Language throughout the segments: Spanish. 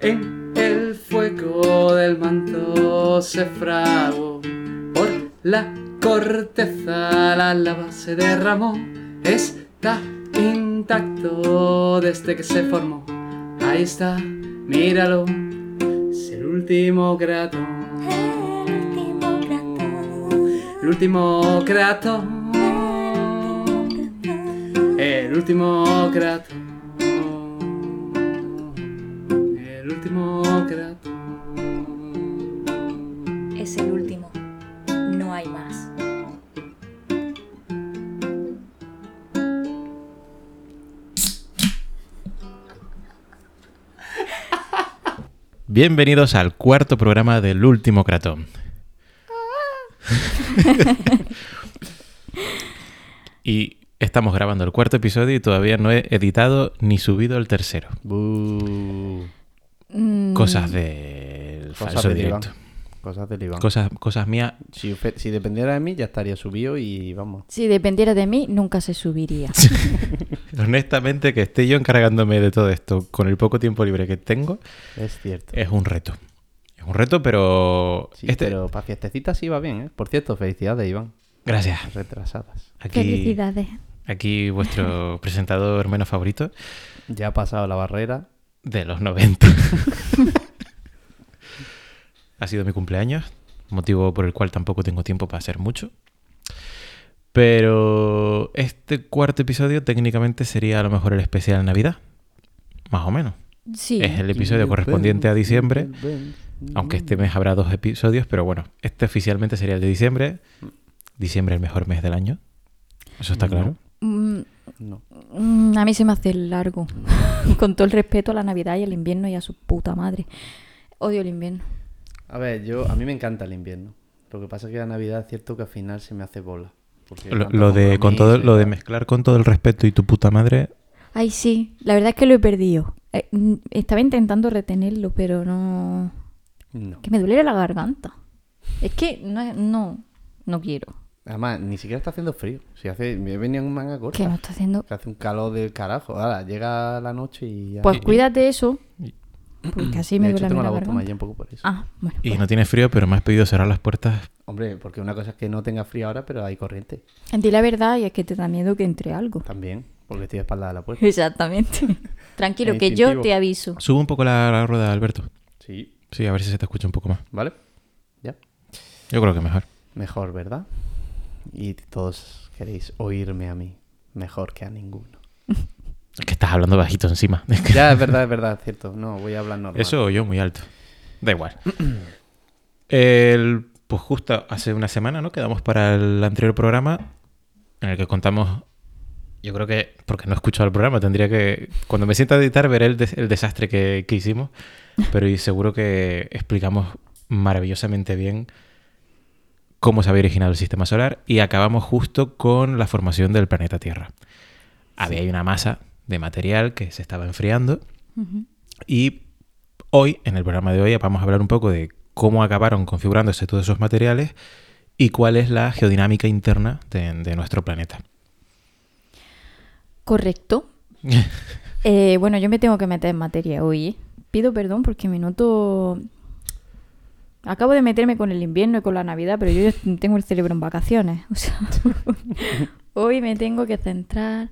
En el fuego del manto se frago por la corteza la lava se derramó. Está intacto desde que se formó. Ahí está, míralo, es el último cratón. El último El último cratón. El último cratón. El último cratón. Es el último. No hay más. Bienvenidos al cuarto programa del último Cratón. y estamos grabando el cuarto episodio y todavía no he editado ni subido el tercero. Mm, Cosas del Cosas falso del directo. Iván. Cosas del Iván. Cosas, cosas mías. Si, fe- si dependiera de mí, ya estaría subido y vamos. Si dependiera de mí, nunca se subiría. Honestamente, que esté yo encargándome de todo esto con el poco tiempo libre que tengo Es cierto. es un reto. Es un reto, pero. Sí, este- pero para fiestecitas sí va bien, ¿eh? Por cierto, felicidades, Iván. Gracias. Retrasadas. Aquí, Felicidades. Aquí vuestro presentador menos favorito. Ya ha pasado la barrera. De los 90. ha sido mi cumpleaños, motivo por el cual tampoco tengo tiempo para hacer mucho. Pero este cuarto episodio técnicamente sería a lo mejor el especial Navidad. Más o menos. Sí. Es el episodio correspondiente a diciembre. Aunque este mes habrá dos episodios, pero bueno, este oficialmente sería el de diciembre. Diciembre el mejor mes del año. Eso está claro. Mm, No. mm, a mí se me hace largo. Con todo el respeto a la Navidad y al invierno y a su puta madre. Odio el invierno. A ver, yo, a mí me encanta el invierno. Lo que pasa es que la Navidad es cierto que al final se me hace bola. Porque Lo, tanto lo de, compromiso con todo, y lo de tal. mezclar con todo el respeto y tu puta madre Ay, sí. La verdad es que lo he perdido. Eh, mm, estaba intentando retenerlo, pero no... No. Que me duele la garganta. Es que no, no, no quiero. Además, ni siquiera está haciendo frío. Si hace, me he venido en manga corta. Que no está haciendo... Que hace un calor del carajo. Ahora, llega la noche y ya. Pues cuídate eso. Porque así me de hecho, duele a mí tengo la la voz garganta. tomadilla un poco por eso. Ah, bueno. y no tienes frío, pero me has pedido cerrar las puertas Hombre, porque una cosa es que no tenga frío ahora, pero hay corriente Di la verdad y es que te da miedo que entre algo. también, porque estoy de espalda de la puerta. Exactamente. Tranquilo, Es que yo instintivo. te aviso. Sube un poco la, la rueda, Alberto. Sí, Sí, a ver si se te escucha un poco más. ¿vale? Ya. Yo creo que mejor. Mejor, ¿verdad? Y todos queréis oírme a mí mejor que a ninguno. Es que estás hablando bajito encima. Es que- Ya, es verdad, es verdad, es cierto. No, voy a hablar normal. Eso o yo muy alto. Da igual. El- pues justo hace una semana, ¿no? Quedamos para el anterior programa en el que contamos... Yo creo que... Porque no he escuchado el programa, tendría que... Cuando me sienta a editar veré el, des- el desastre que, que hicimos. Pero y seguro que explicamos maravillosamente bien cómo se había originado el sistema solar y acabamos justo con la formación del planeta Tierra. Había ahí una masa de material que se estaba enfriando y hoy, en el programa de hoy, vamos a hablar un poco de cómo acabaron configurándose todos esos materiales y cuál es la geodinámica interna de, de nuestro planeta. Correcto. Eh, bueno, yo me tengo que meter en materia hoy. ¿eh? Pido perdón porque me noto... Acabo de meterme con el invierno y con la Navidad, pero yo ya tengo el cerebro en vacaciones. O sea, hoy me tengo que centrar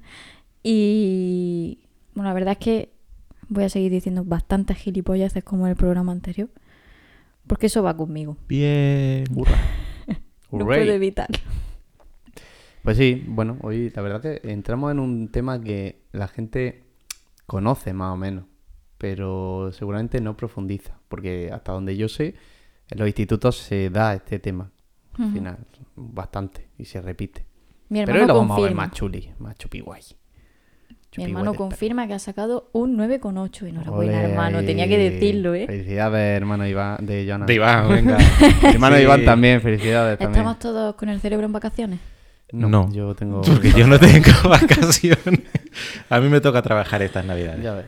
y... Bueno, la verdad es que voy a seguir diciendo bastantes gilipollas como en el programa anterior, porque eso va conmigo. Bien. Hurra. No Hurray. puedo evitarlo. Pues sí, bueno, hoy la verdad que entramos en un tema que la gente conoce más o menos, pero seguramente no profundiza, porque hasta donde yo sé, en los institutos se da este tema, al final, bastante, y se repite. Mi Pero hermano hoy lo vamos confirma. a ver más chuli, más chupiguay. Mi Chupiguay hermano de confirma que ha sacado un 9,8. esta. Enhorabuena, Ole, hermano. Tenía que ahí. decirlo, ¿eh? Felicidades, hermano Iván, de Joana. De Iván, venga. Hermano Sí. Iván también, felicidades también. Estamos todos con el cerebro en vacaciones. No. yo tengo... Porque yo no tengo vacaciones. A mí me toca trabajar estas navidades. Ya ves.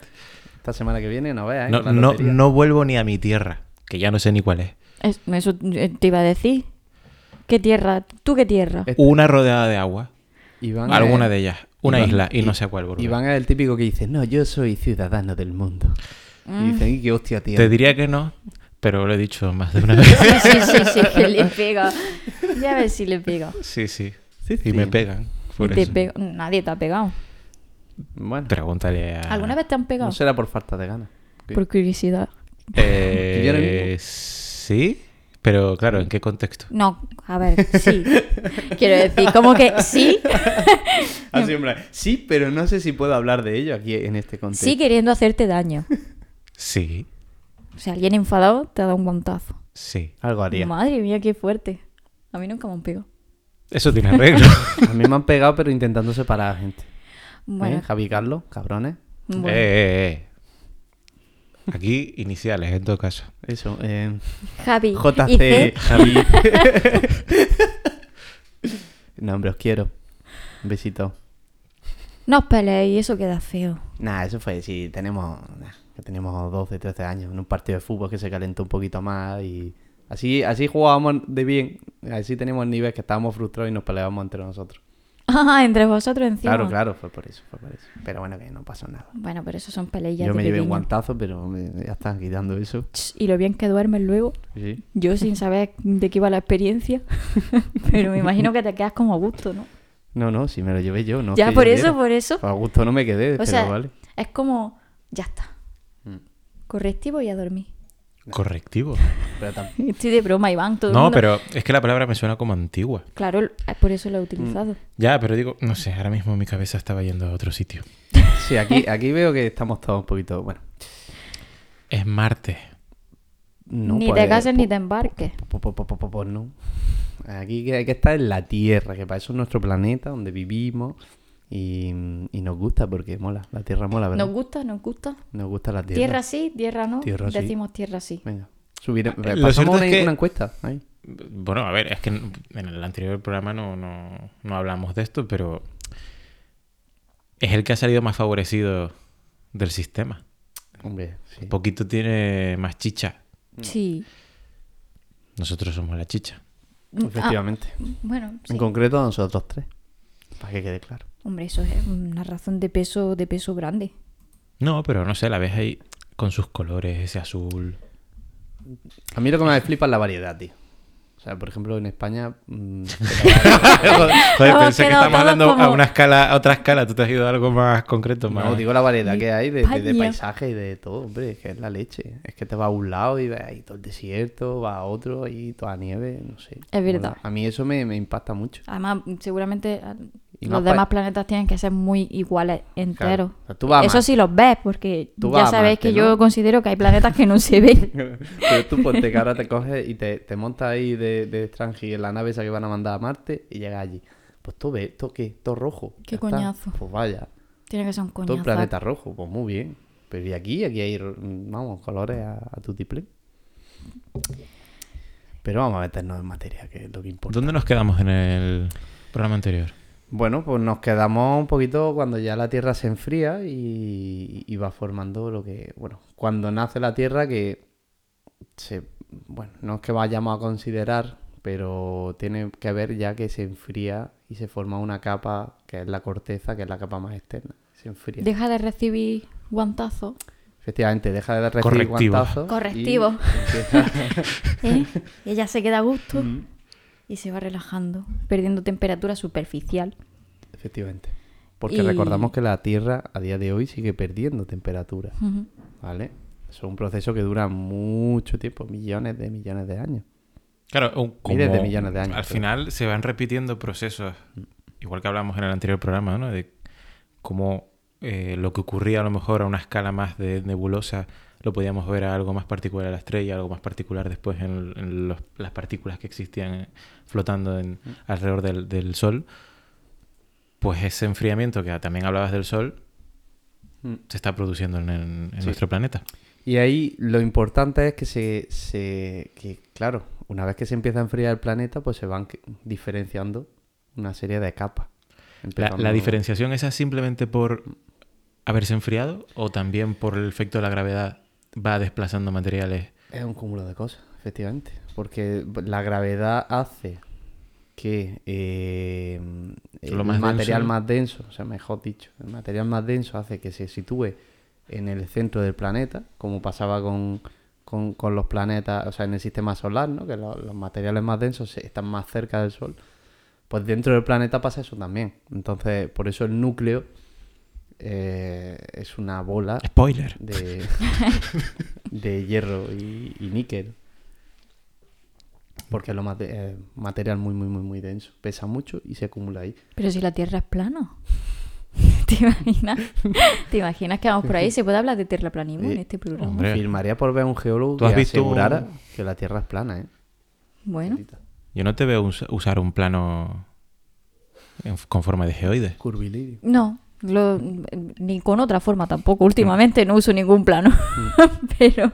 Esta semana que viene no veas, ¿eh? No, Con la no, lotería. no vuelvo ni a mi tierra, que ya no sé ni cuál es. Es- eso eh, te iba a decir. ¿Qué tierra? ¿Tú qué tierra? Es- Una rodeada de agua. Este- Iván Alguna es- de ellas. Una Iván- isla y no I- sé cuál, bro. Iván es el típico que dice, no, yo soy ciudadano del mundo. Mm. Y dicen, "Y qué hostia, tío. Te diría que no, pero lo he dicho más de una vez. Sí, sí, sí, sí, que le pega. Ya ves si le pega. Sí, sí. Sí, Y me sí. pegan. Y Por te eso. pega- Nadie te ha pegado. Bueno, Pregúntale a. ¿Alguna vez te han pegado? Ah. no será por falta de ganas. Por curiosidad. Eh, ¿Y ahora mismo? sí, pero claro, ¿en qué contexto? No, a ver, sí. Quiero decir, como que sí, Así, hombre, sí, pero no sé si puedo hablar de ello aquí en este contexto. sí queriendo hacerte daño. Sí, O sea, alguien enfadado te ha dado un guantazo. sí. Algo haría. Madre mía, qué fuerte. A mí nunca me han pegado. Eso tiene arreglo. A mí me han pegado, pero intentando separar a gente. Bueno, ¿Eh? Javi y Carlos, cabrones. bueno. Eh, eh, eh. Aquí iniciales, en todo caso. Eso, eh, Javi. y JC, C, Javi. no, hombre, os quiero. Un besito. No os peleéis, eso queda feo. Nah, eso fue, si tenemos, nah, que tenemos 12, 13 años, en un partido de fútbol que se calentó un poquito más y así, así jugábamos de bien, así teníamos el nivel que estábamos frustrados y nos peleábamos entre nosotros. Ah, entre vosotros encima. Claro, claro, fue por eso, fue por eso. Pero bueno, que no pasó nada. Bueno, pero eso son peleillas Yo de me llevé un pequeño. guantazo, pero me- ya están quitando eso. Ch, Y lo bien que duermes luego. Sí. Yo sin saber de qué iba la experiencia. pero me imagino que te quedas como a gusto, ¿no? No, no, si me lo llevé yo, no. es ya, que por yo eso, diera. por eso. A gusto no me quedé, O pero sea, vale. es como, ya está. Correctivo y a dormir. Correctivo. Pero tam- Estoy de broma, Iván, todo el No, mundo- pero es que la palabra me suena como antigua. Claro, l- eh, por eso lo he utilizado. Mm, Ya, pero digo, no sé, ahora mismo mi cabeza estaba yendo a otro sitio. Sí, aquí, aquí veo que estamos todos un poquito, bueno. Es martes. no pues, ni puede- te cases ni te embarques. Po, po, po, po, po, po, no. Aquí que hay que estar en la Tierra, que para eso es nuestro planeta, donde vivimos. Y, y nos gusta porque mola. La Tierra mola, ¿verdad? Nos gusta, nos gusta. Nos gusta la Tierra. Tierra sí, tierra no. Tierra sí. Decimos tierra sí. Venga. Subiré. lo cierto pasamos es una, que- una encuesta. ahí. Bueno, a ver, es que en en el anterior programa no, no, no hablamos de esto, pero es el que ha salido más favorecido del sistema. Hombre, sí. Poquito tiene más chicha. Sí. Nosotros somos la chicha. Efectivamente. Ah, Bueno, sí. En concreto a nosotros tres. Para que quede claro. Hombre, eso es una razón de peso, de peso grande. No, pero no sé, la ves ahí con sus colores, ese azul. A mí lo que me flipa es la variedad, tío. O sea, por ejemplo, en España. mm, Joder, Ah, Hemos pensé que quedado estábamos todos hablando a como- una escala, a otra escala. Tú te has ido a algo más concreto, más. No, digo la variedad que hay de, de- de España. paisaje y de todo, hombre, es que es la leche. Es que te va a un lado y ves ahí todo el desierto, va a otro y toda nieve, no sé. Es verdad. Mola. A mí eso me, me impacta mucho. Además, seguramente ah, Y los más pa- demás planetas tienen que ser muy iguales enteros. O sea, tú vas a Eso Marte. sí los ves, porque Tú ya vas a sabéis Marte, que ¿no? yo considero que hay planetas que no se ven. Pero tú ponte que ahora te coges y te, te montas ahí de, de extranji en la nave esa que van a mandar a Marte y llegas allí. Pues tú ves, ¿esto qué? Todo rojo. Qué Ya está. coñazo. Pues vaya, Tiene que ser un todo el coñazo. planeta rojo, pues muy bien. Pero y aquí, aquí hay, mm, vamos, colores a, a tu Pero vamos a meternos en materia, que es lo que importa. ¿Dónde nos quedamos en el programa anterior? Bueno, pues nos quedamos un poquito cuando ya la Tierra se enfría y, y va formando lo que, bueno, cuando nace la Tierra que se, bueno, no es que vayamos a considerar, pero tiene que ver ya que se enfría y se forma una capa que es la corteza, que es la capa más externa. Se enfría. Deja de recibir guantazos. Efectivamente, deja de recibir Correctivo. guantazos y Correctivo. empieza- ¿eh? Ella se queda a gusto Mm. y se va relajando, perdiendo temperatura superficial. Efectivamente. Porque Y- recordamos que la Tierra a día de hoy sigue perdiendo temperatura. Ujú. ¿Vale? Eso es un proceso que dura mucho tiempo, millones de millones de años. Claro, un- como, Miles de millones de años, Mm. Al pero- final se van repitiendo procesos, igual que hablamos en el anterior programa, ¿no? De cómo eh, lo que ocurría a lo mejor a una escala más de nebulosa lo podíamos ver a algo más particular a la estrella, algo más particular después en, en los- las partículas que existían eh, flotando en- Mm. alrededor del, del Sol. Pues ese enfriamiento que también hablabas del Sol Mm. se está produciendo en, en- en nuestro planeta. Y ahí lo importante es que se, se- que claro, una vez que se empieza a enfriar el planeta, pues se van que- diferenciando una serie de capas. La, la Empezando- diferenciación esa es simplemente por haberse enfriado o también por el efecto de la gravedad va desplazando materiales. Es un cúmulo de cosas, efectivamente. Porque la gravedad hace que eh, el Lo más material denso. más denso, o sea, mejor dicho, el material más denso hace que se sitúe en el centro del planeta, como pasaba con, con- con los planetas, o sea, en el sistema solar, ¿no? Que lo- los materiales más densos se- están más cerca del Sol. Pues dentro del planeta pasa eso también. Entonces, por eso el núcleo eh, es una bola Spoiler. de, de hierro y, y níquel. Porque es lo mate- eh, material muy, muy, muy, muy denso. Pesa mucho y se acumula ahí. Pero si la Tierra es plana. ¿Te imaginas? ¿Te imaginas que vamos por ahí? ¿Se puede hablar de terraplanismo en Eh, este programa? Hombre. Firmaría por ver a un geólogo ¿Tú que has visto asegurara un- que la Tierra es plana, ¿eh? Bueno, Yo no te veo us- usar un plano en- con forma de geoide. Curvilíneo. no. lo- ni con otra forma tampoco. Últimamente no uso ningún plano. pero.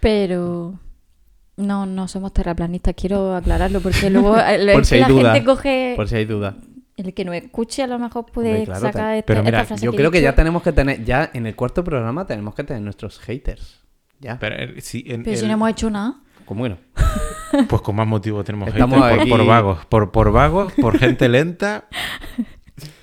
Pero. No, no somos terraplanistas, quiero aclararlo porque luego eh, Por si hay la duda. gente coge. Por si hay duda. El que no escuche a lo mejor Hombre, puede claro, sacar tal- esta, pero mira, esta frase Yo creo he que ya dicho. tenemos que tener... Ya en el cuarto programa tenemos que tener nuestros haters. Ya. Pero, eh, si en- Pero si el- no hemos hecho nada. ¿Cómo que no? Pues con más motivo tenemos Estamos haters por, aquí. por vagos. Por, por vagos, por gente lenta,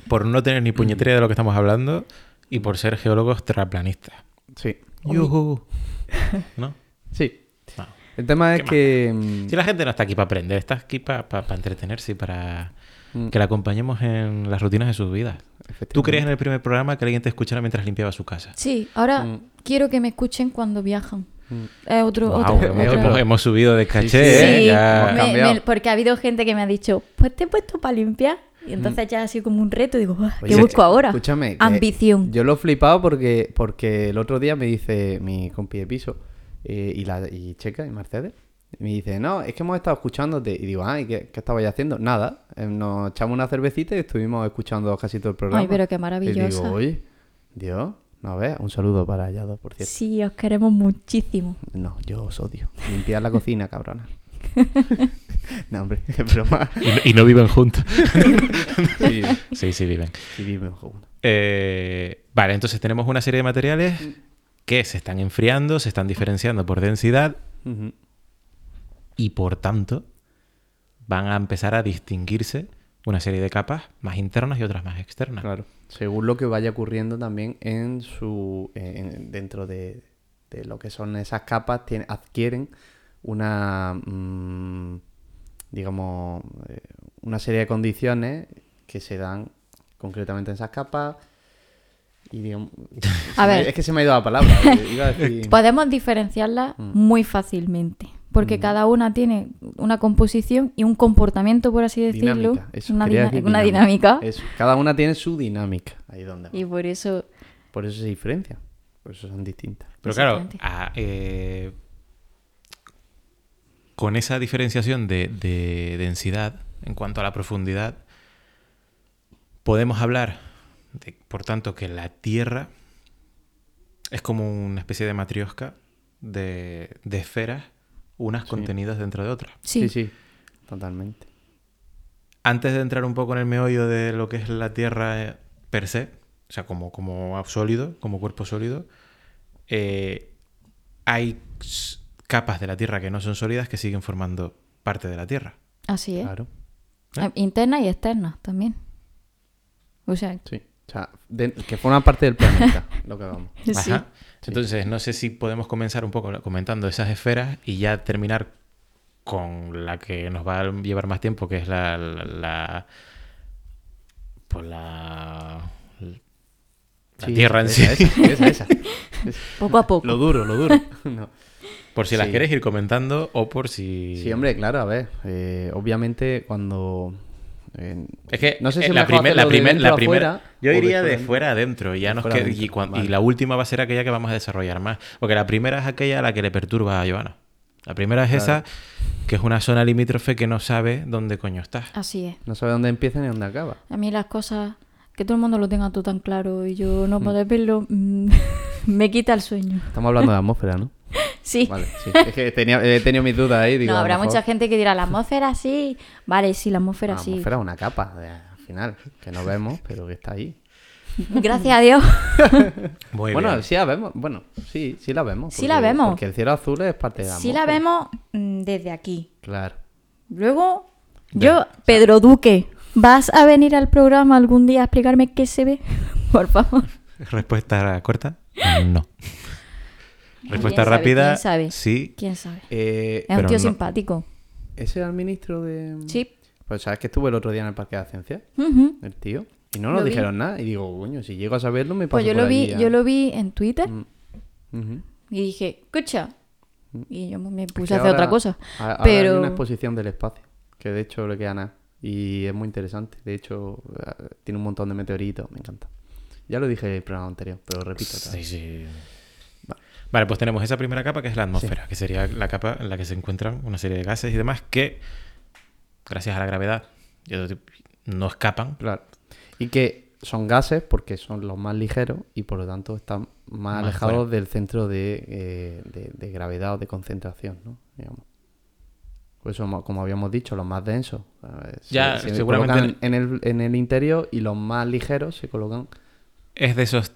por no tener ni puñetera de lo que estamos hablando y por ser geólogos terraplanistas. Sí. Yujú. ¿No? Sí. No. El tema es ¿Qué más? que... mm, Si la gente no está aquí para aprender, está aquí para entretenerse y para Mm. que la acompañemos en las rutinas de sus vidas. ¿Tú creías en el primer programa que alguien te escuchara mientras limpiaba su casa? Sí, ahora Mm. quiero que me escuchen cuando viajan. Es otro, Guau, otro- hemos, otra- hemos- hemos subido de caché, Sí, ¿eh? Sí, Ya- me- hemos cambiado. me- porque ha habido gente que me ha dicho, pues te he puesto para limpiar. Y entonces ya ha sido como un reto. Digo, "Buah, ¿qué Mm. Oye, busco ahora? Escúchame. Pues que Ambición. Yo lo he flipado porque, porque el otro día me dice mi compi de piso eh, y, la, y Checa y Mercedes. y me dice, no, es que hemos estado escuchándote. Y digo, ay, ¿qué, qué estabais haciendo? Nada. eh, Nos echamos una cervecita y estuvimos escuchando casi todo el programa. Ay, pero qué Y maravillosa. digo, oye, Dios, no ves. Un saludo para ellas dos, por cierto. Sí, os queremos muchísimo. No, yo os odio. Limpiar la cocina, cabrona. no, hombre, es broma. Y, no- y no viven juntos. Sí, sí, sí, viven. sí, vive juntos. Eh, vale, entonces tenemos una serie de materiales que se están enfriando, se están diferenciando por densidad Ujú. y por tanto van a empezar a distinguirse una serie de capas más internas y otras más externas. Claro. Según lo que vaya ocurriendo también en su eh, en- dentro de, de lo que son esas capas, tiene- adquieren una mm, digamos eh, una serie de condiciones que se dan concretamente en esas capas. Y digamos- se me- ver. es que se me ha ido la palabra. eh, iba a decir- Podemos diferenciarlas Mm. muy fácilmente. Porque cada una tiene una composición y un comportamiento, por así decirlo. dinámica, eso, una, quería dina- decir una dinámica. Eso, Cada una tiene su dinámica. Ahí donde va. Y por eso Por eso se diferencia. Por eso son distintas. Pero claro, Exactamente. a- eh, con esa diferenciación de, de densidad en cuanto a la profundidad, podemos hablar, de, por tanto, que la Tierra es como una especie de matriosca de, de esferas, unas contenidas dentro de otras. Sí. sí, totalmente. Antes de entrar un poco en el meollo de lo que es la Tierra eh, per se, o sea, como, como sólido, como cuerpo sólido, eh, hay s- capas de la Tierra que no son sólidas que siguen formando parte de la Tierra. Así es. Claro. Ah, Interna y externa también. O sea, Sí. O sea, de- que forman parte del planeta, lo que hagamos. sí. Ajá. Entonces, no sé si podemos comenzar un poco comentando esas esferas y ya terminar con la que nos va a llevar más tiempo, que es la. la, la- pues la. La Sí, Tierra en sí. esa, Esa, esa, esa. poco a poco. Lo duro, lo duro. No. Por si las Sí. quieres ir comentando o por si. Sí, hombre, claro, a ver. eh, obviamente, cuando. eh, Es que no sé eh, si la, primer- primera la, primer- la primera. yo iría de fuera. fuera adentro. y Ya De nos fuera qued- adentro, y, cuan- y vale. la última va a ser aquella que vamos a desarrollar más. Porque la primera es aquella a la que le perturba a Joana. La primera es esa, que es una zona limítrofe que no sabe dónde coño está. Así es. No sabe dónde empieza ni dónde acaba. A mí las cosas que todo el mundo lo tenga todo tan claro y yo no poder verlo mm, me quita el sueño. Estamos hablando de atmósfera, ¿no? Sí. Vale, sí. Es que tenía, he tenido mis dudas ahí. Digo, no, a lo habrá mejor- mucha gente que dirá la atmósfera sí. Vale, sí, la atmósfera Ah, sí. atmósfera es una capa, de- al final, que no vemos, pero que está ahí. Gracias a Dios. Muy bueno, bien. sí la vemos. Bueno, sí, sí la vemos. Sí la vemos. Porque el cielo azul es parte de la sí la atmósfera. vemos mm, desde aquí. Claro. Luego Yo, Pedro Duque, ¿vas a venir al programa algún día a explicarme qué se ve? Por favor. Respuesta corta, no. Respuesta ¿Quién sabe? rápida, ¿Quién sabe? sí. ¿Quién sabe? Eh, Es un Pero tío no- simpático. ¿Ese era el ministro de...? Sí. Pues sabes que estuve el otro día en el Parque de la Ciencia, Ujú. el tío, y no Lo nos vi. dijeron nada. Y digo, coño, si llego a saberlo me paso Pues yo por lo vi, allí ¿eh? a- yo lo vi en Twitter Mm. Ujú. y dije, escucha. Y yo me Es puse que a hacer ahora- otra cosa. a- ahora hay pero una exposición del espacio, que de hecho le queda nada. Y es muy interesante. De hecho, eh, tiene un montón de meteoritos. Me encanta. Ya lo dije en el programa anterior, pero repito. otra Sí, vez. sí. Vale, pues tenemos esa primera capa que es la atmósfera, que sería la capa en la que se encuentran una serie de gases y demás que, gracias a la gravedad, y otro tipo, no escapan. Claro. Y que son gases porque son los más ligeros y por lo tanto están más, Más alejados fuera. del centro de, eh, de- de gravedad o de concentración, ¿no? Digamos. Pues son, como habíamos dicho, los más densos. eh, se- Ya, se seguramente- colocan En el, en el interior y los más ligeros se colocan Es de esos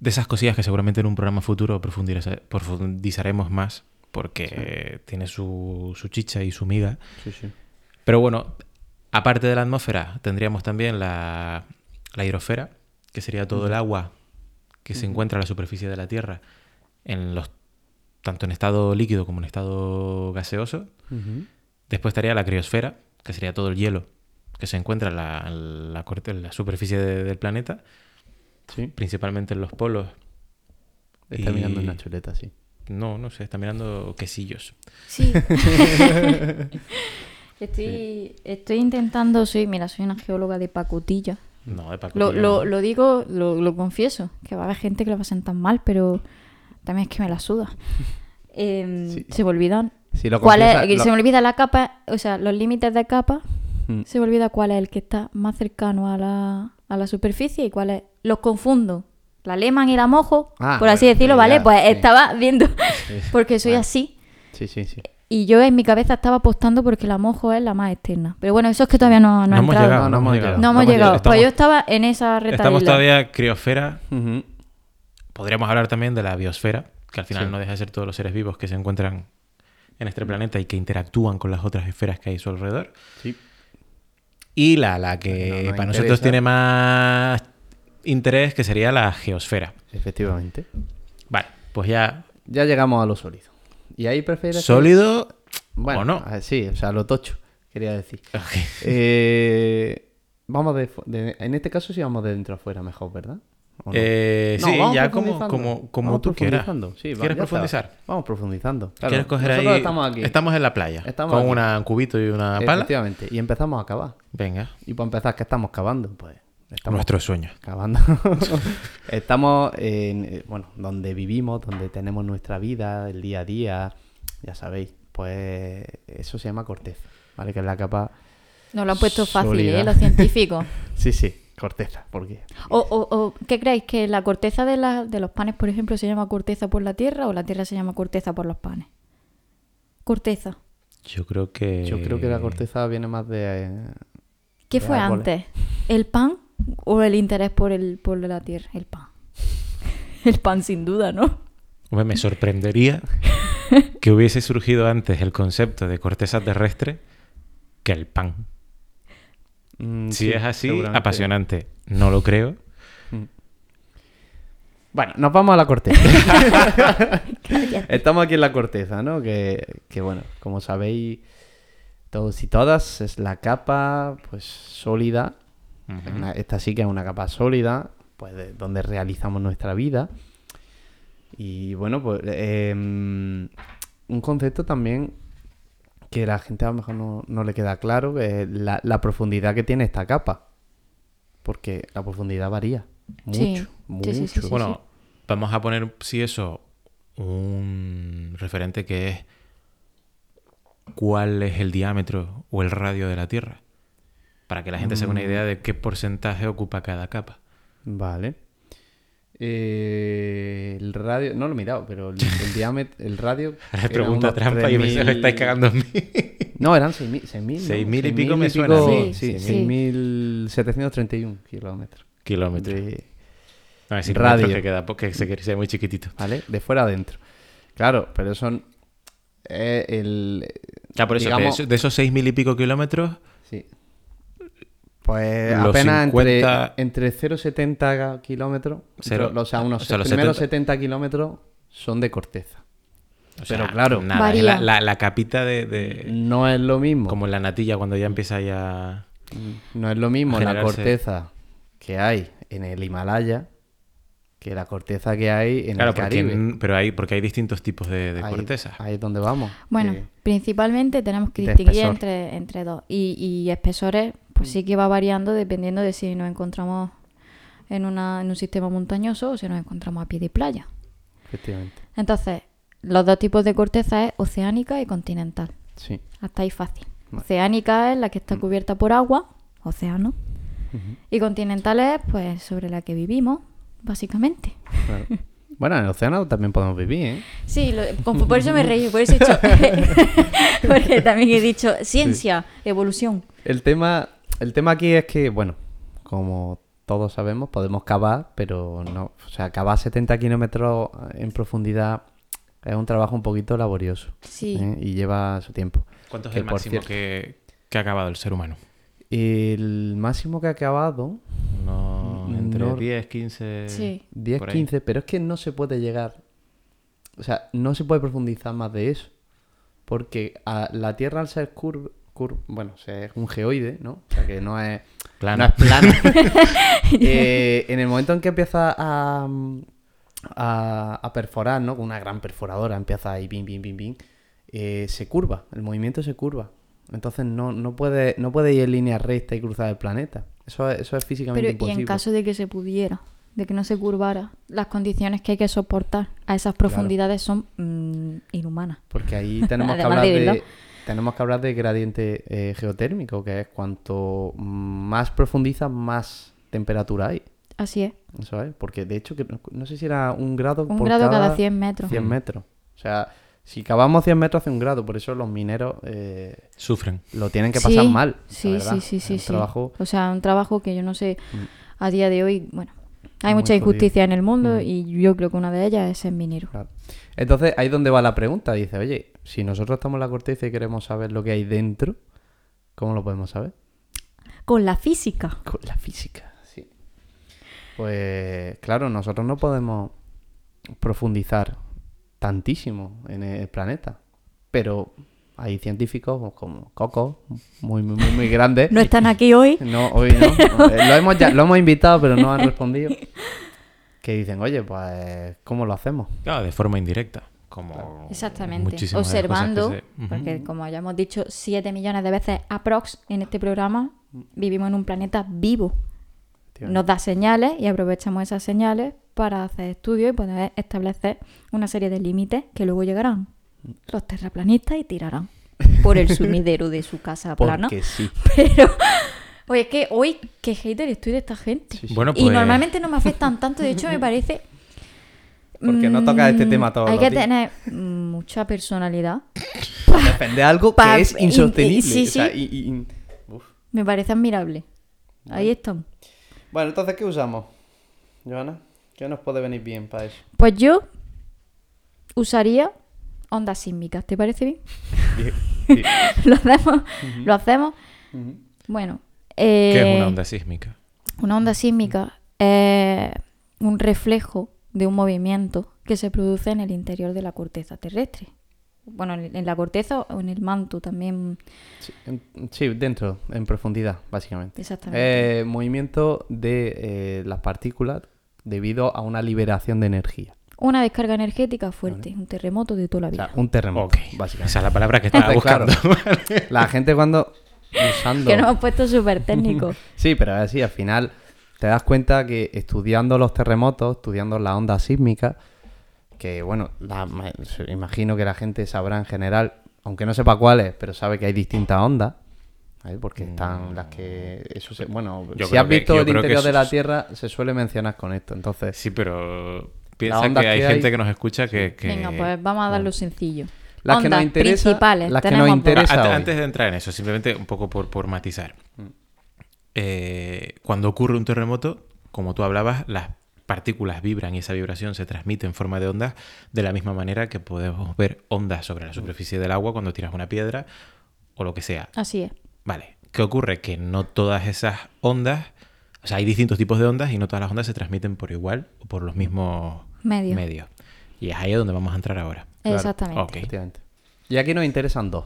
de esas cosillas que seguramente en un programa futuro profundiza- profundizaremos más porque tiene su, su chicha y su miga. Sí, sí. Pero bueno, aparte de la atmósfera, tendríamos también la, la hidrosfera, que sería todo el agua que se encuentra en la superficie de la Tierra, en los, tanto en estado líquido como en estado gaseoso. Después estaría la criosfera, que sería todo el hielo que se encuentra en la, en la corte- en la superficie de- del planeta, Sí. principalmente en los polos. Está mirando Y- una chuleta, sí. No, no sé, está mirando quesillos. Sí. estoy, estoy intentando, soy, mira, soy una geóloga de pacotilla. No, de Paco Lo, Tellado. lo- lo digo, lo, lo confieso, que va a haber gente que lo va a sentar mal, pero también es que me la suda. Em, Sí. Se me olvidan. Sí, lo ¿Cuál es- confiesa, lo- Se me olvida la capa, o sea, los límites de capa. Mm. Se me olvida cuál es el que está más cercano a la, a la superficie y cuál es. Los confundo. La leman y la mojo, Ah, por así bueno, decirlo, sí, ¿vale? ya, pues sí. estaba viendo, porque soy vale. así. Sí, sí, sí. Y yo en mi cabeza estaba apostando porque la mojo es la más externa. Pero bueno, eso es que todavía no, no, No ha hemos entrado. llegado, no, No, no hemos hemos llegado. No hemos llegado. Pues yo Estamos, estaba en esa retadilla. estamos todavía criosfera. Ujú. Podríamos hablar también de la biosfera, que al final Sí. no deja de ser todos los seres vivos que se encuentran en este planeta y que interactúan con las otras esferas que hay a su alrededor. Sí. Y la, la que No, no para interesa. nosotros tiene más interés, que sería la geosfera. Efectivamente. Vale, pues ya. Ya llegamos a lo sólido. ¿Y ahí prefieres? Sólido. Bueno, ¿O no? ah, sí, o sea, lo tocho, quería decir. Ok. Eh, vamos de, fu- de- En este caso sí vamos de dentro afuera mejor, ¿verdad? ¿O no? Eh, No, sí, vamos ya como, profundizando. como, como Vamos tú quieras. profundizando. Sí, ¿Quieres va, ya está. profundizar? Vamos profundizando. claro. ¿Quieres coger Nosotros ahí? Estamos aquí. en la playa. Estamos con aquí. una- un cubito y una pala. Efectivamente. Y empezamos a cavar. Venga. Y para empezar, ¿qué estamos cavando? Pues estamos Nuestro sueño. Acabando. Estamos en, eh, bueno, donde vivimos, donde tenemos nuestra vida, el día a día, ya sabéis. Pues eso se llama corteza, ¿vale? Que es la capa... Nos lo han puesto fácil, Sólida. ¿eh? Los científicos. Sí, sí, corteza, porque... O, o- o, ¿Qué creéis? ¿Que la corteza de, la- de los panes, por ejemplo, se llama corteza por la tierra o la tierra se llama corteza por los panes? Corteza. Yo creo que. Yo creo que la corteza viene más de... eh, ¿Qué de fue árboles. antes? ¿El pan o el interés por, el, por la tierra? El pan. El pan, sin duda, ¿no? Hombre, me sorprendería que hubiese surgido antes el concepto de corteza terrestre que el pan. Mm, Si sí, es así, seguramente. apasionante. No lo creo. Bueno, nos vamos a la corteza. Estamos aquí en la corteza, ¿no? Que, que, bueno, como sabéis todos y todas, es la capa pues sólida. Una- Esta sí que es una capa sólida, pues de- donde realizamos nuestra vida. Y bueno, pues eh, un concepto también que la gente a lo mejor no, no le queda claro, que es la, la profundidad que tiene esta capa. Porque la profundidad varía. Mucho, Sí. mucho. Sí, sí, sí, sí. bueno, vamos a poner, si eso, un referente que es cuál es el diámetro o el radio de la Tierra. Para que la gente se Mm. haga una idea de qué porcentaje ocupa cada capa. Vale. Eh, el radio, no lo he mirado, pero el, el diámetro, el radio. Ahora era pregunta unos trampa y me 3.000. se estáis cagando en mí. No, eran 6.000. 6.000 ¿no? 6.000 y pico 6.000 me suena, sí, Sí, sí. 6.731 kilómetros. Kilómetros. De, No, es decir, Radio. metros que queda, porque se que sea muy chiquitito. ¿Vale? De fuera adentro. Claro, pero son. eh, el. Ya, por eso, de digamos, eso- de esos seis mil y pico kilómetros, Sí. Pues Los apenas 50 entre, entre 0,70 kilómetros, Cero- o sea, unos o sea, los primeros 70 70 kilómetros son de corteza. O sea, Pero claro. Nada, es la, Varía. la- la capita de, de- No es lo mismo. Como la natilla cuando ya empieza ya... No es lo mismo la generarse. corteza que hay en el Himalaya que la corteza que hay en Claro, el porque, Caribe. n- pero hay, porque hay distintos tipos de, de Ahí- corteza. Ahí es donde vamos. Bueno, que- principalmente tenemos que de distinguir espesor. Mm. entre, entre dos. Y, y espesores, pues sí que va variando dependiendo de si nos encontramos en, una, en un sistema montañoso o si nos encontramos a pie de playa. efectivamente. Entonces, los dos tipos de corteza es oceánica y continental. Sí. Hasta ahí fácil. Vale. Mm. Oceánica es la que está cubierta por agua, océano. Ujú. Y continental es, pues, sobre la que vivimos, básicamente. Claro. bueno, en el océano también podemos vivir, ¿eh? Sí, lo- con- por eso me reí, por eso he hecho... porque también he dicho ciencia, evolución. El tema, el tema aquí es que, bueno, como todos sabemos, podemos cavar, pero no. O sea, cavar 70 kilómetros en profundidad es un trabajo un poquito laborioso. Sí. ¿eh? Y lleva su tiempo. ¿Cuánto es Que, el por máximo cierto, que, que ha acabado el ser humano? El máximo que ha acabado, Mm, No, entre No- 10, 15... Sí. 10, por ahí. 15, pero es que no se puede llegar. O sea, no se puede profundizar más de eso. Porque a la Tierra al ser curva, bueno, o sea, es un geoide, ¿no? O sea, que no es Plana. no es plana. Eh, en el momento en que empieza a, mm, a, a perforar, ¿no? Con una gran perforadora, empieza ahí, pim, pim, pim, pim, eh, se curva, el movimiento se curva. Entonces no, no, puede, no puede ir en línea recta y cruzar el planeta. Eso, es- eso es físicamente Pero y imposible. en caso de que se pudiera, de que no se curvara, las condiciones que hay que soportar a esas profundidades son mm, inhumanas. Porque ahí tenemos que Además hablar de de, Bilbao. tenemos que hablar de gradiente eh, geotérmico, que es cuanto más profundiza, más temperatura hay. Así es. Eso es, porque de hecho que no, no sé si era un grado Un por grado cada 100 metros. 100 metros. O sea, si cavamos 100 metros hace un grado, por eso los mineros eh, Sufren. lo tienen que pasar Sí, mal. la Sí, verdad. sí, sí, sí, Es un sí. trabajo Mm. O sea, un trabajo que yo no sé, a día de hoy, bueno, hay Muy mucha jodido. Mm. injusticia en el mundo y yo creo que una de ellas es el minero. Claro. Entonces, ahí es donde va la pregunta. Dice, oye, si nosotros estamos en la corteza y queremos saber lo que hay dentro, ¿cómo lo podemos saber? Con la física. Con la física, sí. Pues claro, nosotros no podemos profundizar tantísimo en el planeta. Pero hay científicos como Coco, muy, muy, muy, muy grande. No están aquí hoy. No, hoy no. Eh, Lo hemos, ya- lo hemos invitado, pero no han respondido. Que dicen, oye, pues, ¿cómo lo hacemos? Claro, de forma indirecta. Como Exactamente. muchísimas de las cosas que Observando, se- Ujú. porque como ya hemos dicho 7 millones de veces aprox en este programa, vivimos en un planeta vivo. Nos da señales y aprovechamos esas señales para hacer estudios y poder establecer una serie de límites que luego llegarán Mm. los terraplanistas y tirarán por el sumidero de su casa plana. Porque sí. Pero, oye, es que hoy, qué hater estoy de esta gente. Sí, sí. Bueno, Y pues- normalmente no me afectan tanto, de hecho me parece... Porque no toca este mm, tema todos Hay los que días. tener mm, mucha personalidad. Defender algo Pa- que es in- in- insostenible. sí, o sea, sí. y- y- in- Uf. Me parece admirable. Ahí están. Bueno, entonces, ¿qué usamos, Joana? ¿Qué nos puede venir bien para eso? Pues yo usaría ondas sísmicas, ¿te parece bien? lo hacemos, lo hacemos. Bueno, eh, ¿Qué es una onda sísmica? Una onda sísmica es un reflejo de un movimiento que se produce en el interior de la corteza terrestre. Bueno, en en la corteza o en el manto también. Sí, en- sí, dentro, en profundidad, básicamente. Exactamente. Eh, movimiento de eh, las partículas debido a una liberación de energía. Una descarga energética fuerte, un terremoto de toda la O vida. sea, un terremoto, Ok. Esa básicamente. es la palabra que estaba Entonces, claro, buscando. la gente cuando usando... que nos hemos puesto súper técnicos. Sí, pero así al final te das cuenta que estudiando los terremotos, estudiando las ondas sísmicas, que bueno, la- ma- se- imagino que la gente sabrá en general, aunque no sepa cuáles, pero sabe que hay distintas ondas. ¿vale? Porque están las que... Eso se- bueno, Mm. Yo si creo has que- visto yo el creo que interior de la eso- Tierra, se suele mencionar con esto. Entonces, Sí, pero piensa onda que hay que hay- gente que nos escucha que... que- Venga, pues vamos a darlo sencillo. Las que ondas nos interesa- principales. las que nos tenemos dos. interesa- Ante- hoy. Mm. antes de entrar en eso, simplemente un poco por, por matizar. Eh, cuando ocurre un terremoto, como tú hablabas, las partículas vibran y esa vibración se transmite en forma de ondas de la misma manera que podemos ver ondas sobre la superficie del agua cuando tiras una piedra o lo que sea. Así es. Vale, ¿Qué ocurre? Que no todas esas ondas, o sea, hay distintos tipos de ondas y no todas las ondas se transmiten por igual o por los mismos Medio. medios. Y es ahí a donde vamos a entrar ahora. Claro. Exactamente. Ok. Efectivamente. Y aquí nos interesan dos,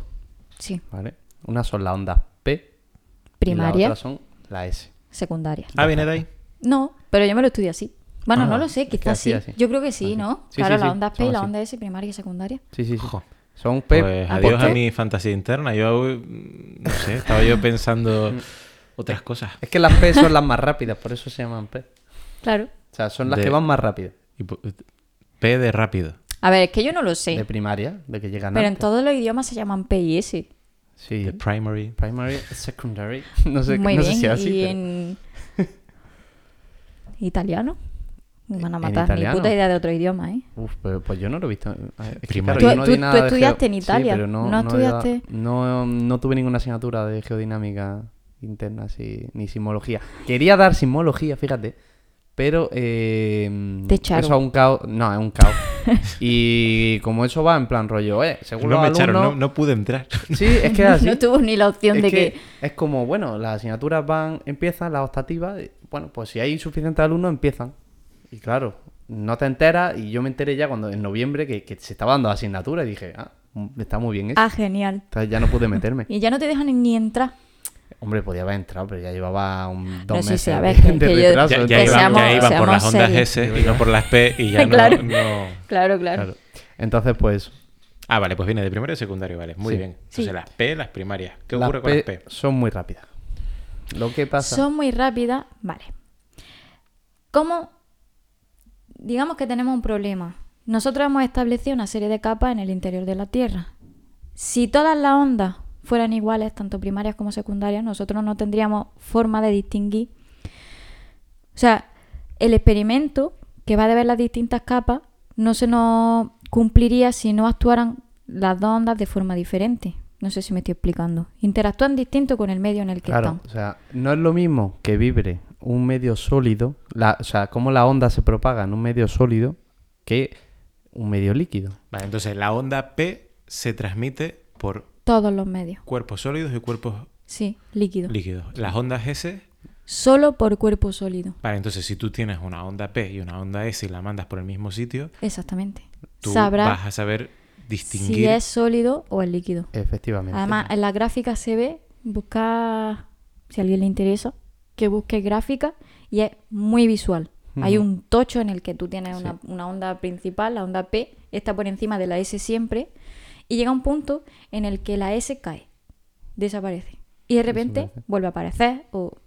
Sí. ¿vale? Una son las ondas P y Primaria, la otra son la S. secundaria. Ah, viene de ahí. No, pero yo me lo estudié así. Bueno, Ah, no lo sé, es que quizás así, sí. así. Yo creo que sí, ¿no? Sí, claro, sí, la sí, onda P son y la así. onda S, primaria y secundaria. Sí, sí, sí. Jo. Son P. Pues ¿por adiós a qué? mi fantasía interna. Yo, eh, no sé, estaba yo pensando Mm. otras cosas. Es que las P son las más rápidas, por eso se llaman P. O Claro. sea, son las De- que van más rápido. Y pu- eh, P de rápido. A ver, es que yo no lo sé. De primaria, de que llegan pero en antes. todos los idiomas se llaman P y S. Sí. De primary. Primary, secondary. No sé, Muy no sé bien. si es así. y pero- en italiano. Me van a ¿En matar. Ni italiano? puta idea de otro idioma, ¿eh? Uf, pero- pues, yo no lo he visto. Ah, es que, Primaria. claro, Tú- yo no tú- di nada tú de estudiaste en Italia, Sí, pero no, ¿no no he dado- estudiaste? no, no tuve ninguna asignatura de geodinámica interna, así, ni simología. Quería dar simología, fíjate. Pero eh, Te echaron. eso es un caos. No, es un caos. y como eso va en plan rollo, eh, según No los me echaron, alumnos- no, no pude entrar. Sí, es que es así. No tuvo ni la opción Es de que que... es como, bueno, las asignaturas van, empiezan, las optativas, y, bueno, pues si hay insuficientes alumnos, empiezan. Y claro, no te enteras, y yo me enteré ya cuando en noviembre que, que se estaba dando asignatura y dije, ah, mm, está muy bien eso. Ah, genial. Entonces ya no pude meterme. Y ya no te dejan ni entrar. Hombre, podía haber entrado, pero ya llevaba un, dos No, sí, sí, meses a ver, de, que- de que yo- retraso. Ya, Que ya entonces- iban, seamos- ya iban por las seamos ondas serios. S y no por las P y ya no- Claro. no... Claro, claro. Claro. Entonces, pues, Ah, vale, pues viene de primario y secundario, vale. Muy Sí. bien. Sí. Entonces las P, las primarias. ¿Qué las ocurre con las P? P son muy rápidas. Lo que pasa... Son muy rápidas. Vale. ¿Cómo? Digamos que tenemos un problema. Nosotros hemos establecido una serie de capas en el interior de la Tierra. Si todas las ondas fueran iguales, tanto primarias como secundarias, nosotros no tendríamos forma de distinguir. O sea, el experimento que va a ver las distintas capas no se nos cumpliría si no actuaran las dos ondas de forma diferente. No sé si me estoy explicando. Interactúan distinto con el medio en el que Claro, están. o sea, no es lo mismo que vibre un medio sólido, la- o sea, cómo la onda se propaga en un medio sólido que un medio líquido. Vale, entonces la onda P se transmite por Todos los medios. cuerpos sólidos y cuerpos Sí, líquido. líquidos. Las ondas S, Solo por cuerpo sólido. vale, entonces si tú tienes una onda P y una onda S y la mandas por el mismo sitio, Exactamente. tú vas Sabrá a saber distinguir. si es sólido o es líquido. Efectivamente. Además, en la gráfica se ve, busca, si a alguien le interesa, que busque gráfica y es muy visual. Hay Ujú. un tocho en el que tú tienes una, una onda principal, la onda P, está por encima de la S siempre, y llega un punto en el que la S cae, desaparece, y de repente Desaparece. vuelve a aparecer o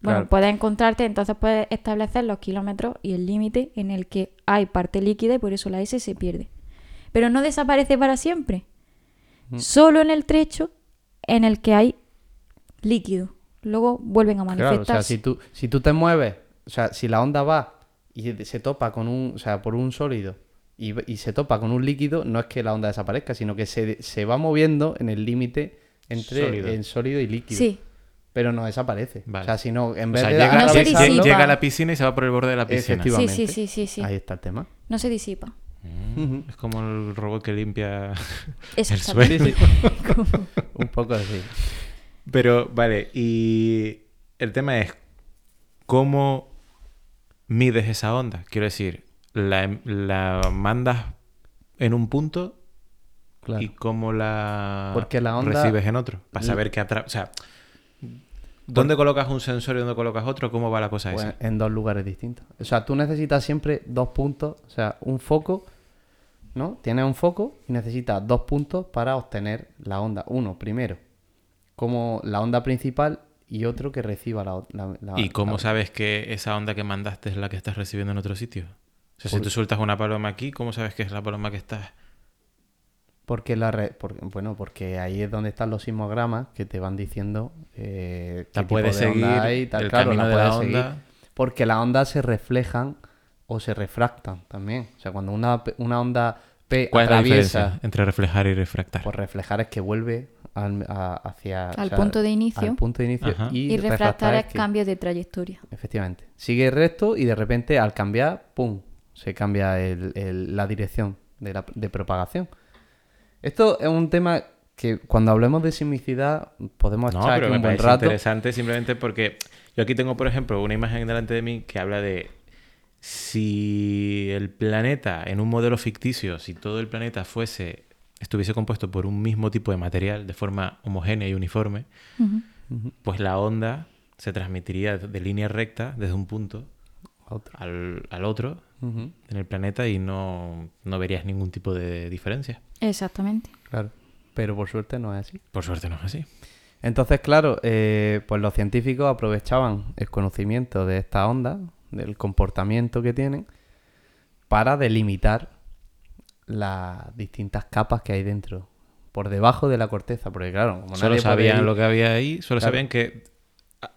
Bueno, Claro. puedes encontrarte, entonces puedes establecer los kilómetros y el límite en el que hay parte líquida y por eso la S se pierde. Pero no desaparece para siempre. Solo en el trecho en el que hay líquido. Luego vuelven a Claro, o sea, manifestarse. si tú, si tú te mueves, o sea, si la onda va y se- se topa con un, o sea, por un sólido y, y se topa con un líquido, no es que la onda desaparezca, sino que se, se va moviendo en el límite entre Sólido. el sólido y líquido. Sí, Pero no desaparece. Vale. O sea, si no, en O vez sea, de llega, No se llega- disipa. llega a la piscina y se va por el borde de la piscina. Efectivamente. Sí, sí, sí, sí, sí. Ahí está el tema. no se disipa. Ujú. Mm, Es como el robot que limpia Eso el está suelo. Sí, sí. un poco así. Pero, vale, y el tema es, ¿cómo mides esa onda? Quiero decir, la, la mandas en un punto Claro. y cómo la, Porque la onda- recibes en otro. Para saber qué atrás... O sea, ¿dónde colocas un sensor y dónde colocas otro? ¿Cómo va la cosa Pues esa? en dos lugares distintos. O sea, tú necesitas siempre dos puntos, o sea, un foco, ¿no? Tienes un foco y necesitas dos puntos para obtener la onda. Uno, primero, como la onda principal y otro que reciba la... o- la- la- ¿Y cómo la- sabes que esa onda que mandaste es la que estás recibiendo en otro sitio? O sea, si tú sueltas una paloma aquí, ¿cómo sabes que es la paloma que estás...? Porque la re- porque- bueno, porque ahí es donde están los sismogramas que te van diciendo eh, qué La tipo puedes de onda seguir, hay, tal, el claro, camino la de la puedes seguir. onda. Porque las ondas se reflejan o se refractan también. O sea, cuando una, una onda P ¿Cuál es la atraviesa diferencia entre reflejar y refractar? Por reflejar es que vuelve al, a- hacia... Al punto de inicio. Al punto de inicio. Ajá. Y, este Y refractar es que- cambios de trayectoria. Efectivamente. Sigue recto y de repente al cambiar, ¡pum! Se cambia el- el- la dirección de, la- de propagación. Esto es un tema que cuando hablemos de sismicidad podemos No, estar pero aquí me un buen parece rato. interesante simplemente porque yo aquí tengo, por ejemplo, una imagen delante de mí que habla de si el planeta en un modelo ficticio, si todo el planeta fuese estuviese compuesto por un mismo tipo de material de forma homogénea y uniforme, Ujú. pues la onda se transmitiría de línea recta desde un punto A otro. al, al otro Ujú, en el planeta y no, no verías ningún tipo de diferencia. Exactamente. Claro. Pero por suerte no es así. Por suerte no es así. Entonces, claro, eh, pues los científicos aprovechaban el conocimiento de esta onda, del comportamiento que tienen, para delimitar las distintas capas que hay dentro, por debajo de la corteza, porque claro, como Solo nadie puede sabían ir- lo que había ahí, solo Claro. sabían que... ah,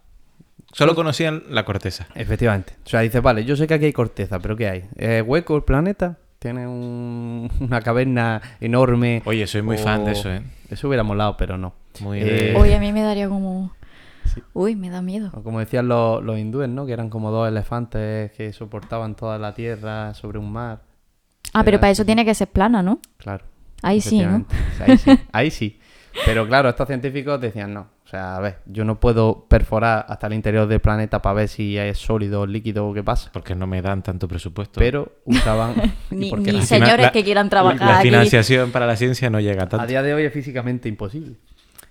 Solo conocían la corteza. Efectivamente. O sea, dice, vale, yo sé que aquí hay corteza, pero ¿qué hay? ¿Es hueco el planeta? ¿Tiene un- una caverna enorme? Oye, soy muy fan de O- eso, ¿eh? Eso hubiera molado, pero no. Muy Eh, de... Hoy a mí me daría como... Uy, me da miedo. O como decían los, los hindúes, ¿no? Que eran como dos elefantes que soportaban toda la tierra sobre un mar. Ah, pero Era- para eso tiene que ser plana, ¿no? Claro. Ahí sí, ¿no? efectivamente. O sea, Ahí sí. Ahí sí. Pero claro, estos científicos decían, no. O sea, a ver, yo no puedo perforar hasta el interior del planeta para ver si es sólido, líquido o qué pasa. Porque no me dan tanto presupuesto. Pero usaban... y Ni, porque ni la- señores la- que quieran la trabajar aquí. financiación para la ciencia no llega A tanto. día de hoy es físicamente imposible.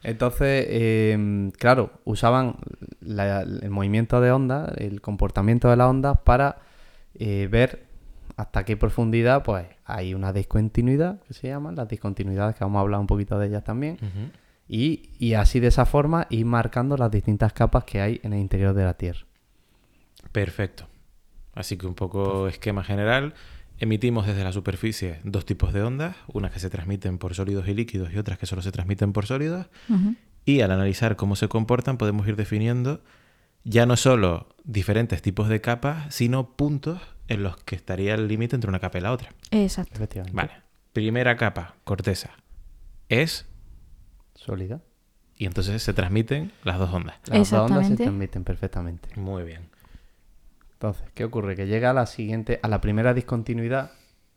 Entonces, eh, claro, usaban la- el movimiento de onda, el comportamiento de las ondas para eh, ver hasta qué profundidad pues hay una discontinuidad que se llaman, las discontinuidades que vamos a hablar un poquito de ellas también. Ujú. Y, y así de esa forma ir marcando las distintas capas que hay en el interior de la Tierra. Perfecto. Así que un poco esquema general. Emitimos desde la superficie dos tipos de ondas, unas que se transmiten por sólidos y líquidos y otras que solo se transmiten por sólidos. Ujú. Y al analizar cómo se comportan podemos ir definiendo ya no solo diferentes tipos de capas, sino puntos en los que estaría el límite entre una capa y la otra. Exacto. Efectivamente. Vale. Primera capa, corteza. Es Sólida. y entonces se transmiten las dos ondas. Las dos ondas se Exactamente. transmiten perfectamente. Muy bien. Entonces, ¿qué ocurre? Que llega a la siguiente, a la primera discontinuidad,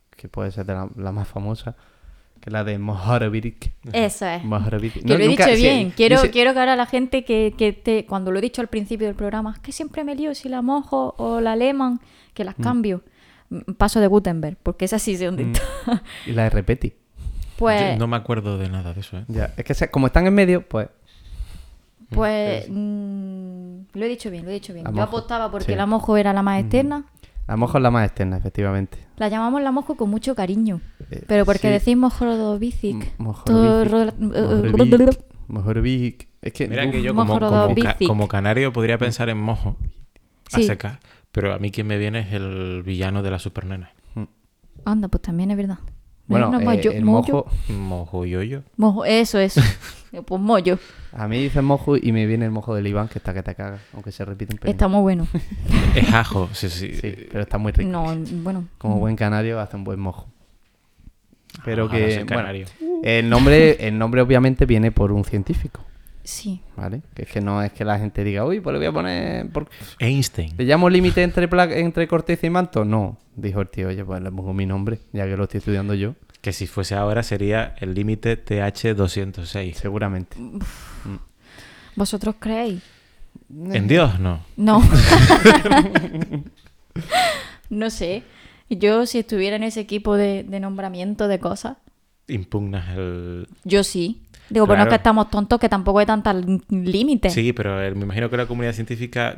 que puede ser de la, la más famosa, que es la de Mohorovicic. Eso es. Mohorovicic. Eh. Que No, lo he nunca- dicho sí, bien. yo quiero, sé- quiero que ahora la gente que, que te, cuando lo he dicho al principio del programa, es que siempre me lío si la mojo o la leman, que las cambio. Mm, Paso de Gutenberg, porque es así de Mm. donde está. Y la de Repeti. Pues, Yo no me acuerdo de nada de eso, ¿eh? Ya, es que se- como están en medio, pues pues mm, lo he dicho bien, lo he dicho bien. La Yo mojo. apostaba porque Sí. Mm. la mojo era la más externa. la mojo es la más externa, efectivamente. La llamamos la mojo con mucho cariño. Eh, Pero porque sí. decís eh, mojordovicic. Todo Mohorovicic, ro- Mohorovicic, Mohorovicic. Es que... Mira que uf, yo como, Mojo como Rodovicic. ca- como canario podría pensar en mojo a Ah, Sí. seca, pero a mí quien me viene es el villano de la supernena. Anda, pues también es verdad. Bueno, No, no, eh, mollo- el mollo. mojo... Mojo yoyo. Mojo, eso, eso. pues mollo. A mí dicen mojo y me viene el mojo del Iván, que está que te caga, aunque se repite un pelín. Está muy bueno. Es ajo, sí, sí. Sí, pero está muy rico. No, bueno. Como buen canario hace un buen mojo. Pero Ah, no que soy bueno, canario. el nombre el nombre obviamente viene por un científico, Sí. ¿vale? Que es que no es que la gente diga, "Uy, pues le voy a poner por- Einstein. le llamo límite entre pla- entre corteza y manto." No, dijo el tío, "Oye, pues le pongo mi nombre, ya que lo estoy estudiando yo." Que si fuese ahora sería el límite TH206. Seguramente. ¿Vosotros creéis? En Dios, no. No. no sé. Yo, si estuviera en ese equipo de, de nombramiento de cosas, Impugnas el... yo sí. Digo, pero no es Claro. que estamos tontos, que tampoco hay tantos límites. Sí, pero el- me imagino que la comunidad científica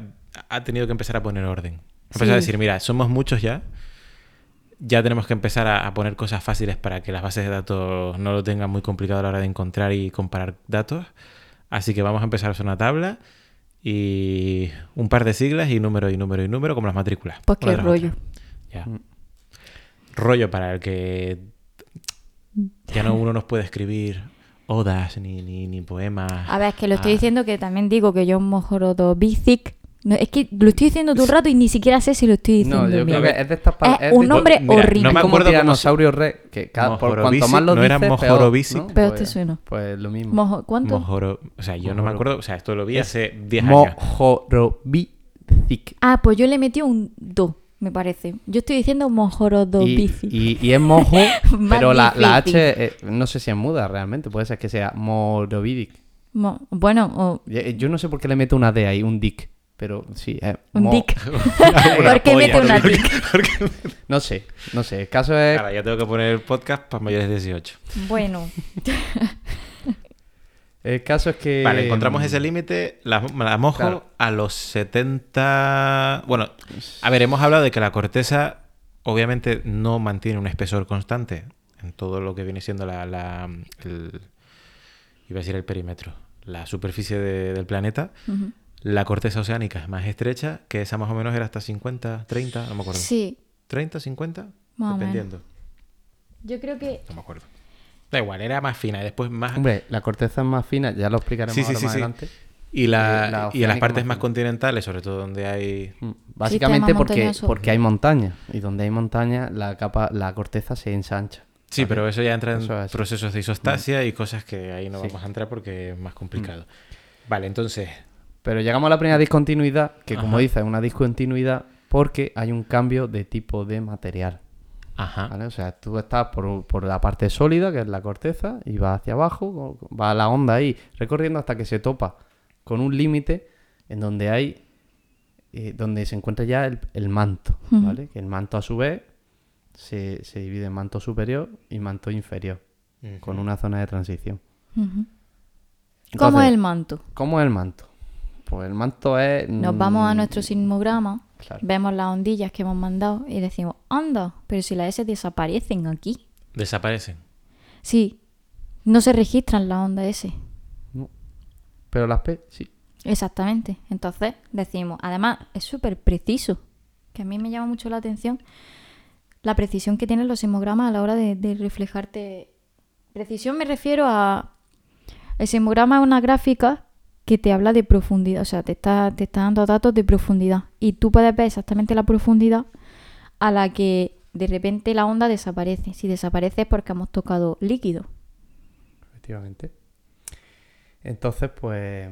ha tenido que empezar a poner orden. Empezar Sí. a decir, mira, somos muchos ya. Ya tenemos que empezar a, a poner cosas fáciles para que las bases de datos no lo tengan muy complicado a la hora de encontrar y comparar datos. Así que vamos a empezar a hacer una tabla y un par de siglas y número y número y número como las matrículas. Pues qué Una tras rollo. otra. Ya. Mm. Rollo para el que ya no uno nos puede escribir odas ni, ni, ni poemas. A ver, es que lo estoy Ah. diciendo que también digo que yo mojordovicic. No, es que lo estoy diciendo todo el rato y ni siquiera sé si lo estoy diciendo No, yo bien. creo que es de estas pal- Es de- un nombre Mira, horrible. no es me como acuerdo cómo se- Tiranosaurio Rex, que cada- por cuanto Mojorovicic, más lo no era dices, peor, Mojorovicic. ¿no? Peor Pues- te este suena. Pues lo mismo. Mojo- ¿Cuánto? Mojoro- O sea, yo no me Mojoro. acuerdo. O sea, esto lo vi hace 10 años. Mojorovicic. Ah, pues yo le metí un do. me parece. Yo estoy diciendo mojorodo Y, bici. y- y es mojo, pero la, la Magnifici. H eh, no sé si es muda realmente, puede ser que sea morovidic. Mo- bueno, o Y, eh, Yo no sé por qué le meto una D ahí, un dick, pero sí, es un mo- dick. ¿Por qué mete una dick? No sé, no sé, el caso es... Ahora ya tengo que poner el podcast para mayores de 18. Bueno, El caso es que... Vale, encontramos ese límite, la, la mojo Em, Claro. a los 70... Bueno, a ver, hemos hablado de que la corteza obviamente no mantiene un espesor constante en todo lo que viene siendo la... la- el- iba a decir el perímetro, la superficie de- del planeta. Ujú. La corteza oceánica es más estrecha, que esa más o menos era hasta 50, 30, no me acuerdo. sí. 30, 50, Más o dependiendo. Yo creo que No me acuerdo. Da igual, era más fina y después más... Hombre, la corteza es más fina, ya lo explicaremos Sí, sí, ahora sí, más sí. adelante. Y, la, y en Eh, la las oceánica partes más más fina. continentales, sobre todo donde hay... Mm, Básicamente porque, montañoso. porque hay montaña y donde hay montaña la capa, la corteza se ensancha. Sí, pero eso ya entra en Eso es. procesos de isostasia y cosas que ahí no vamos a entrar porque es más complicado. Vale, entonces... Pero llegamos a la primera discontinuidad, que Ajá. como dice, es una discontinuidad porque hay un cambio de tipo de material. Ah. Ajá. ¿vale? O sea, tú estás por, por la parte sólida, que es la corteza, y va hacia abajo, o- va la onda ahí, recorriendo hasta que se topa con un límite en donde hay, eh, donde se encuentra ya el, el manto, Ujú. ¿vale? Que el manto a su vez se, se divide en manto superior y manto inferior, Ujú. con una zona de transición. Ujú. ¿Cómo Entonces, es el manto? ¿Cómo es el manto? Pues el manto es... Nos vamos a mm, nuestro sismograma, claro. vemos las ondillas que hemos mandado y decimos, anda, pero si las S desaparecen aquí. Desaparecen. Sí, no se registran las ondas S. No. Pero las P, sí. Exactamente. Entonces decimos, además es súper preciso, que a mí me llama mucho la atención la precisión que tienen los sismogramas a la hora de, de reflejarte. Precisión me refiero a. El sismograma es una gráfica que te habla de profundidad, o sea, te está, te está dando datos de profundidad. Y tú puedes ver exactamente la profundidad a la que de repente la onda desaparece. Si desaparece es porque hemos tocado líquido. Efectivamente. Entonces, pues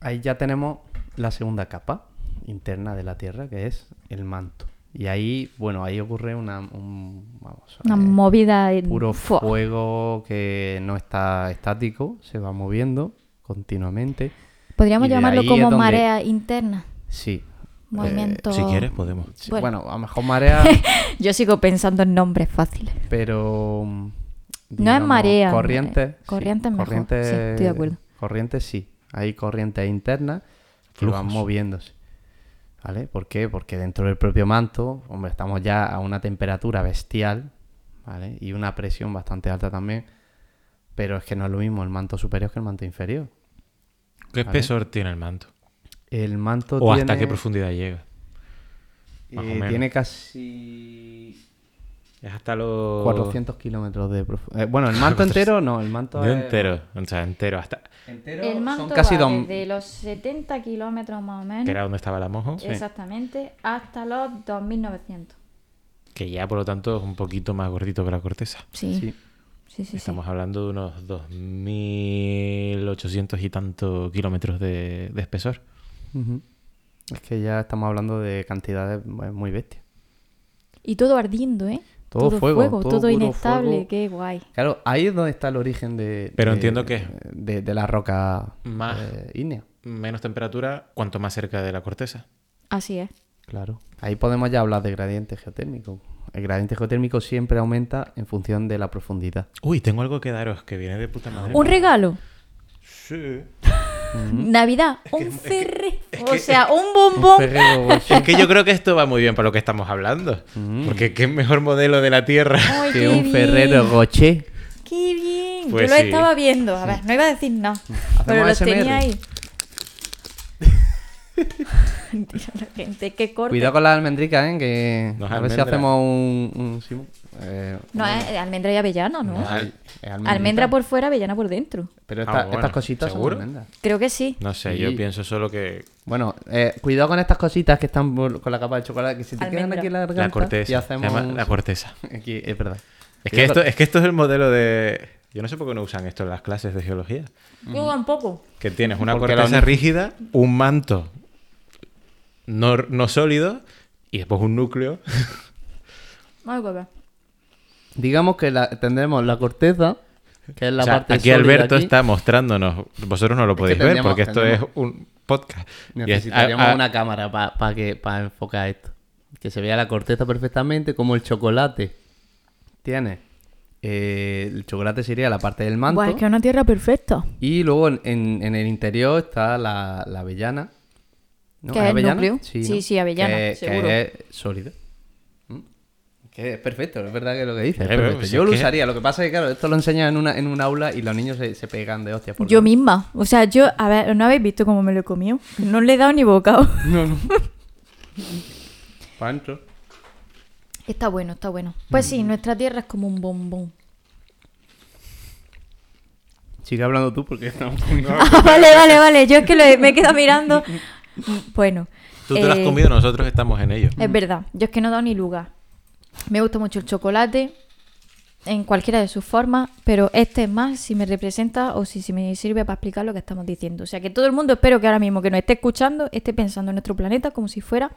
ahí ya tenemos la segunda capa interna de la Tierra, que es el manto. Y ahí, bueno, ahí ocurre una, un, vamos, Una eh, movida en puro fuego que no está estático, se va moviendo continuamente. Podríamos Y de llamarlo ahí es como donde- marea interna. Sí. eh, Movimiento. Si quieres, podemos. sí, Bueno. Bueno, a lo mejor marea, Yo sigo pensando en nombres fáciles. pero... mm, No es marea. Corrientes. eh, sí, Corrientes mejor. corrientes- Sí, estoy de acuerdo. Corrientes sí. Hay corrientes internas que van Flujos. moviéndose. ¿Vale? ¿Por qué? Porque dentro del propio manto, hombre, estamos ya a una temperatura bestial, ¿vale? Y una presión bastante alta también. Pero es que no es lo mismo el manto superior que el manto inferior. ¿Qué espesor tiene el manto? El manto ¿O tiene... hasta qué profundidad llega? Más o eh, menos. tiene casi Es hasta los... 400 kilómetros de profundidad. bueno, el manto entero no, el manto No es- entero, o sea, entero. Hasta... entero El manto son casi va dos- desde los 70 kilómetros más o menos, Que era donde estaba la mojo. exactamente, hasta los 2.900. Que ya, por lo tanto, es un poquito más gordito que la corteza. Sí, sí, Sí. sí. sí. Estamos hablando de unos 2.800 y tanto kilómetros de, de espesor. Ujú. Es que ya estamos hablando de cantidades bueno, muy bestias. Y todo ardiendo, ¿eh? Todo fuego, todo todo, puro inestable, fuego. qué guay. Claro, ahí es donde está el origen de. Pero de- entiendo que- De, de la roca Más. eh, ígnea. Menos temperatura, cuanto más cerca de la corteza. Así es. Claro. Ahí podemos ya hablar de gradiente geotérmico. El gradiente geotérmico siempre aumenta en función de la profundidad. Uy, tengo algo que daros que viene de puta madre. Ah, Un regalo. Sí. Navidad, un ferre. o sea, un bombón. Ferrero Es que yo creo que esto va muy bien para lo que estamos hablando. Mm. Porque qué mejor modelo de la Tierra. Ay, que qué un bien. Ferrero Rocher. Qué bien. Pues Yo lo sí. estaba viendo. A ver, no iba a decir no. Pero lo ASMR? tenía ahí. Dios, la gente, qué corte. Cuidado con las almendricas, ¿eh? Que No es a ver si almendra. hacemos un. un Simón, eh, No, es almendra y avellana, Ah, ¿no? No, una- es Almendra por fuera, avellana por dentro. Pero Ah, esta- bueno, estas cositas ¿seguro? son almendras. Creo que sí. No sé, Sí. yo pienso solo que Bueno, eh, cuidado con estas cositas que están por- con la capa de chocolate, que se te quedan Almendra. aquí en la garganta. la corteza. Y se hacemos. llama un- la corteza. Aquí, es verdad. Es que, Cuidado esto, con- es que esto es el modelo de... Yo no sé por qué no usan esto en las clases de geología. Yo tampoco. Que tienes una Porque la corteza uni- rígida, un manto no, no sólido y después un núcleo. Algo acá. Digamos que la- tendremos la corteza, que es la O sea, parte aquí sólida Alberto aquí. está mostrándonos, vosotros no lo podéis ver tendríamos- porque esto tendríamos- es un podcast. Y es- ah, Necesitaríamos a- a- una cámara para que para enfocar esto. Que se vea la corteza perfectamente, como el chocolate. Tiene. eh, el chocolate sería la parte del manto. Buah, es que es una tierra perfecta. Y luego en, en- en el interior está la, la avellana. ¿No? ¿Que es el núcleo? Sí, sí, avellana, Que, que seguro. es sólido. ¿Mm? Que es perfecto, es verdad que lo que dices. es Eh, pero perfecto. pues Yo es lo que- usaría, lo que pasa es que claro, esto lo enseñan en, una, en un aula y los niños se, se pegan de hostias. porque- Yo misma. O sea, yo, a ver, ¿no habéis visto cómo me lo he comido? No le he dado ni bocado. No, no. Pancho. Está bueno, está bueno. Pues Mm. sí, nuestra tierra es como un bombón. Sigue hablando tú porque estamos Ah, vale, vale, vale. Yo es que lo he- me he quedado mirando. Bueno. Tú te lo has eh, comido, nosotros estamos en ello. Es verdad, yo es que no he dado ni lugar. Me gusta mucho el chocolate en cualquiera de sus formas, pero este es más si me representa o si, si me sirve para explicar lo que estamos diciendo. O sea que todo el mundo espero que ahora mismo que nos esté escuchando esté pensando en nuestro planeta como si fuera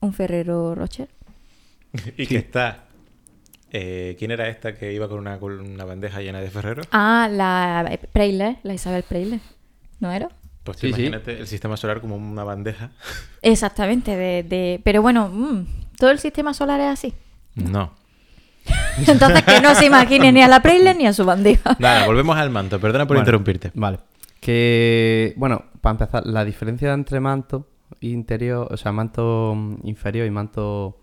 un Ferrero Rocher. Y que está. eh, ¿Quién era esta que iba con una, con una bandeja llena de ferrero? Ah, la Preyle, la Isabel Preyle, ¿no era? Pues Sí, sí. imagínate el sistema solar como una bandeja. Exactamente, de, de- pero bueno, mm, todo el sistema solar es así. No. Entonces que no se imaginen ni a la Preyle ni a su bandeja. Nada, volvemos al manto. Perdona por Bueno, interrumpirte. Vale. Que, bueno, para empezar, la diferencia entre manto interior, o sea, manto mm, inferior y manto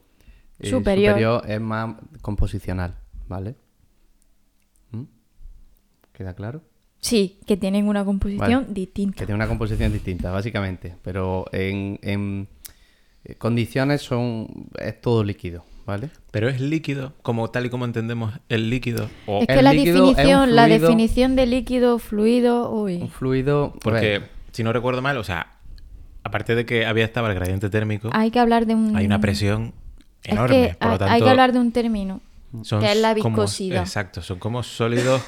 eh, Superior. es más composicional, ¿vale? ¿Mm? ¿Queda claro? Sí, que tienen una composición Vale. distinta. Que tiene una composición distinta, básicamente. Pero en, en, eh, condiciones son es todo líquido, ¿vale? Pero es líquido, como tal y como entendemos el líquido. Es O Oh, El que la líquido es un definición, la fluido- definición de líquido, fluido, Un uy. fluido... a porque, ver, si no recuerdo mal, o sea, aparte de que había estaba el gradiente térmico, hay, Hay que hablar de un. una presión mm. Es enorme. que por lo hay- tanto, hay que hablar de un término. son que es la como- viscosidad. exacto, son como sólidos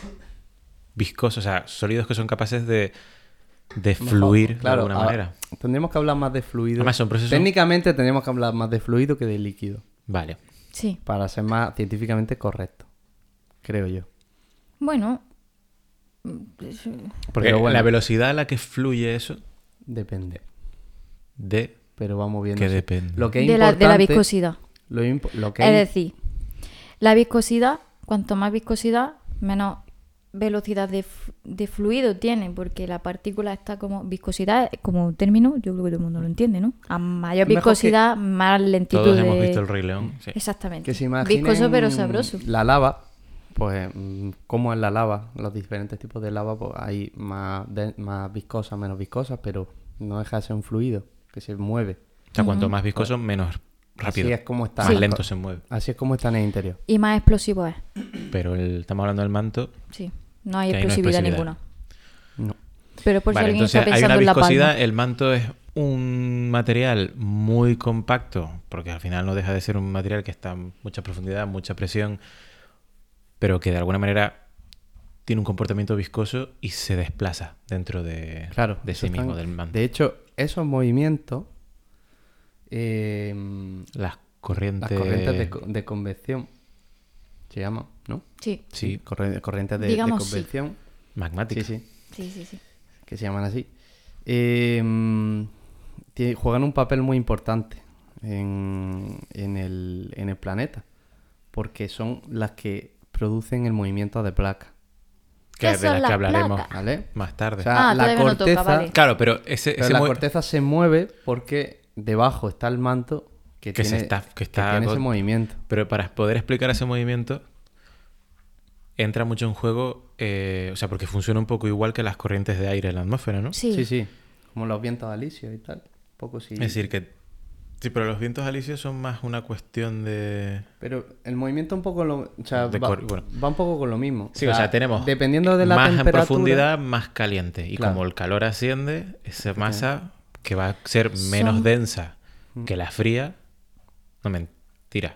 viscosos, o sea, sólidos que son capaces de, de fluir claro, de alguna a- manera. Tendríamos que hablar más de fluido. Además, son procesos- Técnicamente tendríamos que hablar más de fluido que de líquido. Vale. Sí. Para ser más científicamente correcto. Creo yo. Bueno, Porque Pero bueno, Eh, la velocidad a la que fluye eso Depende. de... Pero vamos viendo. Que depende. Lo que es de la, de la importante- viscosidad. Lo, impo- lo que Es es- decir, la viscosidad, cuanto más viscosidad, menos velocidad de, f- de fluido tiene, porque la partícula está como viscosidad, como un término, yo creo que todo el mundo lo entiende, ¿no? A mayor Mejor que- viscosidad, más lentitud. Todos de- hemos visto el Rey León. sí. Exactamente. que se imaginen Viscoso pero sabroso. La lava, pues mm, cómo es la lava, los diferentes tipos de lava, pues hay más, de- más viscosas, menos viscosas, pero no deja de ser un fluido que se mueve. O sea, cuanto más viscoso, menos rápido. Así es como está. Más lento se mueve. Así es como está en el interior. Y más explosivo es. Pero el- estamos hablando del manto. Sí, no hay Que ahí no hay explosividad explosividad. ninguna. No. Pero por si vale, alguien entonces está hay pensando una en la palma. viscosidad. El manto es un material muy compacto, porque al final no deja de ser un material que está en mucha profundidad, mucha presión, pero que de alguna manera tiene un comportamiento viscoso y se desplaza dentro de, Claro, de eso sí está mismo, en- del manto. De hecho, esos movimientos, eh, Las corrientes. las corrientes de, co- de convección, se llama, ¿no? Sí, Sí, Corre- corrientes de, de Digamos sí. convección. Sí, magmáticas. sí, sí, sí. sí. que se llaman así. Eh, mm, tie- juegan un papel muy importante en, en el, en el planeta, porque son las que producen el movimiento de placa, ¿Qué Que, de son las que las hablaremos placas? ¿vale? más tarde. O sea, Ah, la todavía no corteza, toca, vale. claro, pero ese, pero ese la mo- corteza se mueve porque debajo está el manto que, Que se tiene, está- que que está tiene ese con- movimiento. Pero para poder explicar ese movimiento, entra mucho en juego, eh, o sea, porque funciona un poco igual que las corrientes de aire en la atmósfera, ¿no? Sí. Sí, sí, como los vientos alisios y tal. Un poco sí. Es decir, que... Sí, pero los vientos alisios son más una cuestión de... Pero el movimiento un poco lo- o sea, De va, cor- bueno. va un poco con lo mismo. Sí, o sea, tenemos dependiendo de la más en temperatura, profundidad, más caliente. Y Claro. como el calor asciende, esa masa que va a ser menos Son- densa que la fría... No, mentira.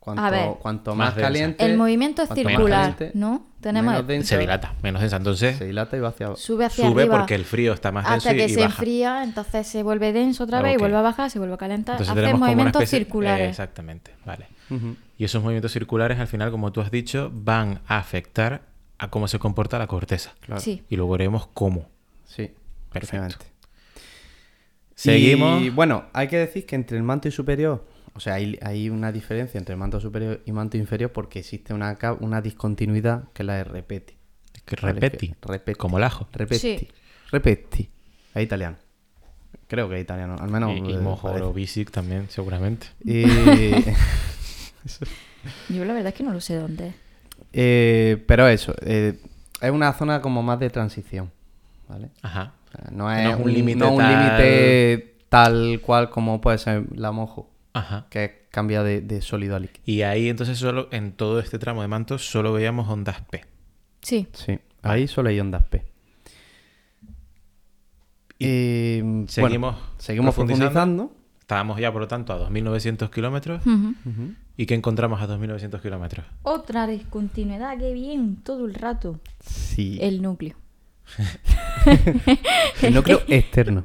Cuanto, A ver. cuanto Más más, densa. caliente. El movimiento es cuanto más circular, caliente- ¿no? Tenemos. menos densa, Se dilata, menos densa. Entonces Se dilata y va hacia abajo. Sube hacia sube arriba. porque el frío está más denso hasta y, que y se baja. enfría, entonces se vuelve denso otra Ah, vez ok. y vuelve a bajar, se vuelve a calentar. Entonces Hace tenemos como una movimientos especie- Eh, circulares. exactamente, vale. Ujú. Y esos movimientos circulares, al final, como tú has dicho, van a afectar a cómo se comporta la corteza. Claro. Sí. Y luego veremos cómo. Sí, Perfecto. efectivamente. Seguimos. Y bueno, hay que decir que entre el manto y superior, o sea, hay, hay una diferencia entre el manto superior y manto inferior porque existe una, ca- una discontinuidad que es la de repeti. Que Vale, repeti, que repeti. Como el ajo. Repeti. Sí. Repeti. Es italiano. Creo que es italiano, al menos. y, y eh, mojoro parece. bisic también, seguramente. Eh, Yo la verdad es que no lo sé dónde es. eh, pero eso, eh, es una zona como más de transición, ¿vale? Ajá. O sea, No es un límite no un tal- límite tal cual como puede ser la mojo, Ajá. que cambia de, de sólido a líquido. Y ahí entonces solo en todo este tramo de manto solo veíamos ondas P. Sí. Sí, ahí solo hay ondas P. Eh, seguimos bueno, seguimos profundizando. profundizando. Estábamos ya, por lo tanto, a 2.900 kilómetros. Ujú. Ujú. ¿Y qué encontramos a 2.900 kilómetros? Otra discontinuidad, qué bien, todo el rato. Sí, el... El núcleo. núcleo externo.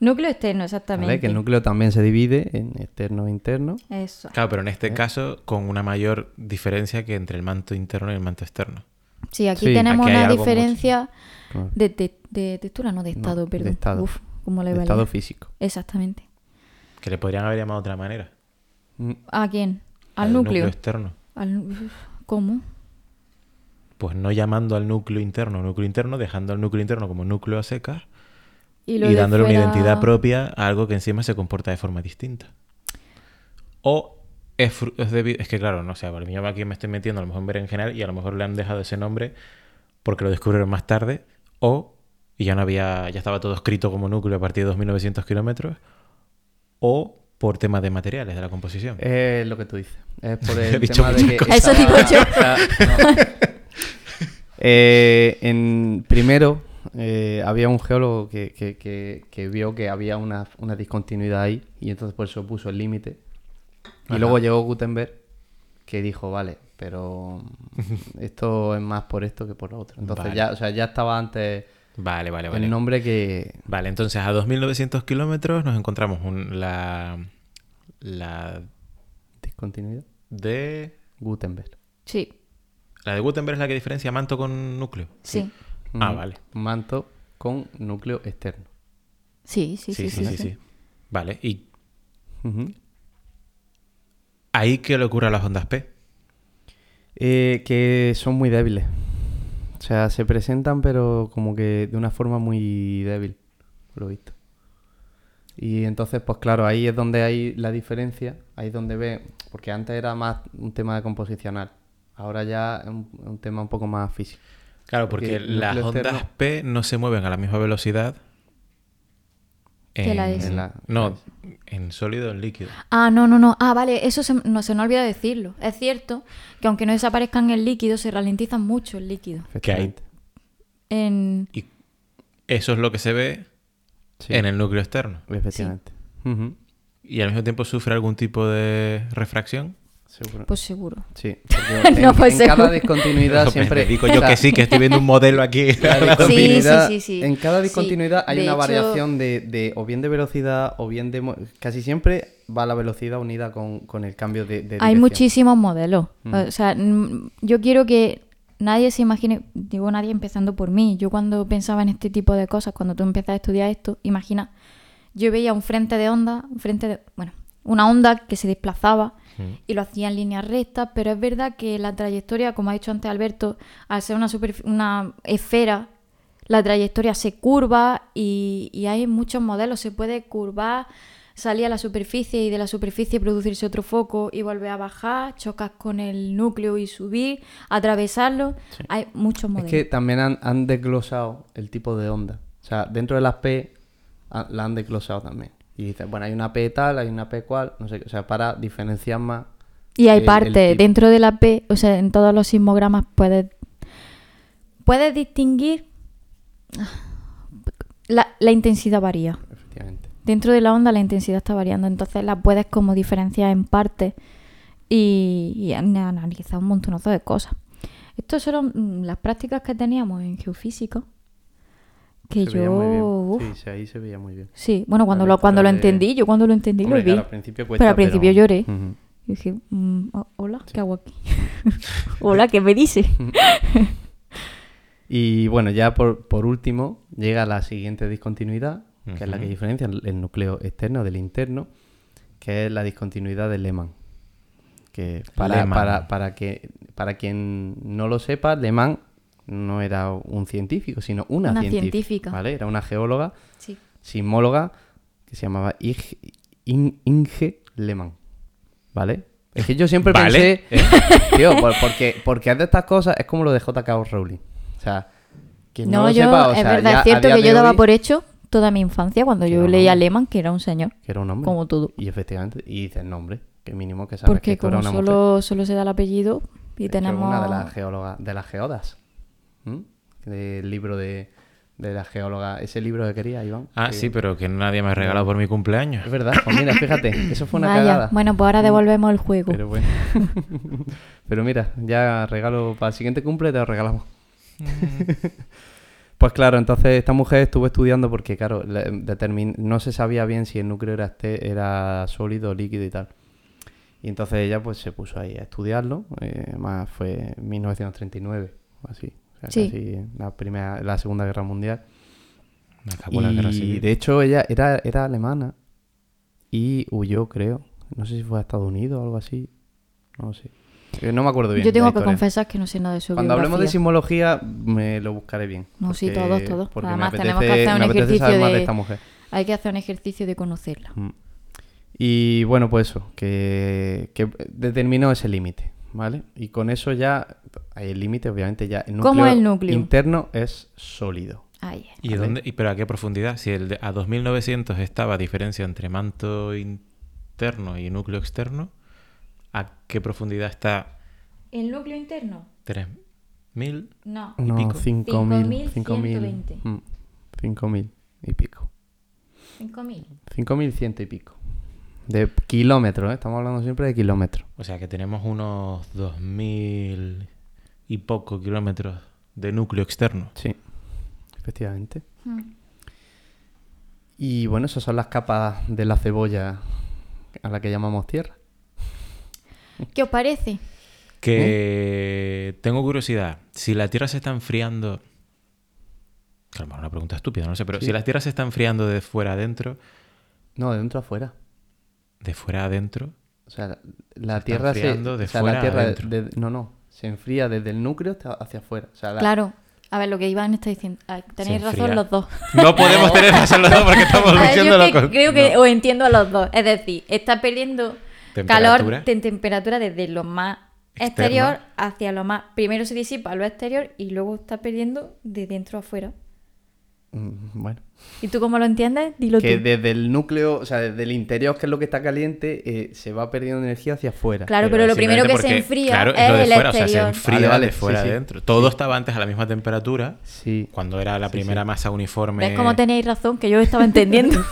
Núcleo externo, ¿vale? exactamente. Que el núcleo también se divide en externo e interno. Eso. Claro, pero en este ¿Eh? caso con una mayor diferencia que entre el manto interno y el manto externo. Sí, aquí Sí, tenemos aquí hay una algo diferencia Claro. de, te- de textura, no de estado, No, de perdón. estado. Uf, cómo le De va a estado liar. físico. Exactamente. Que le podrían haber llamado de otra manera. Mm, ¿A quién? Al núcleo. externo. Al nu- uf, ¿Cómo? Pues no llamando al núcleo interno, núcleo interno, dejando al núcleo interno como núcleo a secas y, lo de dándole fuera- una identidad propia a algo que encima se comporta de forma distinta. O es, fru- es debi- es que claro, no sé, para mí yo aquí me estoy metiendo a lo mejor en berenjenal y a lo mejor le han dejado ese nombre porque lo descubrieron más tarde o y ya no había ya estaba todo escrito como núcleo a partir de 2900 kilómetros o por temas de materiales de la composición. Es lo que tú dices. Es por He el dicho tema de muchas que cosas. Eso digo yo. estaba- Eh, en, primero, eh, había un geólogo que, que- que- que vio que había una, una discontinuidad ahí y entonces por eso puso el límite. Y Ajá. luego llegó Gutenberg que dijo, vale, pero esto es más por esto que por lo otro. Entonces Vale. ya, o sea, ya estaba antes Vale, vale, vale. el nombre que... Vale, entonces a 2.900 kilómetros nos encontramos un- la, la Discontinuidad. de... Gutenberg. Sí, La de Gutenberg es la que diferencia manto con núcleo. sí. Ah, Ujú. vale. Manto con núcleo externo. Sí, sí, sí. sí, sí, sí. Vale, ¿y Ujú. ahí qué le ocurre a las ondas P? Eh, que son muy débiles. O sea, se presentan, pero como que de una forma muy débil, por lo visto. Y entonces, pues claro, ahí es donde hay la diferencia, ahí es donde ve, porque antes era más un tema de composicional, ahora ya es un, un tema un poco más físico. Claro, porque, Porque el las núcleo ondas externo- P no se mueven a la misma velocidad. Que la de- En la- No, en sólido o en líquido. Ah, no, no, no. Ah, vale, eso se, no se me olvida decirlo. Es cierto que aunque no desaparezcan el líquido, se ralentiza mucho el líquido. Que hay- efectivamente. En... Y eso es lo que se ve Sí, en el núcleo externo. efectivamente. Ujú, Y al mismo tiempo sufre algún tipo de refracción. seguro. Pues seguro. Sí, porque No, en, pues en cada seguro. discontinuidad Me- siempre... me digo o yo sea, que sí, que estoy viendo un modelo aquí. La Sí, discontinuidad- sí, sí, sí. En cada Sí, discontinuidad hay de una hecho- variación de, de- o bien de velocidad o bien de... mo- Casi siempre va la velocidad unida con, con el cambio de, de Hay dirección. muchísimos modelos. O sea, mm, yo quiero que nadie se imagine, digo nadie empezando por mí. Yo cuando pensaba en este tipo de cosas, cuando tú empiezas a estudiar esto, imagina, yo veía un frente de onda, un frente de, bueno, una onda que se desplazaba y lo hacía en líneas rectas, pero es verdad que la trayectoria, como ha dicho antes Alberto, al ser una, superfi- una esfera, la trayectoria se curva y, y hay muchos modelos. Se puede curvar, salir a la superficie y de la superficie producirse otro foco y volver a bajar, chocas con el núcleo y subir, atravesarlo. Hay muchos Es modelos. que también han, han desglosado el tipo de onda. O sea, dentro de las P ha- la han desglosado también. Y dicen, bueno, hay una P tal, hay una P cual, no sé qué. O sea, para diferenciar más... Y hay el- el parte tipo. dentro de la P, o sea, en todos los sismogramas puedes, puedes distinguir la, la intensidad varía. Efectivamente. Dentro de la onda la intensidad está variando, entonces la puedes como diferenciar en partes y, y han analizado un montonazo de cosas. Estas eran mm, las prácticas que teníamos en geofísica. Que Se veía yo. muy bien. uf, Sí, sí, ahí se veía muy bien. Sí, bueno, cuando La lo, cuando lo lectura de- entendí, yo cuando lo entendí Hombre, lo vi. claro, al principio pero cuesta, al principio lloré. Ujú. Y dije, mm, o- hola, ¿qué hago aquí? hola, ¿qué me dice? Y bueno, ya por, por último, llega la siguiente discontinuidad, que es la que diferencia el el núcleo externo del interno, que es la discontinuidad de Lehmann. Que para, Lehmann. Para, para que, para quien no lo sepa, Lehmann no era un científico, sino una, Una científica. científica. ¿vale? Era una geóloga, Sí. sismóloga, que se llamaba Ig- In- Inge Lehmann. ¿Vale? Es que yo siempre Vale. ¿eh? pensé. Tío, por- porque, porque haz de estas cosas es como lo de J.K. Rowling. O sea, que no, No, lo yo, sepa, o es sea, verdad, ya es a cierto día que de yo daba hoy- por hecho toda mi infancia cuando no, yo no. leía a Lehmann, que era un señor, Que era un hombre. como todo. Y efectivamente, y dices nombre, que mínimo que sabes Porque que tú eras como una mujer. solo, solo se da el apellido y Es que tenemos... Una de las geólogas, de las geodas. ¿Mm? Del libro de, de la geóloga. Ese libro que quería, Iván. Ah, que- sí, pero que nadie me ha regalado por mi cumpleaños. Es verdad, pues mira, fíjate, eso fue una Vaya, cagada. Mm. bueno, pues ahora devolvemos el juego. Pero bueno. Pero mira, ya regalo para el siguiente cumple te lo regalamos. Mm. pues claro, entonces esta mujer estuvo estudiando porque, claro, le- determin- no se sabía bien si el núcleo era, este, era sólido, líquido y tal. Y entonces ella pues se puso ahí a estudiarlo. eh, además fue en 1939, o así. O sea, Sí. casi la, primera, la Segunda Guerra Mundial. Me acabó la guerra Y civil. de hecho ella era, era alemana y huyó, creo. No sé si fue a Estados Unidos o algo así. No sé. Eh, No me acuerdo bien. yo la tengo que historia. confesar que no sé nada de su Cuando hablemos de biografía. sismología, me lo buscaré bien. No, sí, porque- todos, todos. porque me Además, tenemos que apetece- hacer un me apetece ejercicio saber más de de- esta mujer. Hay que hacer un ejercicio de conocerla. Mm. Y bueno, pues eso, que, que determinó ese límite, ¿vale? Y con eso ya, hay el límite, obviamente ya. El núcleo ¿Cómo el núcleo? interno es sólido. Ahí es. ¿Y dónde? ¿Y pero a qué profundidad? Si el de- a 2900 estaba diferencia entre manto interno y núcleo externo, ¿a qué profundidad está ¿El núcleo interno? 3000? No. y No, pico. 5.000. 5.120. 5.000. Mm, 5.000 y pico. 5.000. 5.100 y pico. De kilómetro, ¿eh? Estamos hablando siempre de kilómetro. O sea que tenemos unos 2000 y poco kilómetros de núcleo externo. Sí, efectivamente. Hmm. Y bueno, esas son las capas de la cebolla a la que llamamos tierra. ¿Qué os parece? Que Mm. tengo curiosidad, si la Tierra se está enfriando, que a lo mejor es una pregunta estúpida, no lo sé, pero si la Tierra se está enfriando de fuera adentro, No, de dentro a fuera. de fuera adentro, O sea, la está tierra se. enfriando de o sea, fuera la a tierra de- dentro. de- no, no. Se enfría desde el núcleo hasta hacia afuera. O sea, la- Claro. A ver, lo que Iván está diciendo. Ah, Tenéis Se razón enfría. los dos. No podemos tener razón los dos porque estamos A ver, diciendo Ah, yo lo es que con- creo que os entiendo a los dos. Es decir, está perdiendo Temperatura. calor en temperatura desde lo más Externo. exterior hacia lo más. Primero se disipa a lo exterior y luego está perdiendo de dentro a afuera. Mm, Bueno. ¿Y tú cómo lo entiendes? Dilo Que tú. desde el núcleo, o sea, desde el interior, que es lo que está caliente, eh, se va perdiendo energía hacia afuera. Claro, pero, lo primero que simplemente se porque, enfría claro, es, lo de el fuera, exterior. O sea, se enfría Vale, vale, de sí, fuera sí. adentro. Todo estaba antes a la misma temperatura. Sí. Cuando era la primera masa uniforme. ¿Ves cómo tenéis razón? Que yo estaba entendiendo.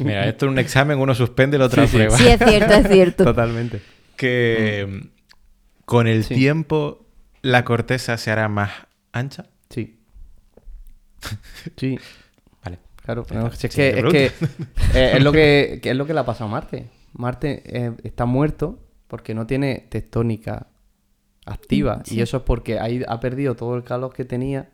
Mira, esto es un examen, uno suspende y el otro aprueba. sí, es cierto, es cierto. Totalmente. Que mm, con el Sí. tiempo la corteza se hará más ancha. Sí. Sí, Vale. claro. Ya está. Si es, que, Siguiente es, que, eh, es lo que, que es lo que le ha pasado a Marte. Marte eh, está muerto porque no tiene tectónica Mm, activa. Y eso es porque ahí ha perdido todo el calor que tenía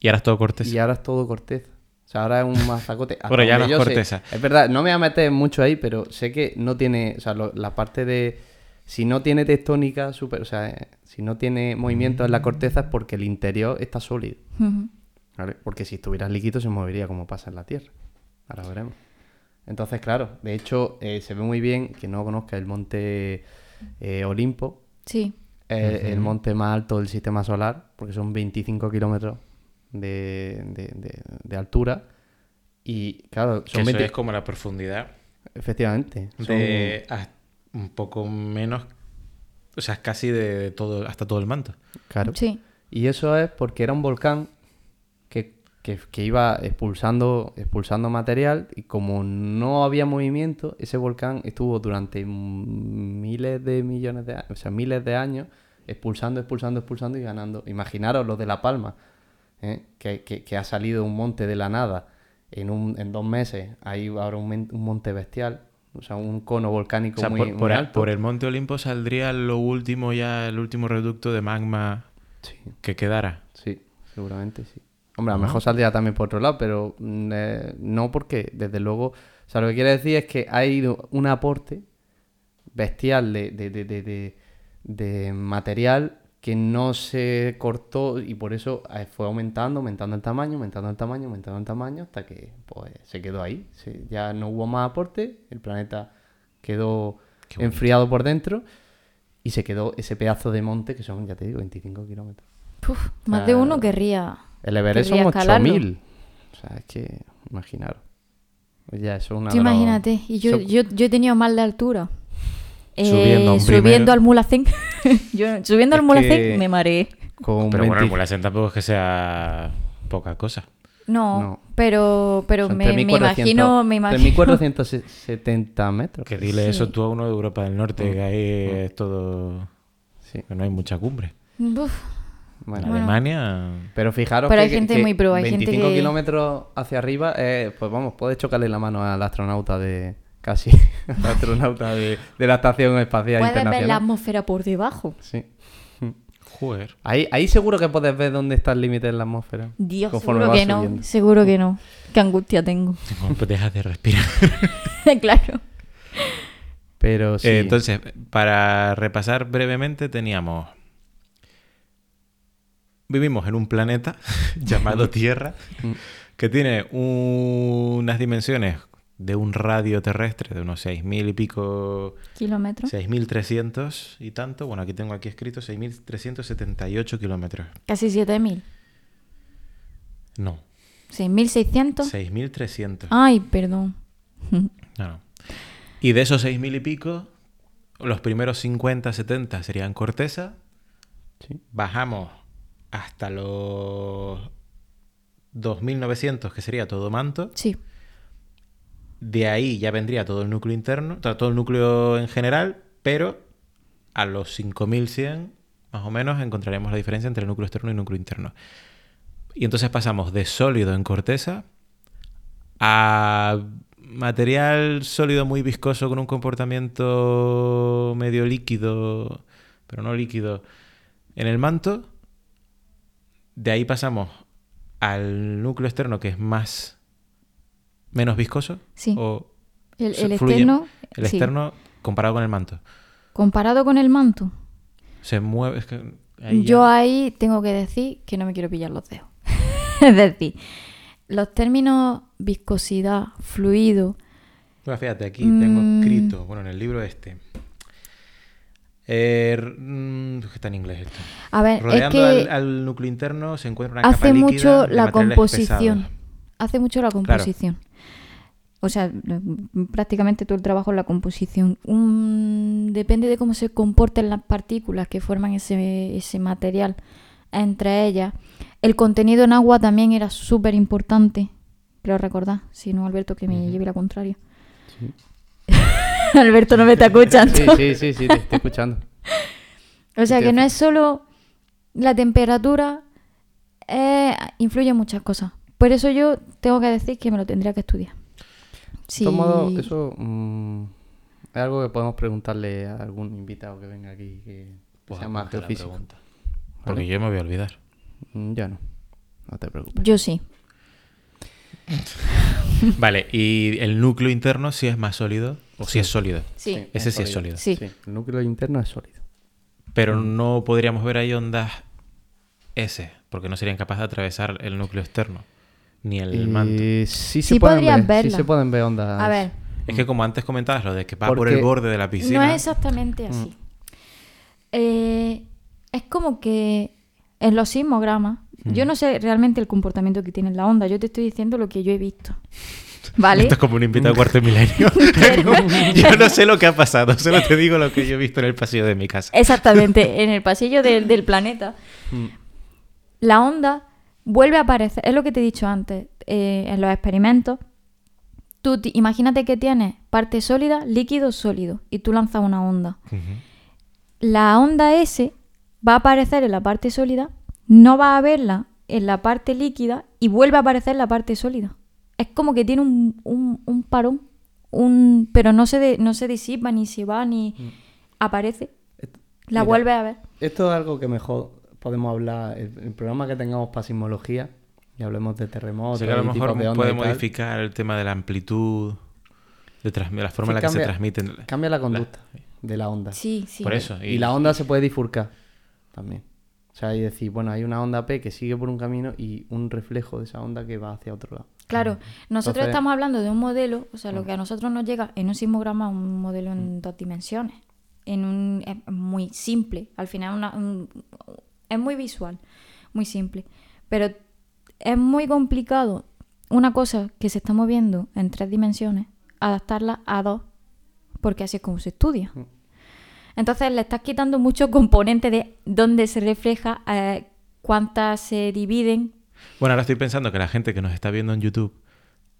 Y ahora es todo corteza. y ahora es todo corteza. O sea, ahora es un mazacote. Hasta Bueno, ya donde no es yo sé- corteza. Es verdad, no me voy a meter mucho ahí, pero sé que no tiene. O sea, lo- la parte de. Si no tiene tectónica, super, o sea, eh, si no tiene movimiento Mm. en la corteza es porque el interior está sólido. Ujú. ¿vale? Porque si estuviera líquido se movería como pasa en la Tierra. Ahora veremos. Entonces, claro, de hecho, eh, se ve muy bien que no conozca el monte eh, Olimpo, Sí. el, el monte más alto del sistema solar, porque son 25 kilómetros de, de- de- de altura. Y claro, Que son eso 20 es como la profundidad Efectivamente. son- de hasta un poco menos. O sea, es casi de todo, hasta todo el manto. Claro. Sí. Y eso es porque era un volcán que, que- que iba expulsando, expulsando material y como no había movimiento, ese volcán estuvo durante mm, miles de millones de años, o sea, miles de años expulsando, expulsando, expulsando y ganando. Imaginaros los de La Palma, ¿eh? que, que- que ha salido un monte de la nada en, un, en dos meses. Ahí habrá un, men- un monte bestial, o sea, un cono volcánico O sea, muy, por, muy por- alto. por el Monte Olimpo saldría lo último ya, el último reducto de magma Sí, que quedara. sí, seguramente sí. Hombre, a lo mejor saldría también por otro lado, pero mm, eh, no porque, desde luego, o sea, lo que quiere decir es que ha ido un aporte bestial de, de- de- de- de- de material que no se cortó y por eso eh, fue aumentando, aumentando el tamaño, aumentando el tamaño, aumentando el tamaño, hasta que pues, se quedó ahí. Se- ya no hubo más aporte, el planeta quedó Qué bonito. enfriado por dentro y se quedó ese pedazo de monte que son, ya te digo, 25 kilómetros. Puf, más de uno Ah. querría. El Everest son Querría escalarlo. 8000. O sea, es que imaginaros. Ya, eso es una. Tú de los- imagínate, y yo, eso- yo, yo he tenido mal de altura. Eh, Subiendo a un subiendo primero. al Mulacén. Yo- subiendo al Es Mulacén que- me mareé. Con Pero bueno, el 20 Mulacén tampoco es que sea poca cosa. No, No. pero, pero son me, me 3.400 imagino, me imagino. 3.470 metros. Que dile Sí. eso tú a uno de Europa del Mm. Norte, que ahí es todo... Sí, que no hay mucha cumbre. Buf, bueno. En Alemania... Pero fijaros Pero que, hay gente que muy pro, hay gente 25 que- kilómetros hacia arriba, eh, pues vamos, puedes chocarle la mano al astronauta de... Casi. al astronauta de, de la Estación Espacial puedes ver la Internacional. atmósfera por debajo. Sí. Joder. Ahí, ahí seguro que puedes ver dónde está el límite de la atmósfera. Dios, Conforme seguro vas que no, subiendo. seguro que no. Qué angustia tengo. Tengo- pues Deja de respirar. claro. Pero sí. Eh, entonces, para repasar brevemente, teníamos... Vivimos en un planeta llamado Tierra que tiene unas dimensiones de un radio terrestre de unos 6.000 y pico Kilómetros. 6.300 y tanto. Bueno, aquí tengo aquí escrito 6.378 kilómetros. Casi 7.000. No, 6.600. 6.300. Ay, perdón. No, no. Y de esos 6.000 y pico, los primeros 50, 70 serían corteza. Sí. Bajamos hasta los 2.900, que sería todo manto. Sí. De ahí ya vendría todo el núcleo interno, o sea, todo el núcleo en general, pero a los 5100 más o menos encontraremos la diferencia entre el núcleo externo y el núcleo interno. Y entonces pasamos de sólido en corteza a material sólido muy viscoso con un comportamiento medio líquido, pero no líquido, en el manto. De ahí pasamos al núcleo externo que es más menos viscoso Sí. Oh, o El, se- el fluye. externo. El sí. externo comparado con el manto. Comparado con el manto. Se mueve. es que ahí Yo ya- ahí tengo que decir que no me quiero pillar los dedos. es decir, los términos viscosidad, fluido, Bueno, fíjate, aquí Mm. tengo escrito, bueno, en el libro este. Eh, r- mm, es que está en inglés esto. a ver, Eh, es Rodeando que al, al núcleo interno se encuentra una hace capa líquida mucho de la materiales composición. pesados. Hace mucho la composición. O sea, mm, prácticamente todo el trabajo es la composición. Un- depende de cómo se comporten las partículas que forman ese, ese material entre ellas. El contenido en agua también era súper importante. Creo recordar, si no, Alberto, que me lleve la contraria. Alberto no me está escuchando. Sí, sí, sí, sí, te estoy escuchando. O sea Te que no hace- es solo la temperatura, eh, influye en muchas cosas. Por eso yo tengo que decir que me lo tendría que estudiar. De Sí. todos modos, eso mm, es algo que podemos preguntarle a algún invitado que venga aquí que Pues sea más apunta la geofísico. pregunta. Porque yo me voy a olvidar. Mm, Ya no, no te preocupes. Yo sí. Vale, y el núcleo interno si es más sólido o si es sólido. Sí. Ese sí es sólido. Sí. el núcleo interno es sólido. Pero Mm. no podríamos ver ahí ondas S, porque no serían capaces de atravesar el núcleo externo, ni el manto. Eh, sí, se Sí pueden podrías ver, sí verla. se pueden ver ondas. A ver, Es que como antes comentabas, lo de que va por Porque el borde de la piscina. no es exactamente así. Mm. Eh, es como que en los sismogramas, yo Mm. no sé realmente el comportamiento que tiene la onda, yo te estoy diciendo lo que yo he visto. ¿Vale? Esto es como un invitado cuarto milenio. yo no sé lo que ha pasado, solo te digo lo que yo he visto en el pasillo de mi casa. Exactamente, en el pasillo del- del planeta. Mm. La onda vuelve a aparecer, es lo que te he dicho antes, eh, en los experimentos. Tú ti- imagínate que tienes parte sólida, líquido, sólido, y tú lanzas una onda. Ujú. La onda S va a aparecer en la parte sólida, no va a verla en la parte líquida y vuelve a aparecer en la parte sólida. Es como que tiene un, un- un parón, un, pero no se, de- no se disipa, ni se va, ni Mm. aparece. La Mira, vuelve a ver. Esto es algo que mejor podemos hablar. El, el programa que tengamos para sismología y hablemos de terremotos. O sea que a lo y mejor tipos de ondas puede y tal, modificar el tema de la amplitud, de, transmi- la forma en la que se cambia- transmiten. Cambia la conducta de la onda. Sí, sí. Por eso. Y la onda se puede bifurcar también. O sea, y decir, bueno, hay una onda P que sigue por un camino y un reflejo de esa onda que va hacia otro lado. Claro, nosotros Entonces- estamos hablando de un modelo, o sea, lo que a nosotros nos llega en un sismograma es un modelo en dos dimensiones. En un, es muy simple, al final una- un- es muy visual, muy simple. Pero es muy complicado una cosa que se está moviendo en tres dimensiones, adaptarla a dos, porque así es como se estudia. Entonces le estás quitando mucho componente de dónde se refleja, eh, cuántas se dividen, Bueno, ahora estoy pensando que la gente que nos está viendo en YouTube,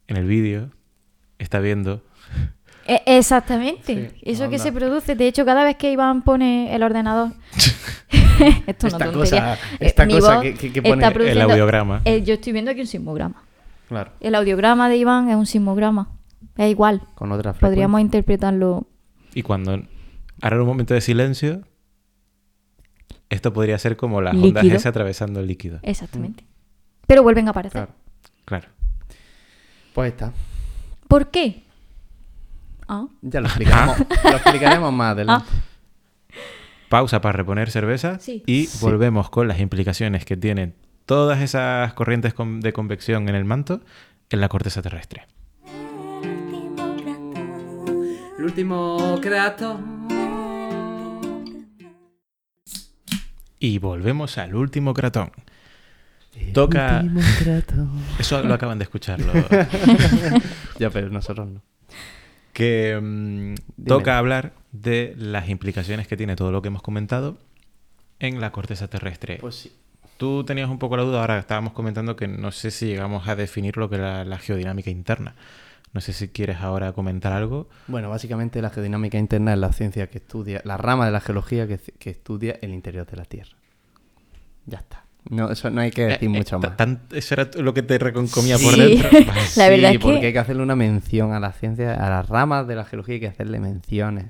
en el vídeo, está viendo. E- Exactamente, Sí, eso anda. que se produce. De hecho, cada vez que Iván pone el ordenador, esto es una Esta tontería. cosa- Eh, esta mi cosa voz que- que- que está pone el produciendo- audiograma. Eh, yo estoy viendo aquí un sismograma. Claro. El audiograma de Iván es un sismograma. Es igual. Con otra frecuencia. Podríamos interpretarlo. Y cuando harán un momento de silencio, esto podría ser como las ondas Líquido. Eh. S atravesando el líquido. Exactamente. Pero vuelven a aparecer. Mm. Claro. Claro. Pues está. ¿Por qué? Ah, Ya lo explicaremos. lo explicaremos más adelante. Pausa para reponer cerveza Sí. y volvemos con las implicaciones que tienen todas esas corrientes con- de convección en el manto en la corteza terrestre. El último gato. El último creato. Y volvemos al último cratón. Toca. Eso lo acaban de escucharlo. Ya, pero nosotros no. que mm, Dime. toca hablar de las implicaciones que tiene todo lo que hemos comentado en la corteza terrestre. Pues sí. Tú tenías un poco la duda, ahora estábamos comentando que no sé si llegamos a definir lo que es la, la geodinámica interna. No sé si quieres ahora comentar algo. Bueno, básicamente la geodinámica interna es la ciencia que estudia, la rama de la geología que, que estudia el interior de la Tierra. Ya está. No, eso no hay que decir Eh, eh, mucho ta- más. tan- eso era lo que te reconcomía por Sí. dentro. Vale. La verdad sí, es que- porque hay que hacerle una mención a la ciencia, a las ramas de la geología hay que hacerle menciones.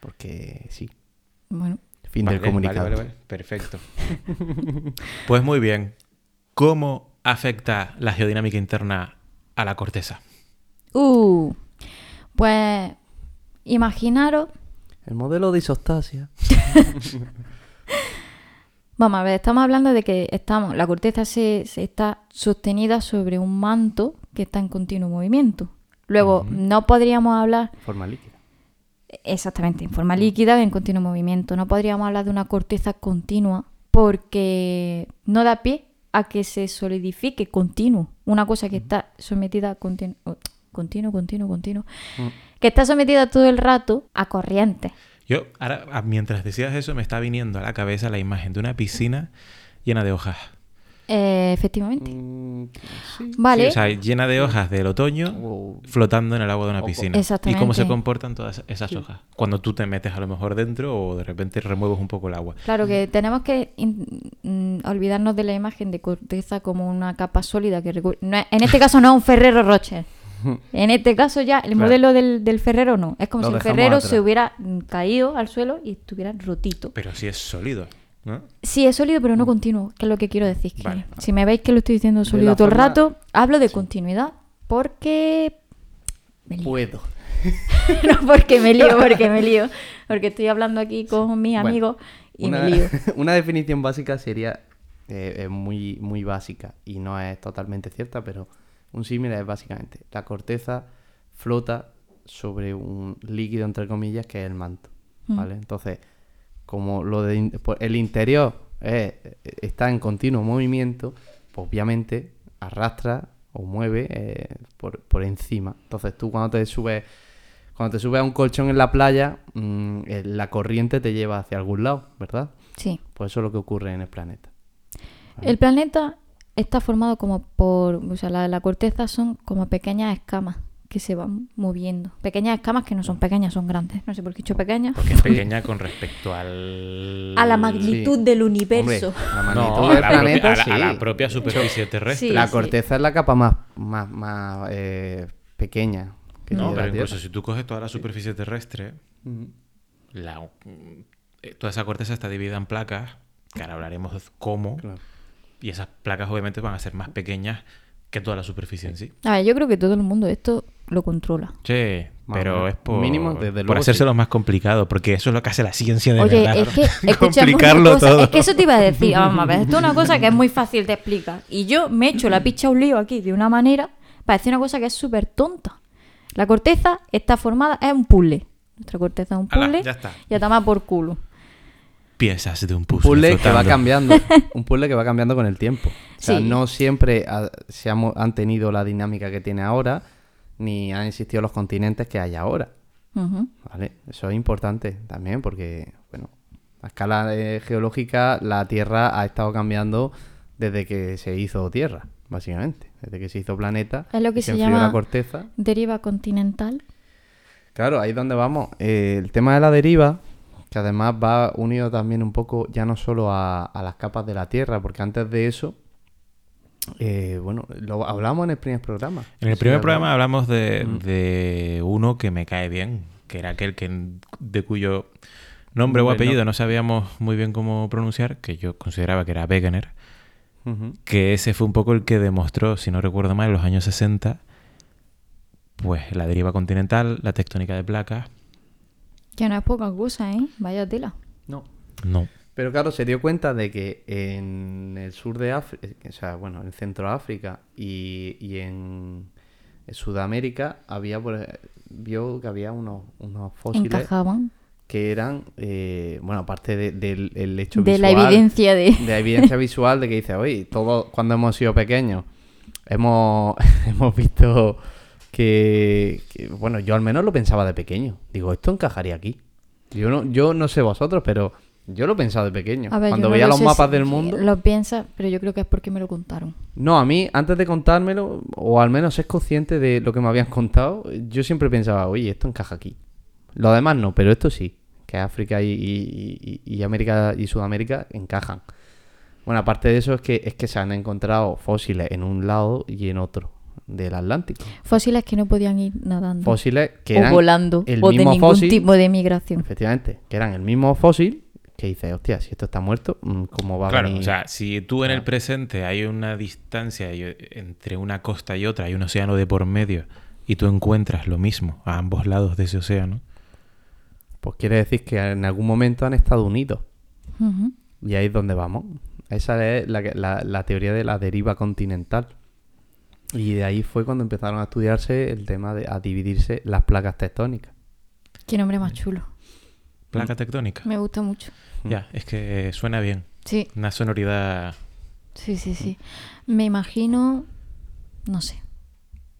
Porque sí. bueno. Fin Vale, del comunicado. vale, vale, vale. Perfecto. pues muy bien. ¿Cómo afecta la geodinámica interna a la corteza? Uh, pues imaginaros El modelo de isostasia. Vamos a ver, estamos hablando de que estamos, la corteza se, se está sostenida sobre un manto que está en continuo movimiento. Luego, no podríamos hablar Forma líquida. exactamente en forma líquida, en continuo movimiento, no podríamos hablar de una corteza continua porque no da pie a que se solidifique continuo. Una cosa que está sometida a continu- oh, continuo, continuo, continuo, Mm. que está sometida todo el rato a corrientes. Yo, ahora, a- mientras decías eso, me está viniendo a la cabeza la imagen de una piscina llena de hojas. Eh, efectivamente. sí. Vale. Mm. Sí, o sea, llena de hojas del otoño Wow. flotando en el agua de una piscina. Exactamente. Y cómo se comportan todas esas hojas. Cuando tú te metes a lo mejor dentro o de repente remueves un poco el agua. Claro que Mm. tenemos que in- mm, olvidarnos de la imagen de corteza como una capa sólida que recu- no es- en este caso no es un Ferrero Rocher. En este caso ya el Claro. modelo del, del Ferrero no. Es como Lo si el dejamos Ferrero atrás. se hubiera mm, caído al suelo y estuviera rotito. Pero sí es sólido, ¿no? Sí, es sólido Mm. pero no continuo, que es lo que quiero decir. que Vale. Si me veis que lo estoy diciendo sólido la todo el forma- rato, hablo de continuidad porque... Me lío. Puedo. no, porque me lío, porque me lío. Porque estoy hablando aquí con mis Bueno, amigos y una, me lío. una definición básica sería eh, eh, muy, muy básica y no es totalmente cierta, pero un símil es básicamente la corteza flota sobre un líquido, entre comillas, que es el manto. ¿vale? Entonces, como lo de in- pues, el interior eh, está en continuo movimiento, pues obviamente arrastra o mueve eh, por, por encima. Entonces tú cuando te subes cuando te subes a un colchón en la playa, mm, eh, la corriente te lleva hacia algún lado, ¿verdad? Sí. Pues eso es lo que ocurre en el planeta. El planeta está formado como por, o sea, la, la corteza son como pequeñas escamas que se van moviendo. Pequeñas escamas que no son pequeñas, son grandes. No sé por qué he dicho pequeñas. Porque es pequeña con respecto al... A la magnitud del Hombre, universo. la magnitud No, a del la, propia- planeta, a la- sí. a la propia superficie terrestre. Sí, La sí. corteza es la capa más, más, más eh, pequeña que No, pero tiene la Tierra. Mm. incluso si tú coges toda la superficie terrestre, la- mm, eh, toda esa corteza está dividida en placas, que ahora hablaremos de cómo, Claro. y esas placas obviamente van a ser más pequeñas que toda la superficie en sí. A ver, yo creo que todo el mundo esto lo controla. Che, Más o pero menos. es por, Mínimo, desde por luego, hacérselo sí. más complicado, porque eso es lo que hace la ciencia de Oye, verdad. es que escuchamos complicarlo todo. Es que eso te iba a decir. Vamos a ver, esto es una cosa que es muy fácil te explica. Y yo me echo la picha a un lío aquí de una manera, parece una cosa que es súper tonta. La corteza está formada, es un puzzle. Nuestra corteza es un Ala, puzzle. ya está. Y a tomar por culo. Piezas de un Un puzzle. puzzle que va flotando. cambiando. Un puzzle que va cambiando con el tiempo. O sea, Sí. no siempre ha- se ha mo- han tenido la dinámica que tiene ahora, ni han existido los continentes que hay ahora. Ujú. ¿Vale? Eso es importante también porque, bueno, a escala eh, geológica la Tierra ha estado cambiando desde que se hizo Tierra, básicamente. Desde que se hizo planeta. Es lo y que se, enfrió llama la corteza. deriva continental. Claro, ahí es donde vamos. Eh, el tema de la deriva, que además va unido también un poco ya no solo a, a las capas de la Tierra, porque antes de eso, eh, bueno, lo hablamos en el primer programa. En el Sí, primer ¿verdad? Mm. programa hablamos de, de uno que me cae bien, que era aquel que, de cuyo nombre o Nombre, apellido no. no sabíamos muy bien cómo pronunciar, que yo consideraba que era Wegener, Ujú. que ese fue un poco el que demostró, si no recuerdo mal, en los años 60, pues la deriva continental, la tectónica de placas. Que no es poca cosa, ¿eh? Vaya tela. No. No. Pero claro, se dio cuenta de que en el sur de África, o sea, bueno, en Centro África y, y en Sudamérica había, por ej- vio que había unos, unos fósiles Encajaban. que eran, eh, bueno, aparte de- del el hecho de la visual, evidencia de... de la evidencia visual de que dice, oye, todos cuando hemos sido pequeños hemos, hemos visto que, que- bueno, yo al menos lo pensaba de pequeño. Digo, esto encajaría aquí. Yo no, yo no sé vosotros, pero yo lo pensaba de pequeño. A ver, yo cuando no veía lo los sé mapas si- del mundo. Lo piensas, pero yo creo que es porque me lo contaron. No, a mí, antes de contármelo, o al menos es consciente de lo que me habían contado, yo siempre pensaba, oye, esto encaja aquí. Lo demás no, pero esto sí. Que África y, y- y- y América y Sudamérica encajan. Bueno, aparte de eso es que, es que se han encontrado fósiles en un lado y en otro del Atlántico. Fósiles que no podían ir nadando. Fósiles que o eran volando. el o de mismo ningún fósil. tipo de migración. Efectivamente, que eran el mismo fósil que dice, hostia, si esto está muerto, mm, ¿cómo va a Claro, venir? o sea, si tú en el Claro. presente hay una distancia y- eh, entre una costa y otra, hay un océano de por medio, y tú encuentras lo mismo a ambos lados de ese océano, Pues quiere decir que en algún momento han estado unidos. Ujú. Y ahí es donde vamos. Esa es la, que- la- la teoría de la deriva continental. Y de ahí fue cuando empezaron a estudiarse el tema de a dividirse las placas tectónicas. Qué nombre más chulo. placa Mm. tectónica. Me gusta mucho. Ya, es que suena bien. Sí, Una sonoridad. sí, sí, sí. Me imagino... No sé.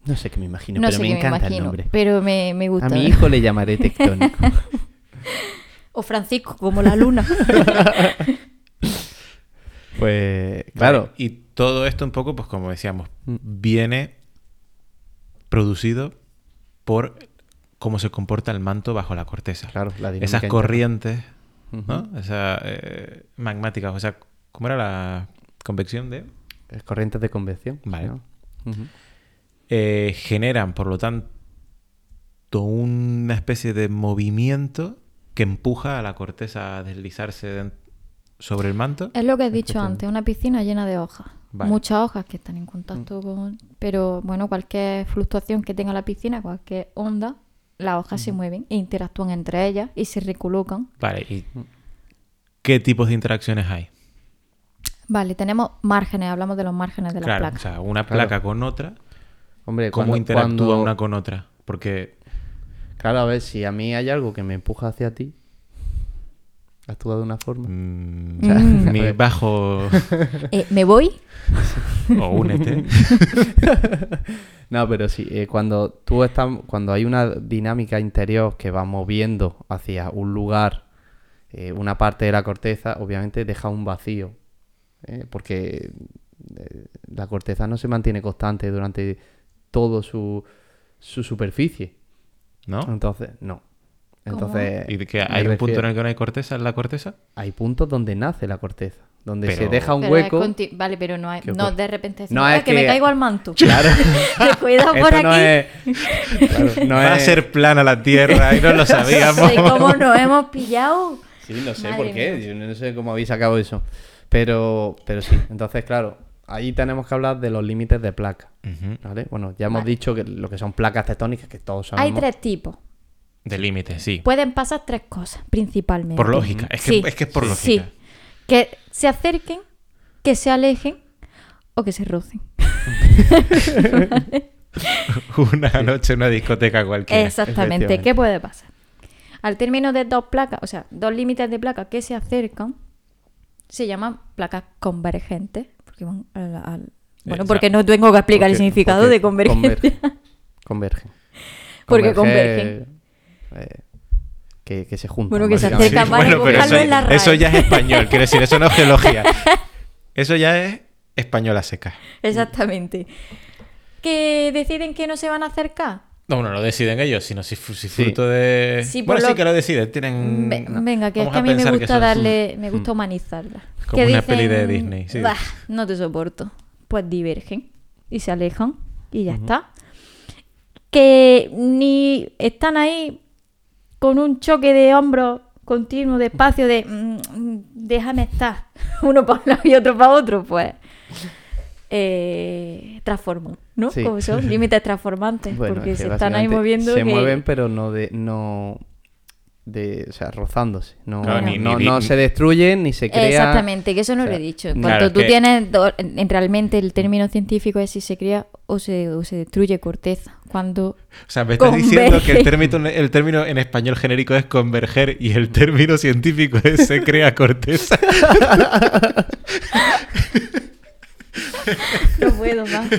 No sé qué me imagino, No, pero sé me qué encanta me el imagino, nombre. pero me, me gusta. A mi hijo le llamaré tectónico. O Francisco, como la luna. pues, claro. Mm. Y todo esto un poco, pues como decíamos, viene producido por cómo se comporta el manto bajo la corteza. Claro, la dinámica Esas interna. corrientes, ¿no? Esas eh, magmáticas, o sea, ¿cómo era la convección de...? Es corrientes de convección. Vale. ¿no? Ujú. eh, generan, por lo tanto, una especie de movimiento que empuja a la corteza a deslizarse den- sobre el manto. es lo que he dicho antes, una piscina llena de hojas. Vale. Muchas hojas que están en Mm. contacto con... Pero bueno, cualquier fluctuación que tenga la piscina, cualquier onda, las hojas se mueven e interactúan entre ellas y se recolocan Vale, ¿y qué tipos de interacciones hay? Vale, tenemos márgenes, hablamos de los márgenes de las claro, placas. o sea, una Claro. placa con otra, Hombre, cómo cuando- interactúa cuando- una con otra. Porque Claro, a ver, si a mí hay algo que me empuja hacia ti, actúa de una forma. mm, O sea, a mi ver. bajo Eh, ¿Me voy? o únete. No, pero sí, eh, cuando tú estás, cuando hay una dinámica interior que va moviendo hacia un lugar, eh, una parte de la corteza, obviamente deja un vacío, eh, porque eh, la corteza no se mantiene constante durante todo su, su superficie. ¿No? Entonces, no. ¿Cómo? Entonces, Y que me hay un punto en refiero- el que no hay corteza, en la corteza. hay puntos donde nace la corteza, donde se Pero- deja un Pero es hueco. conti- Vale, pero no hay. ¿Qué No, ocurre? de repente. No, "Ah, es que me que- caigo al manto. Claro. Te cuidado por Esto aquí. no es- claro, no Va a es- ser plana la Tierra y no lo sabíamos. Sí, cómo nos hemos pillado. Sí, no sé Madre por qué, yo no sé cómo habéis sacado eso. Pero, pero sí, entonces, claro, ahí tenemos que hablar de los límites de placa. Ujú. ¿Vale? Bueno, ya hemos Vale. dicho que lo que son placas tectónicas, que todos sabemos. Hay tres tipos. De límites, sí. Pueden pasar tres cosas, principalmente. Por lógica. Es que, Sí, es, que es por sí. lógica. Que se acerquen, que se alejen o que se rocen. Una noche en una discoteca cualquiera. Exactamente. efectivamente. ¿Qué puede pasar? Al término de dos placas, o sea, dos límites de placas que se acercan, se llaman placas convergentes. Porque van al- al- Bueno, o sea, porque no tengo que explicar el Porque- significado porque de convergente. convergen. Convergen. Porque Converger, eh, que, que se juntan. Bueno, que se básicamente. acercan, vale, bueno, pero buscarlo eso, en la RAE. eso ya es español, quiero decir, eso no es geología. Eso ya es española seca. Exactamente. Que deciden que no se van a acercar. No, no lo deciden ellos, sino si, fu- si Sí. fruto de. Sí, por bueno, sí lo- que lo deciden. Tienen. Ve- no, Venga, que es vamos que a mí me pensar gusta son- darle, me gusta humanizarla. hmm, Como Que una peli de Disney, sí. "Bah, no te soporto. Pues divergen y se alejan y ya está. Que ni están ahí con un choque de hombros continuo, de espacio, de "Mm, mm, déjame estar, uno para un lado y otro para otro, pues. Eh, transforman, ¿no? Sí. Como son límites transformantes, Bueno, porque es que se están ahí básicamente moviendo. Se que- mueven, pero no de. No... De, o sea, rozándose. No, Claro, ni- no- ni- no ni- se destruyen ni se crean. Exactamente, que eso no o sea, lo he dicho. En ni- cuanto Claro, tú que- tienes, do- en- realmente el término científico es si se crea o se, o se destruye corteza. Cuando O sea, me estás diciendo que el Convergen. término, el término en español genérico es converger y el término científico es se crea corteza. no puedo más.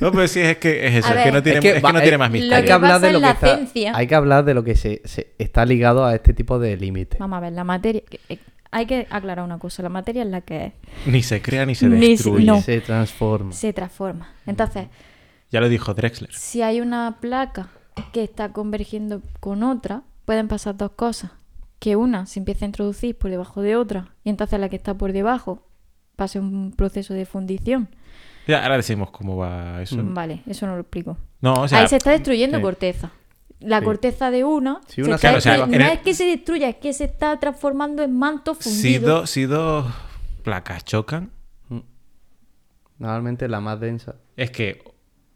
No, pero sí, es que es eso, A es que ver, no tiene, Es que es que va- no hay- tiene más eh, lo misterio. Hay que, hablar pasa de en lo que la está, ciencia. hay que hablar de lo que se, se- está ligado a este tipo de límites. Vamos a ver, la materia. que- eh, Hay que aclarar una cosa: la materia es la que es, Ni se crea ni se Ni se- destruye. no. Se transforma. se transforma. Entonces, Ya lo dijo Drexler. si hay una placa que está convergiendo con otra, pueden pasar dos cosas. Que una se empiece a introducir por debajo de otra, y entonces la que está por debajo pase un proceso de fundición. Ya, ahora decimos cómo va eso. Mm. Vale, eso no lo explico. No, o Mm, sea, mm, Ahí se está destruyendo sí. corteza. La Sí. corteza de una, Sí, una se está claro, o sea, destru- en no el- es que se destruya, es que se está transformando en manto si, fundido. dos- si dos placas chocan, Mm. Normalmente la más densa es que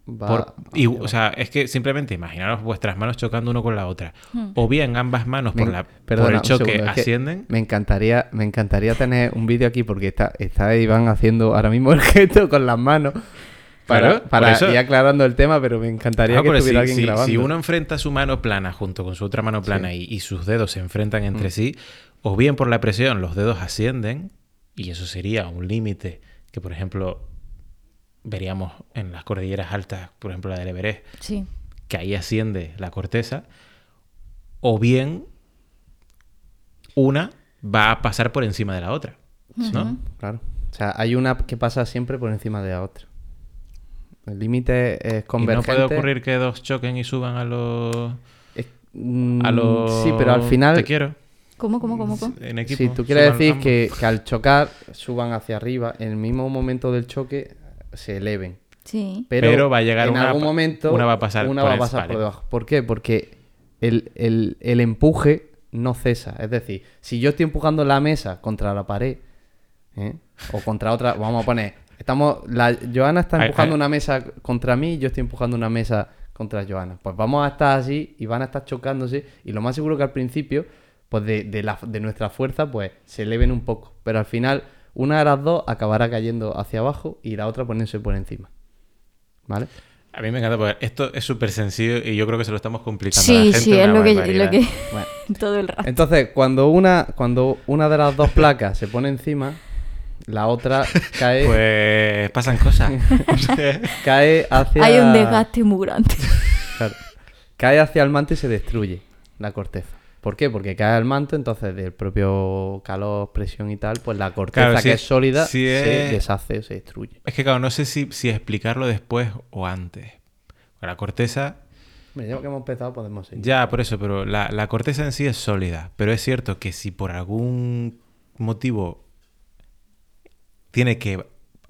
va. Por- y, o sea, es que simplemente imaginaros vuestras manos chocando una con la otra. Hmm. O bien ambas manos por, Me- la, por perdona, el un choque segundo, es que ascienden. Me encantaría, me encantaría tener un vídeo aquí porque está, está Iván haciendo ahora mismo el gesto con las manos para, Claro, por para eso. ir aclarando el tema, pero me encantaría Ah, que pero estuviera si, alguien si- grabando. si uno enfrenta su mano plana junto con su otra mano plana y, y sus dedos se enfrentan Mm. entre sí, o bien por la presión los dedos ascienden, y eso sería un límite que, por ejemplo, veríamos en las cordilleras altas, por ejemplo la del Everest, Sí. que ahí asciende la corteza, o bien una va a pasar por encima de la otra. ¿no? Claro. O sea, hay una que pasa siempre por encima de la otra. El límite es Y no convergente. puede ocurrir que dos choquen y suban a los. Es- mm, A los... Sí, pero al final, Te quiero. ¿Cómo, cómo, cómo? cómo? En equipo. si tú quieres suban decir ambos. que, que al chocar suban hacia arriba, en el mismo momento del choque se eleven. Sí. Pero, Pero va a llegar en una- algún momento una va a pasar una por va a el- pasar vale. por debajo. ¿Por qué? Porque el, el- el empuje no cesa. Es decir, si yo estoy empujando la mesa contra la pared ¿eh? o contra otra, vamos a poner, estamos, la Joana está Ay, empujando ay. una mesa contra mí y yo estoy empujando una mesa contra Joana. Pues vamos a estar así y van a estar chocándose y lo más seguro que al principio, pues de, de la- de nuestra fuerza, pues se eleven un poco. Pero al final, una de las dos acabará cayendo hacia abajo y la otra poniéndose por encima. ¿Vale? A mí me encanta porque esto es súper sencillo y yo creo que se lo estamos complicando. a la Sí, gente sí, es una lo que, barbaridad. lo que- Bueno. todo el rato. Entonces, cuando una, cuando una de las dos placas se pone encima, la otra cae, Pues pasan cosas. cae hacia. Hay un desgaste muy grande. Claro. cae hacia el manto y se destruye la corteza. ¿Por qué? Porque cae al manto, entonces del propio calor, presión y tal, pues la corteza Claro, si que es- es sólida si se es- deshace, se destruye. es que, claro, no sé si, si explicarlo después o antes. Claro, Porque la corteza Mira, ya que hemos empezado podemos seguir. Ya, por eso, pero la, la corteza en sí es sólida. Pero es cierto que si por algún motivo tiene que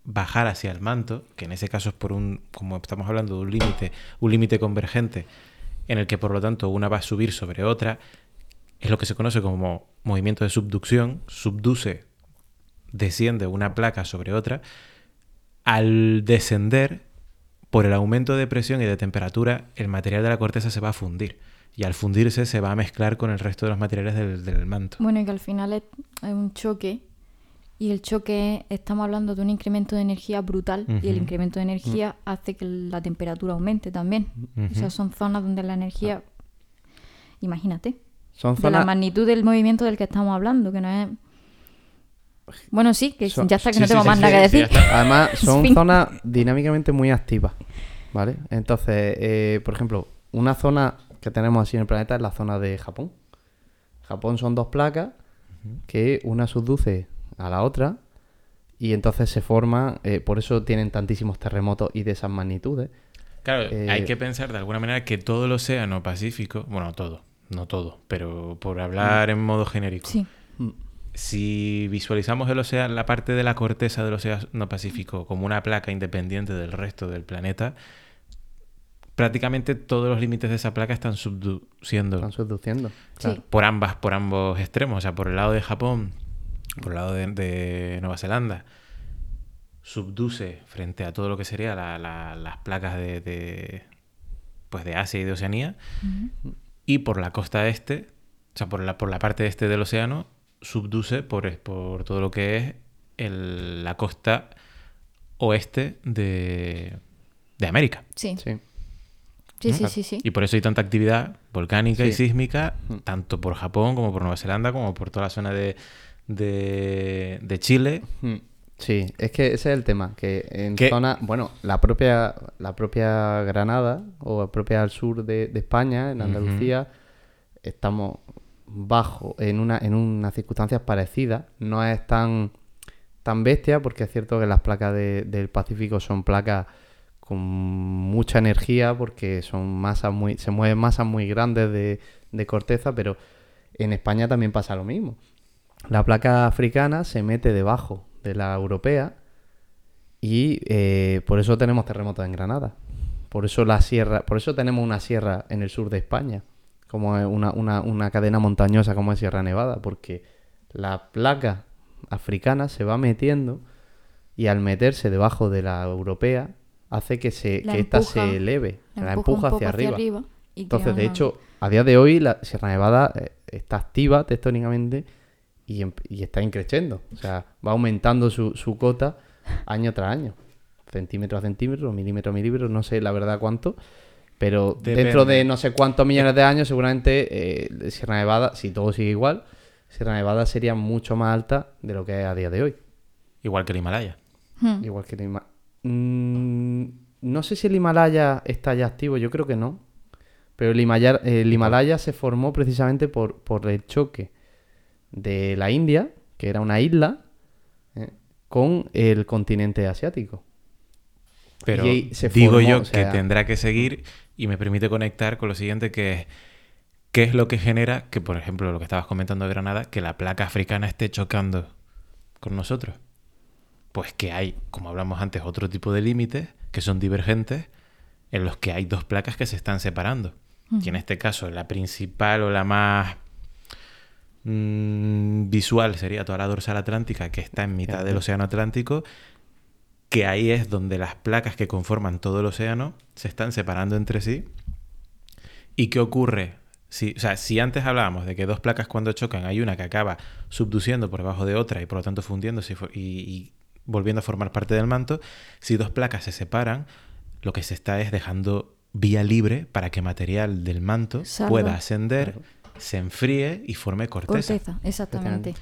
bajar hacia el manto, que en ese caso es por un, como estamos hablando, de un límite, un límite convergente, en el que por lo tanto una va a subir sobre otra, es lo que se conoce como movimiento de subducción, subduce, desciende una placa sobre otra, al descender, por el aumento de presión y de temperatura, el material de la corteza se va a fundir. Y al fundirse se va a mezclar con el resto de los materiales del, del manto. Bueno, y que al final es, es un choque. Y el choque, es- estamos hablando de un incremento de energía brutal. Y el Ujú. incremento de energía hace que la temperatura aumente también. O sea, Ujú. son zonas donde la energía. Imagínate. Son De la zonas... magnitud del movimiento del que estamos hablando, que no es. Bueno, sí, que Son- ya está, que sí, no sí, tengo sí, más sí, nada que sí, ya decir. está. Además, son Fin. zonas dinámicamente muy activas, ¿vale? Entonces, eh, por ejemplo, una zona que tenemos así en el planeta es la zona de Japón. Japón son dos placas que una subduce a la otra y entonces se forman, eh, por eso tienen tantísimos terremotos y de esas magnitudes. Claro, Eh, hay que pensar de alguna manera que todo el océano Pacífico, bueno, todo, no todo, pero por hablar en modo genérico, Sí. si visualizamos el océano, la parte de la corteza del océano Pacífico como una placa independiente del resto del planeta, prácticamente todos los límites de esa placa están subduciendo Están subduciendo. Sí. por ambas, por ambos extremos, o sea, por el lado de Japón, por el lado de, de Nueva Zelanda, subduce frente a todo lo que sería la- la- las placas de, de, pues de Asia y de Oceanía, y por la costa este, o sea, por la, por la parte este del océano, subduce por, por todo lo que es el- la costa oeste de, de América. Sí. Sí. Sí, sí, sí, sí. Y por eso hay tanta actividad volcánica y Sí. sísmica, Mm. tanto por Japón como por Nueva Zelanda, como por toda la zona de, de, de Chile. Hmm. Sí, es que ese es el tema, que en Que- zona, bueno, la propia, la propia Granada o la propia al sur de, de España, en Andalucía, estamos bajo, en una, en unas circunstancias parecidas, no es tan, tan bestia, porque es cierto que las placas de- del Pacífico son placas con mucha energía, porque son masas muy, se mueven masas muy grandes de, de corteza, pero en España también pasa lo mismo. La placa africana se mete debajo de la europea y eh, por eso tenemos terremotos en Granada. Por eso la sierra, por eso tenemos una sierra en el sur de España, como es una, una- una cadena montañosa como es Sierra Nevada, porque la placa africana se va metiendo y al meterse debajo de la europea hace que se La que ésta empuja. se eleve, la, un empuja poco hacia arriba. y Entonces, crea de una- hecho, a día de hoy la Sierra Nevada eh, está activa tectónicamente y, em- y está increciendo. O sea, va aumentando su, su cota año tras año. Centímetro a centímetro, milímetro a milímetro, no sé la verdad cuánto. Pero dentro Depende. de no sé cuántos millones de años, seguramente eh, Sierra Nevada, si todo sigue igual, Sierra Nevada sería mucho más alta de lo que es a día de hoy. Igual que el Himalaya. Hmm. Igual que el Himalaya. no sé si el Himalaya está ya activo, yo creo que no. Pero el Himalaya, el Himalaya se formó precisamente por, por el choque de la India, que era una isla, ¿eh? con el continente asiático. Pero Y se digo formó, yo o sea- que tendrá que seguir y me permite conectar con lo siguiente que es qué es lo que genera que, por ejemplo, lo que estabas comentando de Granada, que la placa africana esté chocando con nosotros. Pues que hay, como hablamos antes, otro tipo de límites que son divergentes en los que hay dos placas que se están separando. Y en este caso, la principal o la más mm, visual sería toda la dorsal atlántica que está en mitad del océano Atlántico, que ahí es donde las placas que conforman todo el océano se están separando entre sí. ¿Y qué ocurre? Si, o sea, si antes hablábamos de que dos placas cuando chocan hay una que acaba subduciendo por debajo de otra y por lo tanto fundiéndose y fo- y, y volviendo a formar parte del manto, si dos placas se separan, lo que se está es dejando vía libre para que material del manto Salga. pueda ascender, se enfríe y forme corteza. Corteza, exactamente.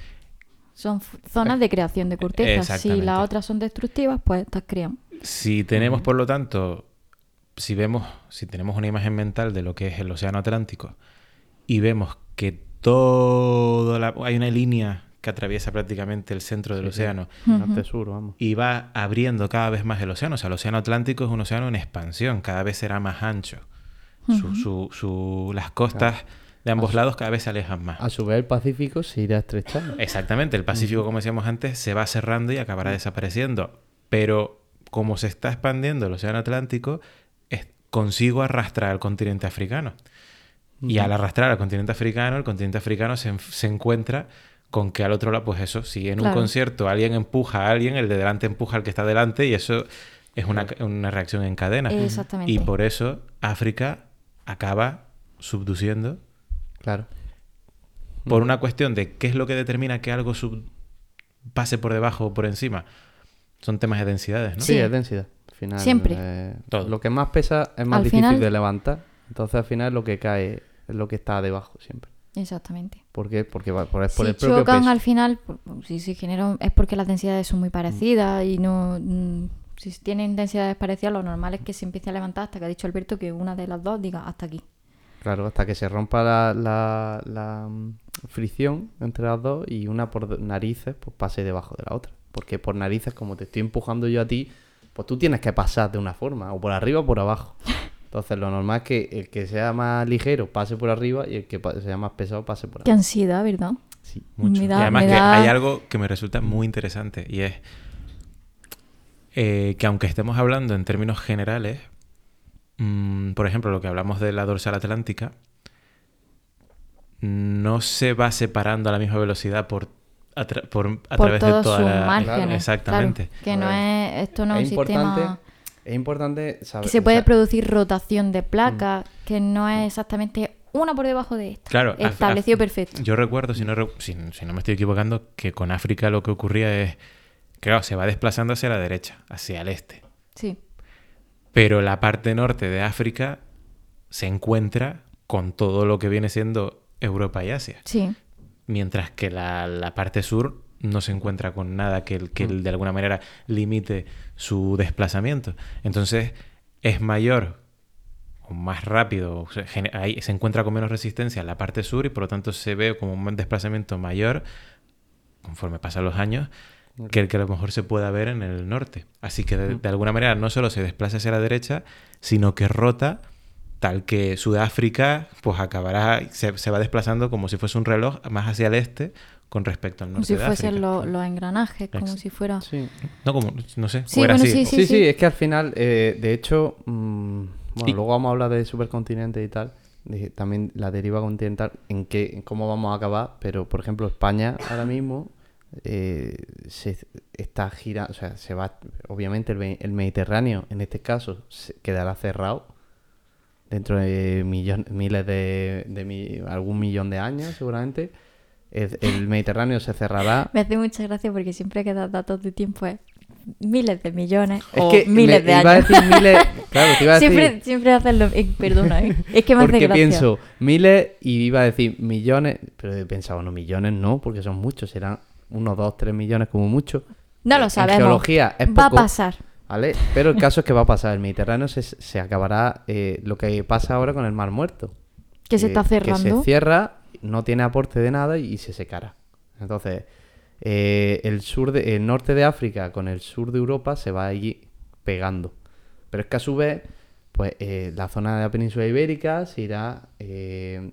Son f- zonas de creación de corteza. Si Exactamente. las otras son destructivas, pues estas crean. Si tenemos, por lo tanto, si vemos, si tenemos una imagen mental de lo que es el océano Atlántico y vemos que toda la, hay una línea que atraviesa prácticamente el centro del Sí, sí. océano Norte-sur, vamos. y va abriendo cada vez más el océano. O sea, el océano Atlántico es un océano en expansión, cada vez será más ancho. Su- su- su- las costas de ambos lados cada vez se alejan más. A su vez el Pacífico se irá estrechando. Eh. Exactamente, el Pacífico, como decíamos antes, se va cerrando y acabará desapareciendo. Pero como se está expandiendo el Océano Atlántico, es- consigo arrastrar al continente africano. Y al arrastrar al continente africano, el continente africano se, en- se encuentra con que al otro lado, pues eso, si en Claro. un concierto alguien empuja a alguien, el de delante empuja al que está delante y eso es una, ca- una reacción en cadena. Exactamente. Y por eso África acaba subduciendo Claro. por una cuestión de qué es lo que determina que algo sub- pase por debajo o por encima. Son temas de densidades, ¿no? Sí, Sí. es densidad. Al final, Siempre. eh, Todo. Lo que más pesa es más Al difícil final- de levantar. Entonces al final lo que cae es lo que está debajo siempre. Exactamente. ¿Por qué? Porque va por, es por si el propio chocan peso. al final, por- por- si se generan, es porque las densidades son muy parecidas y no. mm, Si tienen densidades parecidas, lo normal es que se empiece a levantar hasta que ha dicho Alberto que una de las dos diga hasta aquí. Claro, hasta que se rompa la, la- la, mm, fricción entre las dos y una por de- narices pues pase debajo de la otra. Porque por narices, como te estoy empujando yo a ti, pues tú tienes que pasar de una forma, o por arriba o por abajo. Entonces lo normal es que el que sea más ligero pase por arriba y el que pa- sea más pesado pase por Qué abajo. ansiedad, ¿verdad? Sí. Mucho. Me da- y además me que da- hay algo que me resulta muy interesante y es eh, que aunque estemos hablando en términos generales, mm, por ejemplo, lo que hablamos de la dorsal atlántica, no se va separando a la misma velocidad por, a, tra- por- a Por través de todos toda sus la... márgenes. claro, Exactamente. Pues, que no es. Esto no es un es, importante, sistema. es importante saber. Que se o puede sea, producir rotación de placa, que no es exactamente una por debajo de esta. Mm. Claro, af- Establecido af- perfecto. Yo recuerdo, si no, re- si, si no me estoy equivocando, que con África lo que ocurría es que claro, se va desplazando hacia la derecha, hacia el este. Sí. Pero la parte norte de África se encuentra con todo lo que viene siendo Europa y Asia. Sí. Mientras que la, la parte sur no se encuentra con nada que, el- que el- de alguna manera limite su desplazamiento. Entonces es mayor o más rápido, o se, gene- ahí se encuentra con menos resistencia en la parte sur y por lo tanto se ve como un desplazamiento mayor conforme pasan los años que el que a lo mejor se pueda ver en el norte. Así que de, de alguna manera no solo se desplaza hacia la derecha, sino que rota tal que Sudáfrica pues acabará, se, se va desplazando como si fuese un reloj más hacia el este con respecto al Como norte si de fuesen África. lo- los engranajes, como Ex- si fuera. Sí. No, como, no sé, Sí, o era bueno, Sí, así. Sí, sí, sí. es que al final, eh, de hecho, mm, bueno, Y- luego vamos a hablar de supercontinente y tal, de también la deriva continental, en qué, en cómo vamos a acabar, pero por ejemplo, España ahora mismo eh, se está girando, o sea, se va, obviamente el, ve- el Mediterráneo en este caso se quedará cerrado dentro de millon- miles de, de mi- algún millón de años seguramente. El, el Mediterráneo se cerrará. Me hace mucha gracia porque siempre que das datos de tiempo es miles de millones Es o que miles me- de iba a años. decir miles- claro, te iba a siempre, decir- siempre haces lo eh, Perdona, eh. es que me hace Porque gracia. pienso miles y iba a decir millones, pero he pensado, no, millones no, porque son muchos, serán unos 2, 3 millones como mucho. no lo en sabemos. geología es Va a poco. pasar. ¿Vale? Pero el caso es que va a pasar, el Mediterráneo se, se acabará eh, lo que pasa ahora con el Mar Muerto. Que se está Eh, Que se cerrando. cierra, no tiene aporte de nada y se secará. Entonces, eh, el, sur de- el norte de África con el sur de Europa se va allí pegando. Pero es que a su vez, pues eh, la zona de la península ibérica se irá eh,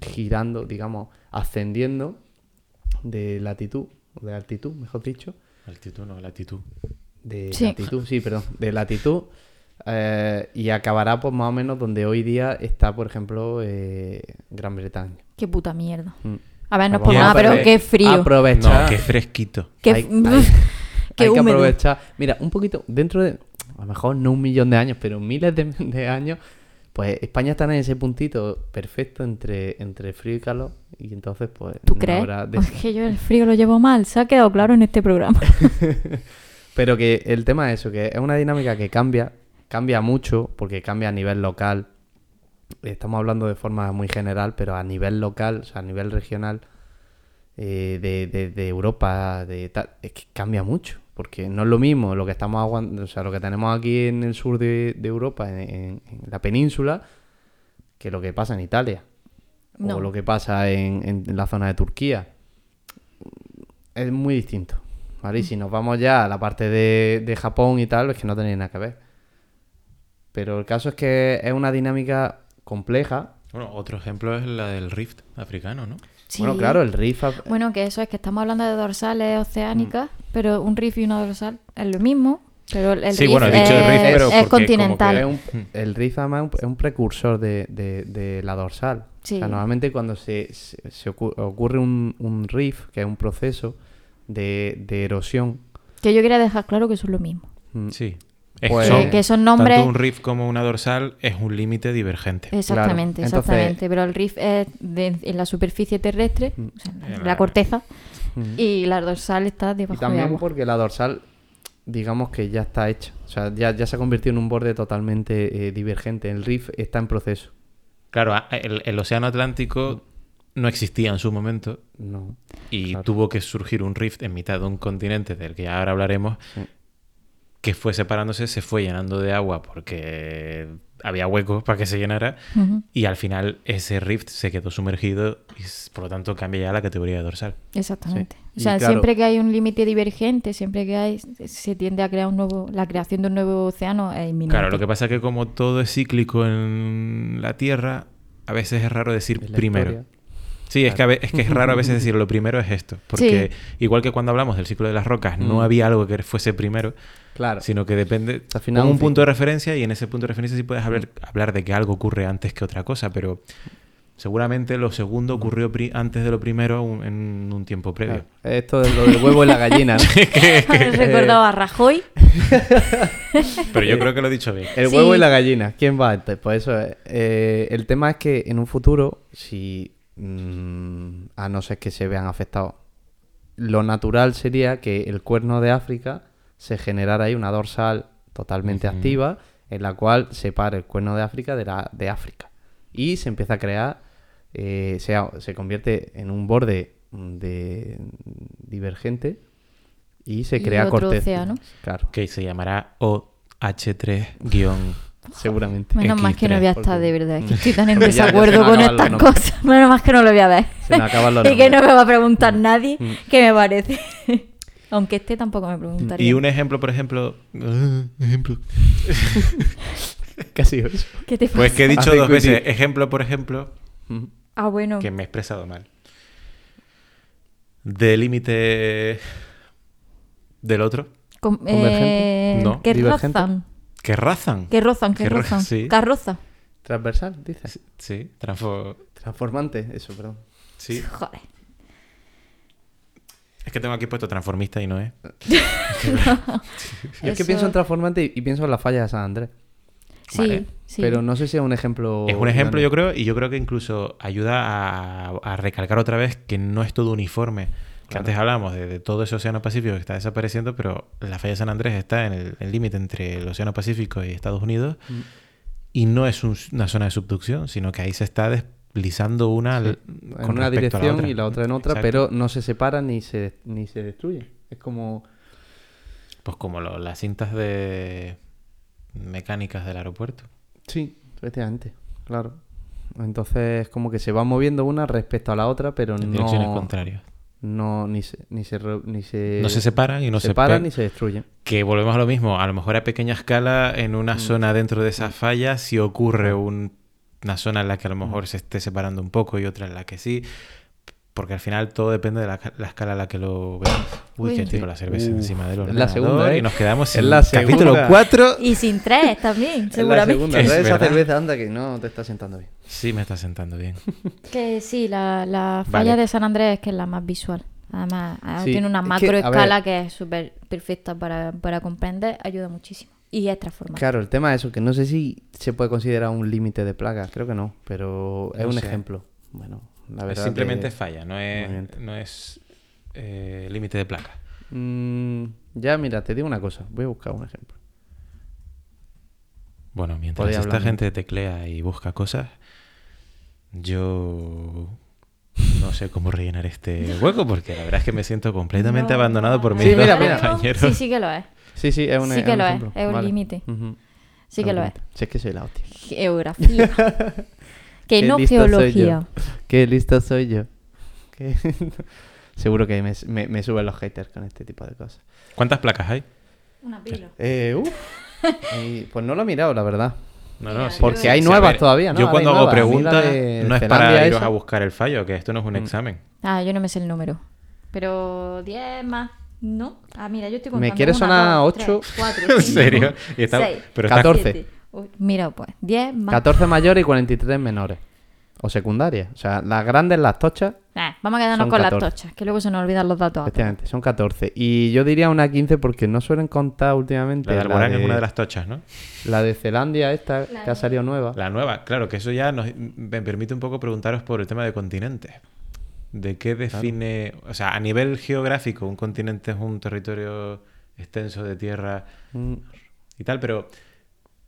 girando, digamos, ascendiendo de latitud, o de altitud, mejor dicho, Altitud, no, latitud. de Sí. latitud, sí, perdón, de latitud. eh, y acabará pues más o menos donde hoy día está, por ejemplo, eh, Gran Bretaña. Qué puta mierda. Mm. A ver, no es por Vamos pues a nada, pero perder- qué frío. Aprovechar. No, qué fresquito. Qué, Hay- f- hay- qué hay que húmedo. aprovechar. Mira, un poquito, dentro de, a lo mejor no un millón de años, pero miles de, de años, pues España está en ese puntito perfecto entre, entre frío y calor. Y entonces, pues. ¿Tú no crees? habrá de- Es que yo el frío lo llevo mal. Se ha quedado claro en este programa. Pero que el tema es eso, que es una dinámica que cambia, cambia mucho, porque cambia a nivel local. Estamos hablando de forma muy general, pero a nivel local, o sea, a nivel regional, eh, de, de- de Europa, de tal, es que cambia mucho. Porque no es lo mismo lo que estamos aguantando, o sea, lo que tenemos aquí en el sur de, de Europa, en, en- en la península, que lo que pasa en Italia. No. O lo que pasa en, en la zona de Turquía. es muy distinto. ¿Vale? Y si nos vamos ya a la parte de, de Japón y tal, es que no tenéis nada que ver. Pero el caso es que es una dinámica compleja. Bueno, otro ejemplo es la del Rift africano, ¿no? Bueno, Sí. claro, el riff af- Bueno, que eso es que estamos hablando de dorsales oceánicas, Mm. pero un riff y una dorsal es lo mismo. Pero el el Sí, riff bueno, he es, dicho el riff, pero es porque como continental. que es un- el riff además es un- es un precursor de, de- de la dorsal. Sí. O sea, normalmente cuando se, se- se ocu- ocurre un, un riff, que es un proceso de, de erosión, Que yo quería dejar claro que son lo mismo. mm, Sí. Es- Pues- que, que son nombres. Tanto un riff como una dorsal es un límite divergente. Exactamente, Entonces- exactamente. Pero el riff es de- en la superficie terrestre, Mm. o sea, en la- En en la- la corteza, Ujú. y la dorsal está Mm. Y debajo de también agua. porque la dorsal, digamos que ya está hecha. O sea, ya, ya se ha convertido en un borde totalmente eh, divergente. El riff está en proceso. Claro, a- el, el océano Atlántico no existía en su momento No. y Claro. tuvo que surgir un rift en mitad de un continente del que ahora hablaremos, Sí. que fue separándose, se fue llenando de agua porque había huecos para que se llenara Ujú, y al final ese rift se quedó sumergido y s- por lo tanto cambia ya la categoría de dorsal. Exactamente. Sí. O sea, Y claro- siempre que hay un límite divergente, siempre que hay, se tiende a crear un nuevo, la creación de un nuevo océano es inminente. Claro, lo que pasa es que como todo es cíclico en la Tierra, a veces es raro decir Es la primero. historia. Sí, es que, a ve- es que es raro a veces decir lo primero es esto. Porque igual que cuando hablamos del ciclo de las rocas, no Mm. había algo que fuese primero, Claro. sino que depende. Al final pon un un punto ciclo. Mm. de referencia y en ese punto de referencia sí puedes hablar, hablar de que algo ocurre antes que otra cosa, pero seguramente lo Mm. segundo ocurrió pri- antes de lo primero un- en un tiempo previo. Claro. Esto de lo del huevo y la gallina. ¿no? Recordaba a Rajoy. Pero yo creo que lo he dicho bien. El Sí. huevo y la gallina. ¿Quién va antes? Pues eso es. Eh, el tema es que en un futuro, si. mm, a no ser que se vean afectados, lo natural sería que el cuerno de África se generara ahí una dorsal totalmente Ujú. activa en la cual separa el cuerno de África de, la, de África. Y se empieza a crear. eh, sea, se convierte en un borde mm, de, divergente y se Y crea otro corteza. océano. Claro, Que se llamará OH3- seguramente. Menos mal que no X3, voy a estar de verdad, es que estoy tan en Ya- ya se desacuerdo me con acaban los estas nombres. cosas. Menos mal que no lo voy a ver. Se me acaban los y que nombres. no me va a preguntar nadie qué me parece. Aunque este tampoco me preguntaría. Y un ejemplo, por ejemplo. ah, ejemplo. Casi eso. ¿Qué te Pues pasa? que he dicho Hace dos cuti. veces ejemplo por ejemplo, Ah, bueno. que me he expresado mal. De límite del otro. Com- ¿Convergente? eh, No. Que ¿Divergente? rozan. Que razan. Que rozan, que Que ro- rozan. sí. Carroza. Transversal, dices. Sí, transfo... Transformante, eso, perdón. Sí. Joder. Es que tengo aquí puesto transformista y no es. Yo es que Eso- pienso en transformante y pienso en la falla de San Andrés. Sí, Vale. sí. Pero no sé si es un ejemplo. Es un ejemplo, grande. yo creo, y yo creo que incluso ayuda a, a recalcar otra vez que no es todo uniforme. Que antes hablábamos de, de todo ese Océano Pacífico que está desapareciendo, pero la falla de San Andrés está en el el límite entre el Océano Pacífico y Estados Unidos. Mm, Y no es un- una zona de subducción, sino que ahí se está deslizando una al- En con mm, una respecto a dirección y la otra en otra, Exacto. pero no se separan ni se, ni se destruyen. Es como. Pues como lo- las cintas de mecánicas del aeropuerto. Sí, efectivamente. Claro. Entonces, como que se va moviendo una respecto a la otra, pero En no. direcciones contrarias. No, ni se, ni se, re- ni se. No se separan y no se, separan pe- ni Eh, se destruyen. Que volvemos a lo mismo, a lo mejor a pequeña escala, en una Mm. zona dentro de esa falla, si ocurre un- una zona en la que a lo Mm. mejor se esté separando un poco y otra en la que sí, porque al final todo depende de la, ca- la escala a la que lo veas. Uy, Uy. que tiro la cerveza Uf, encima del es la ordenador segunda, ¿eh? y nos quedamos Es en la el capítulo segunda. 4. Y sin tres también, Es la seguramente. segunda. Es Trae esa verdad. cerveza, anda, que no te está sentando bien. Sí, me está sentando bien. Que sí, la, la falla Vale. de San Andrés es que es la más visual. Además, ah, Sí, tiene una es que, macroescala a ver. que, es súper perfecta para, para comprender, ayuda muchísimo. Y es transformante. Claro, el tema es eso, que no sé si se puede considerar un límite de plagas, creo que no, pero es No un sé. ejemplo. Bueno, la Es verdad. simplemente que- falla, no es, movimiento. no es eh, límite de placa. Mm, ya, mira, te digo una cosa, voy a buscar un ejemplo. Bueno, mientras Podría esta hablar, ¿no? gente teclea y busca cosas, yo no sé cómo rellenar este hueco porque la verdad es que me siento completamente abandonado por mis Sí, dos mira, mira. compañeros. Sí, sí que lo es. Sí, sí, es un, Sí es que un lo es, ejemplo, es un vale. límite. Ujú, Sí que lo es. límite. Si es que soy la hostia. Geografía. que Qué no listo soy yo. geología. Qué listo soy yo. Qué- Seguro que me, me- me suben los haters con este tipo de cosas. ¿Cuántas placas hay? Una pila. Eh, uf. Eh, pues no lo he mirado, la verdad. No, Mira, no, yo- Porque hay nuevas todavía, ¿no? Yo Ahora cuando hay hago nuevas. A mí la preguntas, de no es Zelandia para iros esa- a Mm. buscar el fallo, que esto no es un examen. Ah, yo no me sé el número. Pero 10 más. No. Ah, mira, yo estoy Me contando. quiere Una, sonar dos, ocho. tres, cuatro, cinco, ¿En serio? Y está- seis, pero está- 14. siete, ocho. Mira, pues, 10 más. 14 mayores y 43 menores. O secundarias. O sea, las grandes, las tochas, Nah, vamos a quedarnos Son Este con 14. las tochas, que luego se nos olvidan los datos. a todos. efectivamente, son 14. Y yo diría una 15 porque no suelen contar últimamente. La de Alborán de- es una de las tochas, ¿no? la de Zelandia, esta que ha salido nueva. La nueva, claro, que eso ya nos, me permite un poco preguntaros por el tema de continentes. ¿De qué define, o sea, a nivel geográfico, un continente es un territorio extenso de tierra Mm, y tal, pero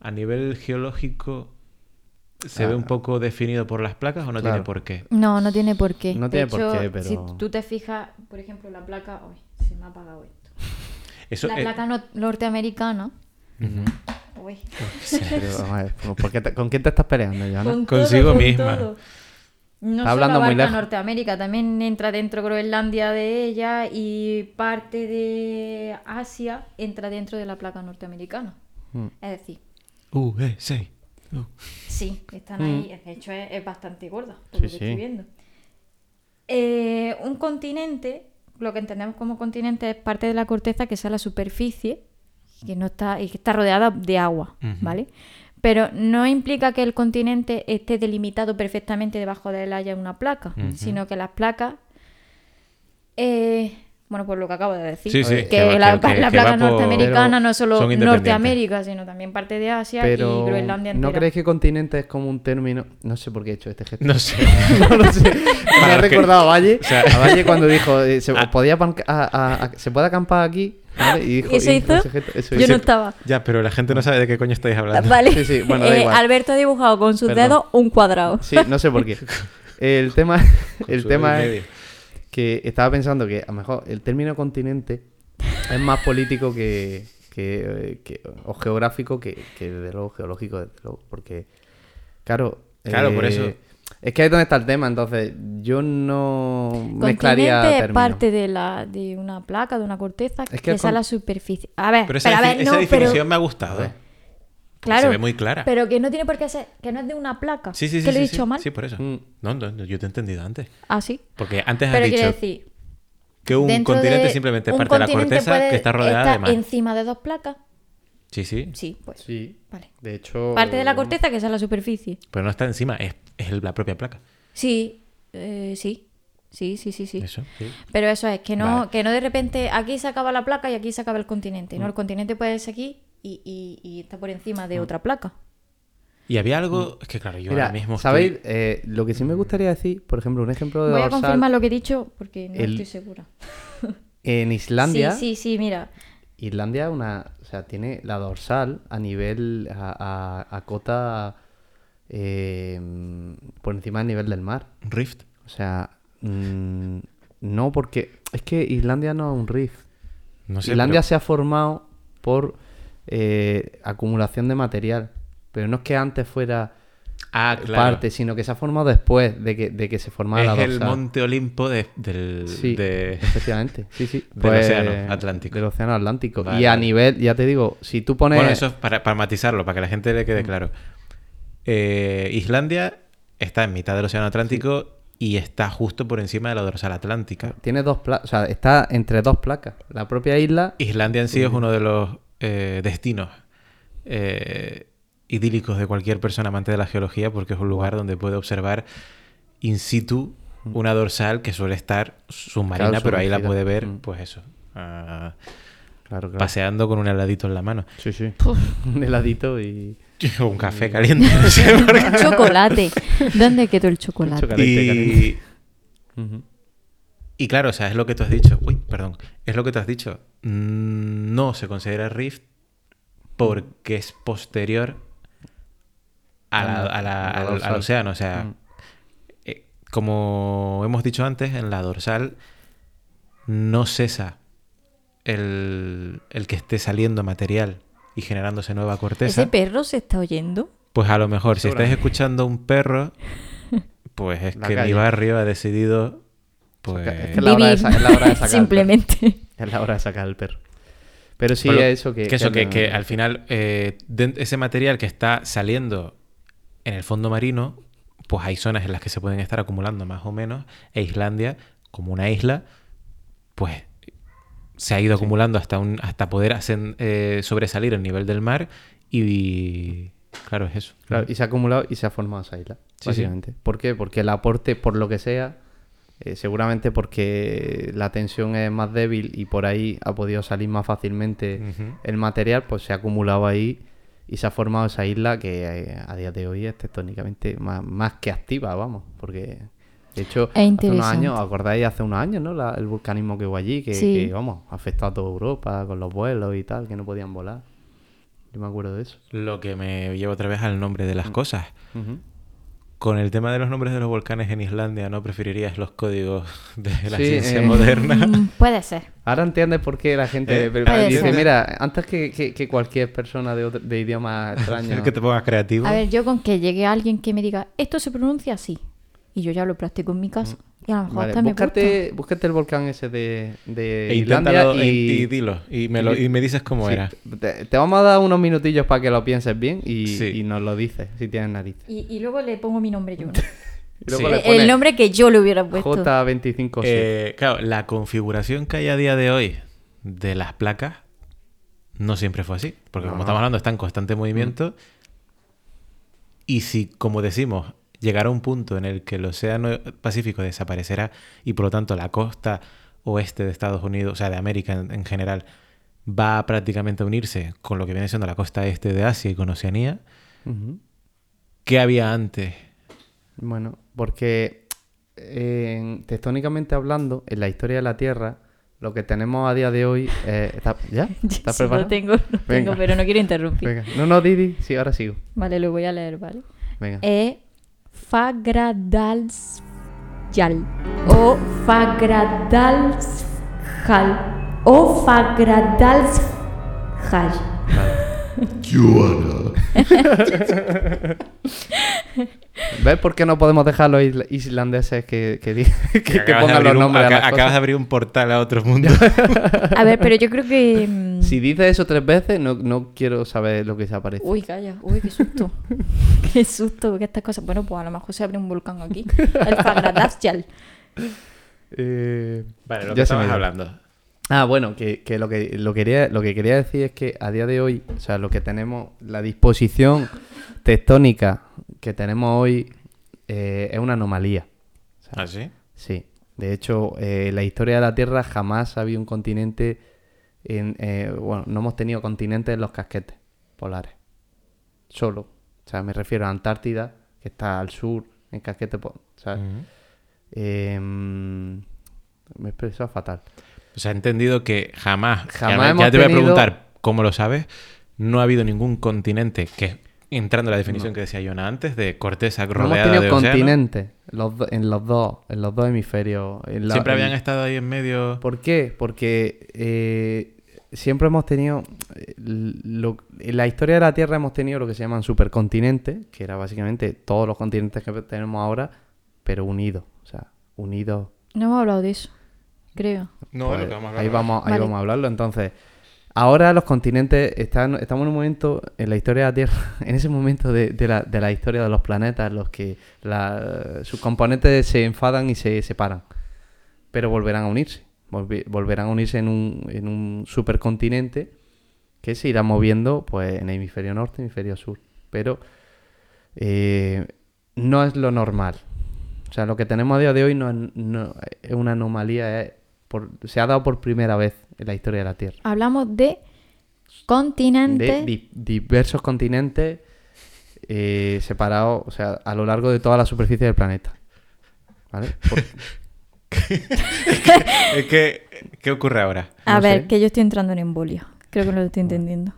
a nivel geológico, ¿se ve un poco definido por las placas o no Ah. Claro. tiene por qué? No, no tiene por qué. No De tiene por hecho, qué, pero- Si tú te fijas, por ejemplo, la placa. Uy, se me ha apagado esto. Eso, la eh, placa no- norteamericana. Uy. pero, vamos a ver, ¿por qué te- ¿Con quién te estás peleando ya? Con Consigo todo, con misma. todo. No Está solo hablando muy abarca lejos. Norteamérica, también entra dentro Groenlandia de ella y parte de Asia entra dentro de la placa norteamericana. Mm. Es decir, E, USA. sí, están ahí. Mm. De hecho, es, es bastante gorda, por Sí, lo que estoy sí. viendo. Eh, un continente, lo que entendemos como continente es parte de la corteza que está a la superficie que no está, y que está rodeada de agua, ¿vale? Pero no implica que el continente esté delimitado perfectamente debajo de él haya una placa, sino que las placas, eh, bueno, por lo que acabo de decir, Sí, sí, que, que va- la, que- la que va placa por- norteamericana Pero no es solo son independientes. Norteamérica, sino también parte de Asia y Pero Groenlandia entera. ¿no creéis que continente es como un término? No sé por qué he hecho este gesto. No sé. no lo sé. Me Para ha los que- recordado a Valle. sea- Ah. A Valle cuando dijo, eh, se, podía pan- a- a- a- se puede acampar aquí. ¿Vale? Y dijo, ¿Y eso y hizo? ese gesto- eso Yo hizo. no estaba. Ya, pero la gente no sabe de qué coño estáis hablando. Vale. Sí, sí, bueno, da Eh, igual. Alberto ha dibujado con sus Perdón. dedos un cuadrado. Sí, no sé por qué. El tema, el Su tema dedo y es medio. que estaba pensando que a lo mejor el término continente es más político que, que, eh, que- o geográfico que, que desde luego geológico, desde luego, porque claro, eh, Claro, por eso. Es que ahí es donde está el tema, entonces yo no mezclaría Continente es términos. este parte de, la, de una placa, de una corteza, que que el está a con- la superficie. A ver, Pero pero, esa, a defi- ver, esa no, pero- definición me ha gustado. claro, se ve muy clara. Pero que no tiene por qué ser, que no es de una placa. Sí, sí, sí. Que lo he sí, sí. dicho mal. Sí, por eso. Mm. No, no, no, yo te he entendido antes. Ah, sí. Porque antes has Pero dicho quiero decir, que un dentro continente de- simplemente es un parte de la continente corteza puede que está rodeada estar de mar. encima de dos placas. Sí, sí. Sí, pues. Sí, Vale. de hecho... Parte de la corteza que está a la superficie. Pero no está encima, es, es el- la propia placa. Sí, eh, sí. Sí, sí, sí, sí. Eso, sí. Pero eso es, que no, Vale. que no de repente aquí se acaba la placa y aquí se acaba el continente. Mm. No, el continente puede ser aquí y, y- y está por encima de otra placa. Y había algo. Es que claro, yo Mira, ahora mismo. estoy- ¿sabéis? Eh, lo que sí me gustaría decir, por ejemplo, un ejemplo de Voy a dorsal, confirmar lo que he dicho porque no el- estoy segura. en Islandia... Sí, sí, sí, mira. Islandia una, o sea, tiene la dorsal a nivel, a, a- a cota eh, por encima del nivel del mar. Rift. O sea, mm, no porque, es que Islandia no es un riff. No sé. Islandia pero- se ha formado por eh, acumulación de material, pero no es que antes fuera Ah, claro. parte, sino que se ha formado después de que, de que se formara es la el dorsal. monte Olimpo de- del. Sí, de- efectivamente. Sí, sí. Pues del océano Atlántico. Del océano Atlántico. Vale, y a vale. nivel, ya te digo, si tú pones... Bueno, eso es para, para matizarlo, para que la gente le quede claro. Eh, Islandia está en mitad del océano Atlántico y está justo por encima de la dorsal atlántica. Tiene dos placas, o sea, está entre dos placas. La propia isla. Islandia en sí es uno de los eh, destinos eh, idílicos de cualquier persona amante de la geología porque es un lugar donde puede observar in situ una dorsal que suele estar submarina, Claro, pero ahí la sumergida. puede ver, Mm. pues eso, ah, Claro, claro. paseando con un heladito en la mano. Sí, sí. Un heladito y. O un café caliente. no sé por qué. chocolate. ¿Dónde quedó el chocolate? Chocolate. Caliente, y, caliente. Ujú. y claro, o sea, es lo que tú has dicho. Uy, perdón. Es lo que tú has dicho. Mm, No se considera Rift porque es posterior a la- a la- A la al, dorsal. al océano. O sea, Mm. eh, como hemos dicho antes, en la dorsal no cesa el, el que esté saliendo material y generándose nueva corteza. ¿Ese perro se está oyendo? Pues a lo mejor, si estáis escuchando a un perro, pues es La que mi calle. barrio ha decidido Pues, Saca- es que la- hora de Vivir, sa- es la hora de sacar el perro. simplemente. Es la hora de sacar al perro. Pero sí, Bueno, es eso que... que eso, que, no- que al final eh, den- ese material que está saliendo en el fondo marino, pues hay zonas en las que se pueden estar acumulando más o menos, e Islandia, como una isla, pues se ha ido acumulando hasta, un, hasta poder ascen- eh, sobresalir el nivel del mar y, claro, es eso. Claro, y se ha acumulado y se ha formado esa isla, Sí, sí. básicamente. ¿Por qué? Porque el aporte, por lo que sea, eh, seguramente porque la tensión es más débil y por ahí ha podido salir más fácilmente Ujú. el material, pues se ha acumulado ahí y se ha formado esa isla que eh, a día de hoy es tectónicamente más, más que activa, vamos, porque... De Es hecho, hace unos interesante. años, ¿acordáis? Hace unos años, ¿no? La- el vulcanismo que hubo allí, que, Sí. que, vamos, afectó a toda Europa con los vuelos y tal, que no podían volar. Yo me acuerdo de eso. Lo que me lleva otra vez al nombre Mm. de las cosas. Ujú. Con el tema de los nombres de los volcanes en Islandia, ¿no preferirías los códigos de la Sí, ciencia eh. moderna? Mm, puede ser. Ahora entiendes por qué la gente Eh, pero puede dice, ser. mira, antes que, que- que cualquier persona de, otro- de idioma Es extraño... que te pongas creativo. A ver, yo con que llegue alguien que me diga, esto se pronuncia así. Y yo ya lo practico en mi casa. Y a lo mejor Mm. Vale, hasta Ah, me gusta. búscate, búscate el volcán ese de, de E Eh, Islandia inténtalo y... y, y dilo. Y me, lo- y me dices cómo Sí, era. te, te vamos a dar unos minutillos para que lo pienses bien y, Sí. y nos lo dices, si tienes narices. Y, y luego le pongo mi nombre yo. ¿no? Y Sí. luego le Eh, el pones nombre que yo le hubiera puesto. J257. Eh, claro, la configuración que hay a día de hoy de las placas no siempre fue así. Porque como No. estamos hablando, está en constante movimiento. Y si, como decimos, llegará un punto en el que el Océano Pacífico desaparecerá y por lo tanto la costa oeste de Estados Unidos, o sea, de América en, en general, va a prácticamente unirse con lo que viene siendo la costa este de Asia y con Oceanía, Ujú. ¿qué había antes? Bueno, porque eh, tectónicamente hablando, en la historia de la Tierra, lo que tenemos a día de hoy... eh, ¿está- ¿Ya? ¿Estás Sí, preparado? lo tengo, lo tengo, Venga. pero no quiero interrumpir. Venga. No, no, Didi. Sí, ahora sigo. Vale, lo voy a leer, ¿vale? Venga. E Fagradalsfjall o Fagradalsfjall o Fagradalsfjall. ¿Ves por qué no podemos dejar a los isla- islandeses que, que, di- que- que Acabas de pongan abrir los un- nombres aca- a las Acabas de cosas? abrir un portal a otro mundo. A ver, pero yo creo que mm, Si dices eso tres veces, no, no quiero saber lo que se aparece. Uy, calla, uy, qué susto. qué susto, porque estas cosas. Bueno, pues a lo mejor se abre un volcán aquí. El Fagradalsfjall. Eh, Vale, ya lo que se me estabas ha ido. hablando. Ah, bueno, que, que lo que lo quería lo que quería decir es que a día de hoy, o sea, lo que tenemos, la disposición tectónica que tenemos hoy eh, es una anomalía. ¿Ah, sí? Sí. De hecho, eh, en la historia de la Tierra jamás ha habido un continente. En, eh, bueno, no hemos tenido continentes en los casquetes polares. Solo. O sea, me refiero a Antártida, que está al sur, en casquete polar. Ujú. em, me he expresado fatal. O sea, he entendido que jamás, Jamás y además hemos ya te voy a tenido- preguntar cómo lo sabes, no ha habido ningún continente que, entrando en la definición que decía Yona antes, de corteza No hemos rodeada tenido de océano, continentes los do- en, los dos, en los dos hemisferios. en la- siempre en- habían estado ahí en medio... ¿Por qué? Porque eh, siempre hemos tenido. eh, lo- en la historia de la Tierra hemos tenido lo que se llaman supercontinentes, que era básicamente todos los continentes que tenemos ahora, pero unidos. O sea, unidos. No hemos hablado de eso, creo. No, es lo Pues, que vamos a ahí hablar. vamos, ahí Vale. vamos a hablarlo. Entonces, ahora los continentes están, estamos en un momento en la historia de la Tierra, en ese momento de, de la, de la historia de los planetas, en los que la- sus componentes se enfadan y se separan, pero volverán a unirse, volvi- volverán a unirse en un, en un supercontinente que se irá moviendo pues en hemisferio norte, hemisferio sur, pero eh, no es lo normal. O sea, lo que tenemos a día de hoy no es, no- es una anomalía. es por- se ha dado por primera vez en la historia de la Tierra. Hablamos de continente. De di- diversos continentes eh, separados, o sea, a lo largo de toda la superficie del planeta. ¿Vale? Por- Es que, ¿qué ocurre ahora? A no ver, sé. Ah. que yo estoy entrando en embolia. Creo que no lo estoy entendiendo.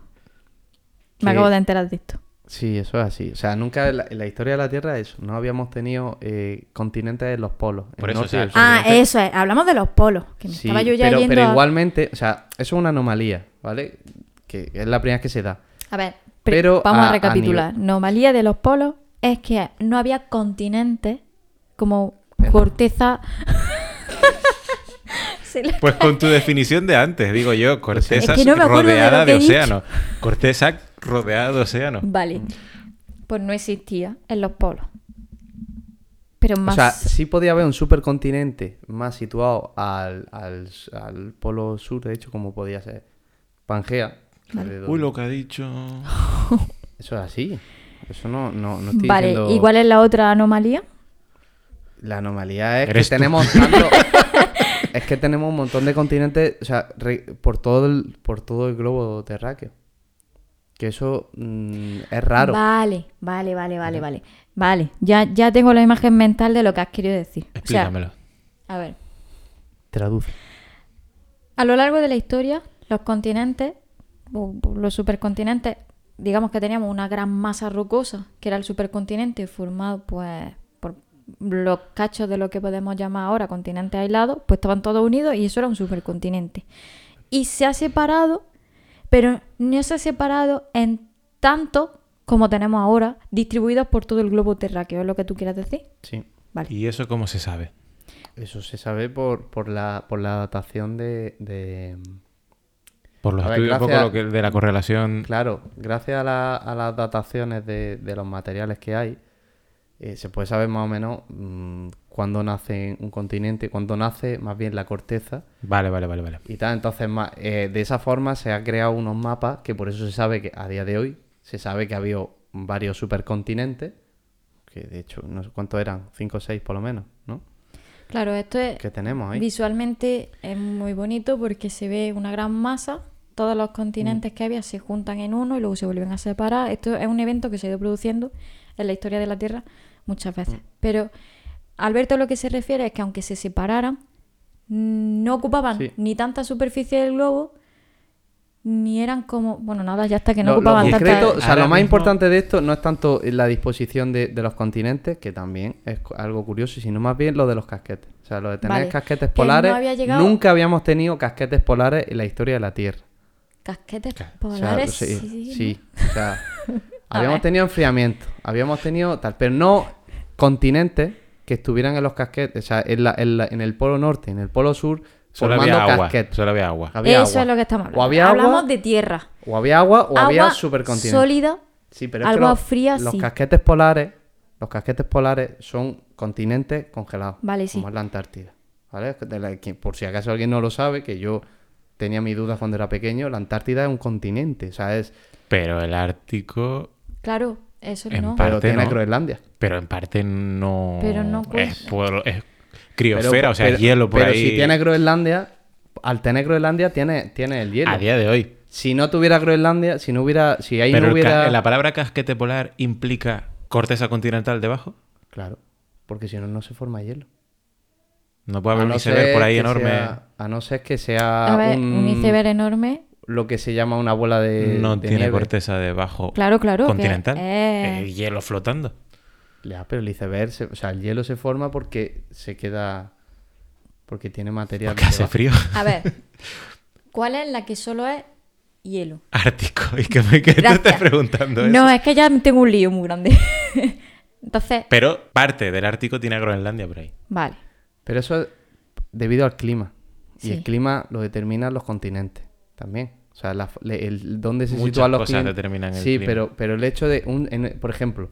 Que- Me acabo de enterar de esto. sí, eso es así. O sea, nunca en la, en la historia de la Tierra eso. No habíamos tenido eh, continentes en los polos. el Por eso, norte y o sea, el sur. Ah, Solamente- eso es. Hablamos de los polos. Que me Sí, estaba yo ya pero, yendo pero a- igualmente, o sea, eso es una anomalía, ¿vale? Que es la primera vez que se da. a... ver, pero pero vamos a- a, a recapitular. nivel- Anomalía de los polos es que no había continentes como Espera. corteza. Dísela. Pues con tu definición de antes, digo yo, corteza Es que no me acuerdo de lo rodeada que de, he dicho. océano. Corteza rodeada de océano. Vale. Mm. Pues no existía en los polos. Pero más. O sea, sí podía haber un supercontinente más situado al, al, al polo sur, de hecho, como podía ser Pangea. alrededor- Uy, lo que ha dicho. Eso es así. Eso no, no, no estoy vale. diciendo... ¿Y cuál es la otra anomalía? La anomalía es que Eres tú. tenemos tanto... es que tenemos un montón de continentes, o sea, re- por, todo el, por todo el globo terráqueo. Que eso mm, es raro. Vale, vale, vale, vale, vale. Vale. Ya, ya tengo la imagen mental de lo que has querido decir. O sea, Explícamelo. a ver. Traduce. A lo largo de la historia, los continentes, o los supercontinentes, digamos que teníamos una gran masa rocosa, que era el supercontinente, formado pues por los cachos de lo que podemos llamar ahora continentes aislados, pues estaban todos unidos y eso era un supercontinente. Y se ha separado, pero no se ha separado en tanto como tenemos ahora, distribuidos por todo el globo terráqueo, es lo que tú quieras decir. Sí. Vale. ¿Y eso cómo se sabe? Eso se sabe por, por, la, por la datación de- de Por los A ver, estudios un poco gracias- lo que, de la correlación. Claro, gracias a, la- a las dataciones de, de los materiales que hay, eh, se puede saber más o menos mm, cuándo nace un continente, cuándo nace más bien la corteza Vale, vale, vale, vale. y tal. Entonces, ma- eh, de esa forma se han creado unos mapas que por eso se sabe que a día de hoy se sabe que ha habido varios supercontinentes, que de hecho no sé cuántos eran, cinco o seis por lo menos, ¿no? Claro, esto es Que tenemos ahí. Visualmente es muy bonito porque se ve una gran masa, todos los continentes Mm. que había se juntan en uno y luego se vuelven a separar. Esto es un evento que se ha ido produciendo en la historia de la Tierra muchas veces. Mm. Pero Alberto a lo que se refiere es que aunque se separaran, mm, no ocupaban Sí. ni tanta superficie del globo, ni eran como, bueno, nada, ya hasta que no Lo- lo ocupaban tanta... concreto, o sea, Ahora lo más mismo- importante de esto no es tanto la disposición de, de los continentes, que también es cu- algo curioso, sino más bien lo de los casquetes. O sea, lo de tener Vale. casquetes Que polares. no había llegado- Nunca habíamos tenido casquetes polares en la historia de la Tierra. Casquetes O sea, polares. sí, sí, sí, ¿no? o sea, A habíamos ver. tenido enfriamiento, habíamos tenido tal, pero no continentes que estuvieran en los casquetes, o sea, en, la- en la- en el polo norte, en el polo sur, Solo formando Ah. había agua. casquetes. Solo había agua. Había Eso agua. es lo que estamos hablando. O había agua, Hablamos de Tierra. o había agua, o había agua supercontinentes. sólida. Sí, pero es que Agua los- fría, los sí. casquetes polares, los casquetes polares son continentes congelados, Vale, sí. como es la Antártida, ¿vale? Es que de la que- por si acaso alguien no lo sabe, que yo tenía mis dudas cuando era pequeño, la Antártida es un continente, o sea, es Pero el Ártico. Claro, eso En no. parte pero tiene no. Groenlandia. Pero en parte no. Pero no es, cuenta. pueblo- es criosfera, o sea, pero- hielo por pero ahí. si tiene Groenlandia, al tener Groenlandia tiene, tiene el hielo. A día de hoy. Si no tuviera Groenlandia, si no hubiera, si ahí Pero no el ca- hubiera la palabra casquete polar implica corteza continental debajo. Claro, porque si no no se forma hielo. No puede A haber un no iceberg ser por ahí que enorme. sea- a no ser que sea A ver, un iceberg enorme. lo que se llama una bola de, no eh, de tiene nieve. corteza debajo Claro, claro, que- continental. eh. Eh, hielo flotando. Ya, pero el iceberg, se- o sea, el hielo se forma porque se queda... Porque tiene material Porque hace debajo. frío. A ver, ¿cuál es la que solo es hielo? Ártico. ¿Y que me que te Gracias. estás preguntando eso? No, eh. es que ya tengo un lío muy grande. Entonces, Pero parte del Ártico tiene a Groenlandia por ahí. vale. Pero eso es debido al clima. Y el Sí. clima lo determinan los continentes también. O sea, la f- le- el, dónde se Muchas sitúan los cosas clien- determinan el sí, clima. pero, pero el hecho de... Un, en- por ejemplo,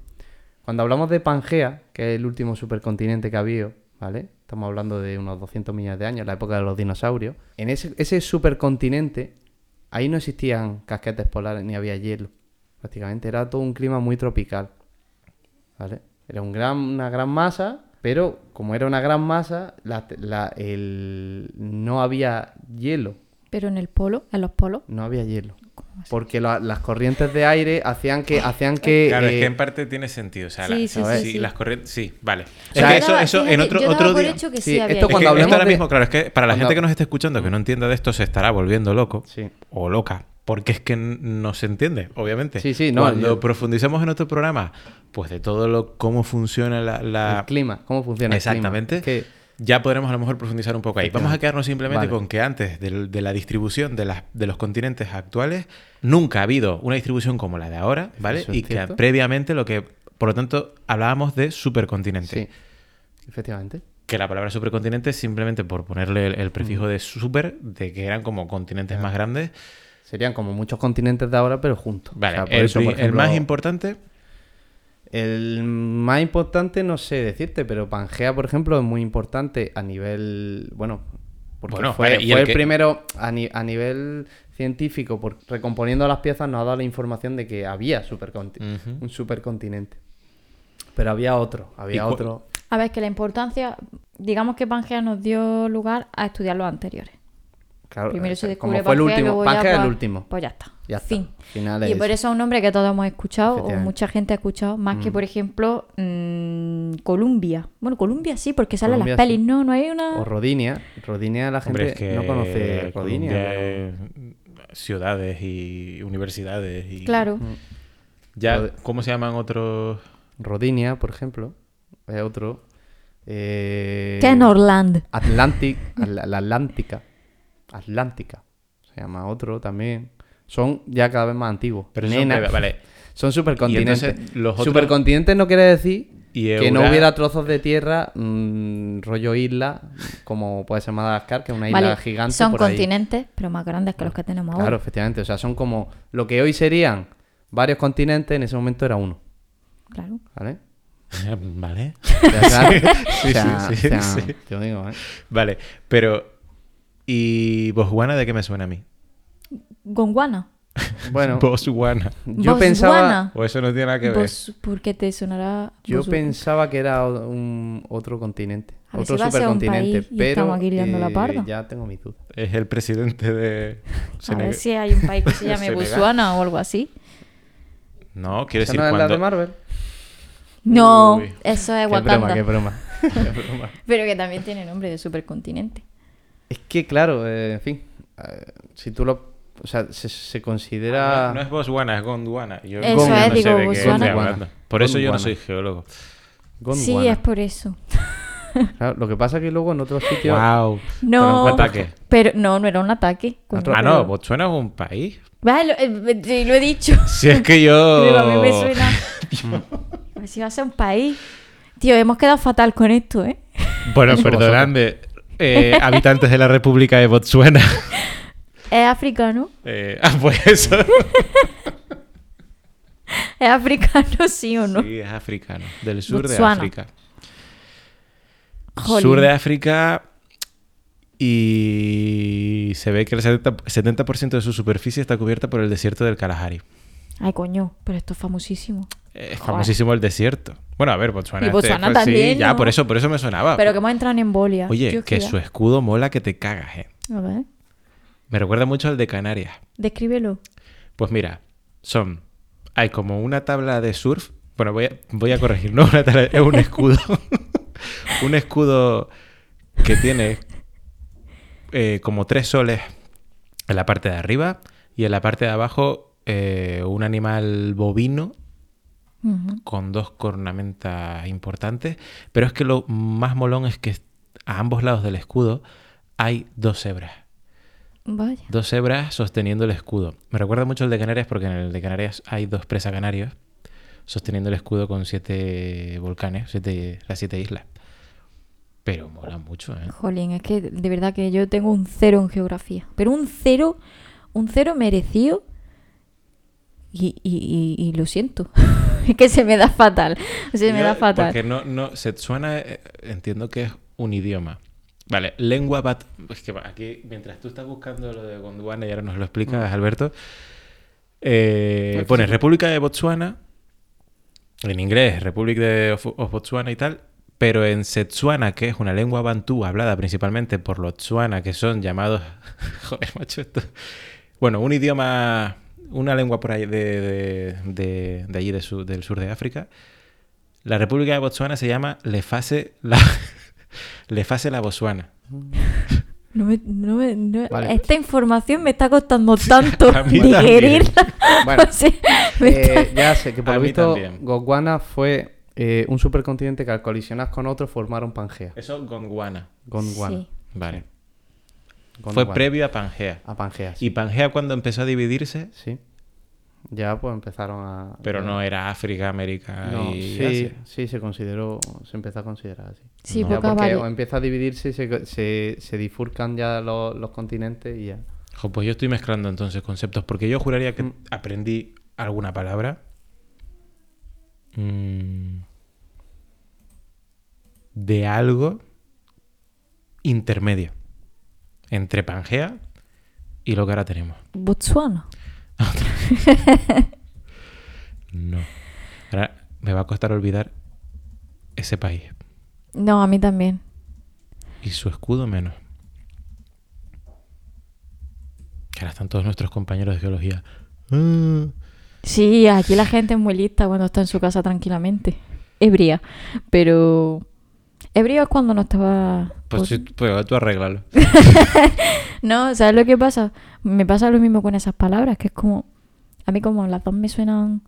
cuando hablamos de Pangea, que es el último supercontinente que ha habido, ¿vale? Estamos hablando de unos 200 millones de años, la época de los dinosaurios. En ese, ese supercontinente, ahí no existían casquetes polares ni había hielo. Prácticamente era todo un clima muy tropical. ¿vale? Era un gran, una gran masa, pero como era una gran masa, la- la- el- no había hielo. Pero en el polo, en los polos. No había hielo. Porque la- las corrientes de aire hacían que... Hacían que Claro, es eh, que en parte tiene sentido. O sea, la- Sí, sí, a ver, sí, sí. las corrientes. Sí, vale. sea, es que yo eso, daba- eso en fíjate, otro, yo daba otro por día. hecho que Sí, sí había hielo. esto Es que Cuando hablemos esto ahora de- mismo, claro, es que para la cuando- gente que nos está escuchando que no entienda de esto se estará volviendo loco Sí. o loca, porque es que n- no se entiende, obviamente. Sí, sí, no, Cuando yo- profundizamos en otro programa, pues de todo lo cómo funciona la, la- El clima, cómo funciona el clima. Ah. Exactamente. Que- Ya podremos a lo mejor profundizar un poco ahí. Vamos a quedarnos simplemente Vale. con que antes del- de, la distribución de, las, de los continentes actuales, nunca ha habido una distribución como la de ahora, ¿vale? Eso es y que cierto. previamente lo que, por lo tanto, hablábamos de supercontinente. Sí, efectivamente. que la palabra supercontinente, simplemente por ponerle el, el prefijo de super, de que eran como continentes más grandes. Serían como muchos continentes de ahora, pero juntos. Vale, O sea, por el, eso, por pri- el más ejemplo, importante, El más importante no sé decirte, pero Pangea, por ejemplo, es muy importante a nivel, bueno, porque Bueno, fue, vale, y fue el el que- primero a, ni- a nivel científico, por, recomponiendo las piezas nos ha dado la información de que había superconti- Ujú. un supercontinente. Pero había otro, había cu- otro. A ver, que la importancia, digamos que Pangea nos dio lugar a estudiar los anteriores. Claro, Primero o se sea, descubre Ah, como fue el Pangea, último, luego ya, Pangea es el pues- último. Pues ya está. Ya está. Fin. Final y es por ese. eso es un nombre que todos hemos escuchado o Efectivamente. mucha gente ha escuchado, más que por ejemplo mm, Columbia. Bueno, Columbia sí, porque sale en las Columbia pelis, sí. no, no hay una... O Rodinia. Rodinia la gente hombre, es que no conoce Rodinia. Colombia pero- es ciudades y universidades y Claro. Mm, ya Rode- cómo se llaman otros Rodinia, por ejemplo, es otro. Eh, Kenorland. Atlantic, Atl- la Atlántica. Atlántica. Se llama otro también. Son ya cada vez más antiguos. Pero eso- Nena. vale, vale. Son supercontinentes. Y entonces, los otros- Supercontinentes no quiere decir Y que no Eura- hubiera trozos de tierra, mm, rollo isla, como puede ser Madagascar, que es una isla Vale, gigante. son por ahí. Ah, continentes, pero más grandes que los que tenemos Claro, ahora. efectivamente. O sea, son como lo que hoy serían varios continentes, en ese momento era uno. Claro. ¿Vale? vale O sea, o sea, sí, sí, o sea, sí. te lo digo, ¿eh? vale pero y Botswana de qué me suena a mí Gonguana. Bueno, Botswana yo Botswana. pensaba, o eso no tiene nada que ver Bos- porque te sonará... yo Bosu- pensaba que era o- un otro continente, A ver otro si va a ser Ah, un supercontinente, país y pero estamos aquí liando la eh, parda. ya tengo mis dudas. es el presidente de A Senegal. ver si hay un país que se llame Senegal. Botswana o algo así. no quiero ¿Esa decir no es la de cuando Marvel? No, Uy. eso es Qué broma, Ah, Wakanda. qué broma. qué broma. Pero que también tiene nombre de supercontinente. Es que claro, eh, en fin, eh, si tú lo, o sea, se, se considera Ah, no, no es Botswana es Gondwana Yo- Eso yo es, digo, no sé de qué estoy Botswana. hablando. por eso yo no Gondwana. soy geólogo Gondwana. Sí, es por eso. Claro, lo que pasa es que luego en otros sitios wow No. ataque Pero no, no era un ataque. Coño, ah pero- no Botswana es un país Vale, lo, eh, sí, lo he dicho. si es que Pero a mí me yo suena. A ver si va a ser un país. Tío, hemos quedado fatal con esto, ¿eh? Bueno, Eso perdonadme, eh, habitantes de la República de Botsuana. Es africano. Eh, ah, pues eso. Es africano, sí o no. Sí, es africano, del sur Botsuana. de África. Jolín. Sur de África y se ve que el 70%, 70 de su superficie está cubierta por el desierto del Kalahari. Ay, coño, pero esto es famosísimo. Eh, Es famosísimo el desierto. Bueno, a ver, Y Botsuana. este, Botsuana pues, también, Sí, ya, ¿no? por eso, por eso me sonaba. Pero que hemos entrado en embolia. Ah. Oye, Yo que ya- su escudo mola que te cagas, eh. A ver, Me recuerda mucho al de Canarias. descríbelo. Pues mira, son. Hay como una tabla de surf. Bueno, voy a, voy a corregir, no una tabla, es un escudo. un escudo que tiene eh, como tres soles en la parte de arriba y en la parte de abajo eh, un animal bovino Ujú. con dos cornamentas importantes. Pero es que lo más molón es que a ambos lados del escudo hay dos cebras. Vaya. Dos hebras sosteniendo el escudo. Me recuerda mucho el de Canarias porque en el de Canarias hay dos presa canarios sosteniendo el escudo con siete volcanes, siete, las siete islas. Pero mola mucho, ¿eh? Jolín, es que de verdad que yo tengo un cero en geografía. Pero un cero, un cero merecido. Y, y- y- y lo siento. es que se me da fatal. Se me Yo- da fatal. Porque no, no, se suena, eh, entiendo que es un idioma. Vale, lengua bat... Es que va, aquí, mientras tú estás buscando lo de Gondwana y ahora nos lo explicas, Alberto, eh, pones República de Botsuana, en inglés, Republic de- of, of Botswana y tal, pero en Setsuana, que es una lengua bantú hablada principalmente por los Tsuana, que son llamados... Joder, macho, esto... Bueno, un idioma... Una lengua por ahí de, de- de- de allí, de su- del sur de África, la República de Botsuana se llama Lefase la, Lefase la Botsuana. No me- no me- no- Vale. Esta información me está costando tanto a mí digerirla. Bueno. O sea, me está- Eh, ya sé que por A lo mí visto también. Gondwana fue eh, un supercontinente que al colisionar con otro formaron Pangea. Eso Gondwana. Gondwana. Sí. Vale. Fue Gondwana. previo a Pangea. a Pangea. sí. Y Pangea cuando empezó a dividirse Sí. Ya pues empezaron a... Pero no era África, América No, y sí, Asia. sí, se consideró, se empezó a considerar así. Sí, No. Ya, poca porque vari- o empieza a dividirse y se, se, se bifurcan ya los, los continentes y ya. Jo, pues yo estoy mezclando entonces conceptos, porque yo juraría que Mm. aprendí alguna palabra. mm, de algo intermedio entre Pangea y lo que ahora tenemos. Botsuana. No. Ahora me va a costar olvidar ese país No, a mí también. y su escudo menos. Que ahora están todos nuestros compañeros de geología. "Ah, Sí, aquí la gente es muy lista cuando está en su casa tranquilamente. Ebria. Pero. Ebria es cuando no estaba. Pues, sí, pues tú arréglalo. No, ¿sabes lo que pasa? Me pasa lo mismo con esas palabras, que es como. A mí, como las dos me suenan.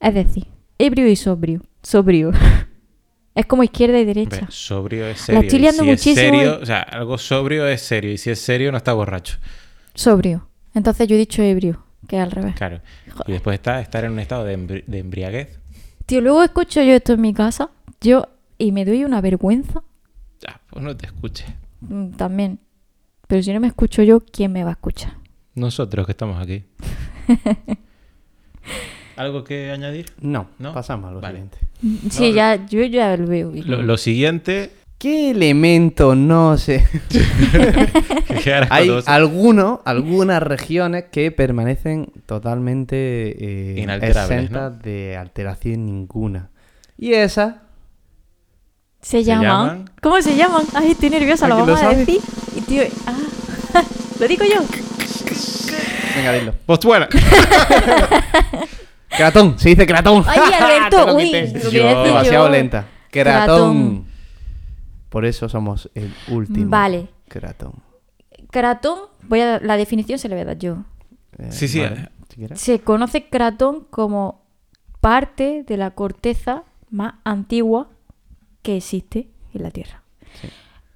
Es decir, ebrio y sobrio. Sobrio. es como izquierda y Hombre, derecha. sobrio es serio. estoy y liando si es muchísimo serio, y- o sea, algo sobrio es serio. Y si es serio, no está borracho. Sobrio. Entonces yo he dicho ebrio, que es al revés. Claro. Y Joder. después está estar en un estado de, embri- de embriaguez. Tío, luego escucho yo esto en mi casa, yo. Y me doy una vergüenza. Ah, pues no te escuches. Mm, También. Pero si no me escucho yo, ¿quién me va a escuchar? Nosotros que estamos aquí. ¿Algo que añadir? No, ¿No? pasamos a lo Vale. siguiente. Sí, ya, yo ya lo veo. Mm, Lo, lo siguiente. ¿Qué elemento no sé? que ahora Hay cuando- algunos, algunas regiones que permanecen totalmente eh, Inalterables, exentas ¿no? de alteración ninguna. Y esas, ¿Se, se llaman? llaman- ¿Cómo se llaman? Ay, estoy nerviosa, lo Aquí lo vamos a sabes. decir. Y tío, ah, lo digo yo. venga, dilo. Botswana. Cratón, se dice cratón. Ay, Te Alberto, lo uy, quité. lo Yo- hubiera dicho Demasiado yo. lenta. Cratón. Cratón. Por eso somos el último. Vale. Cratón. Cratón, voy a, la definición se le voy a dar yo. Eh, Sí, sí, vale, eh. si quieres. Se conoce cratón como parte de la corteza más antigua que existe en la Tierra.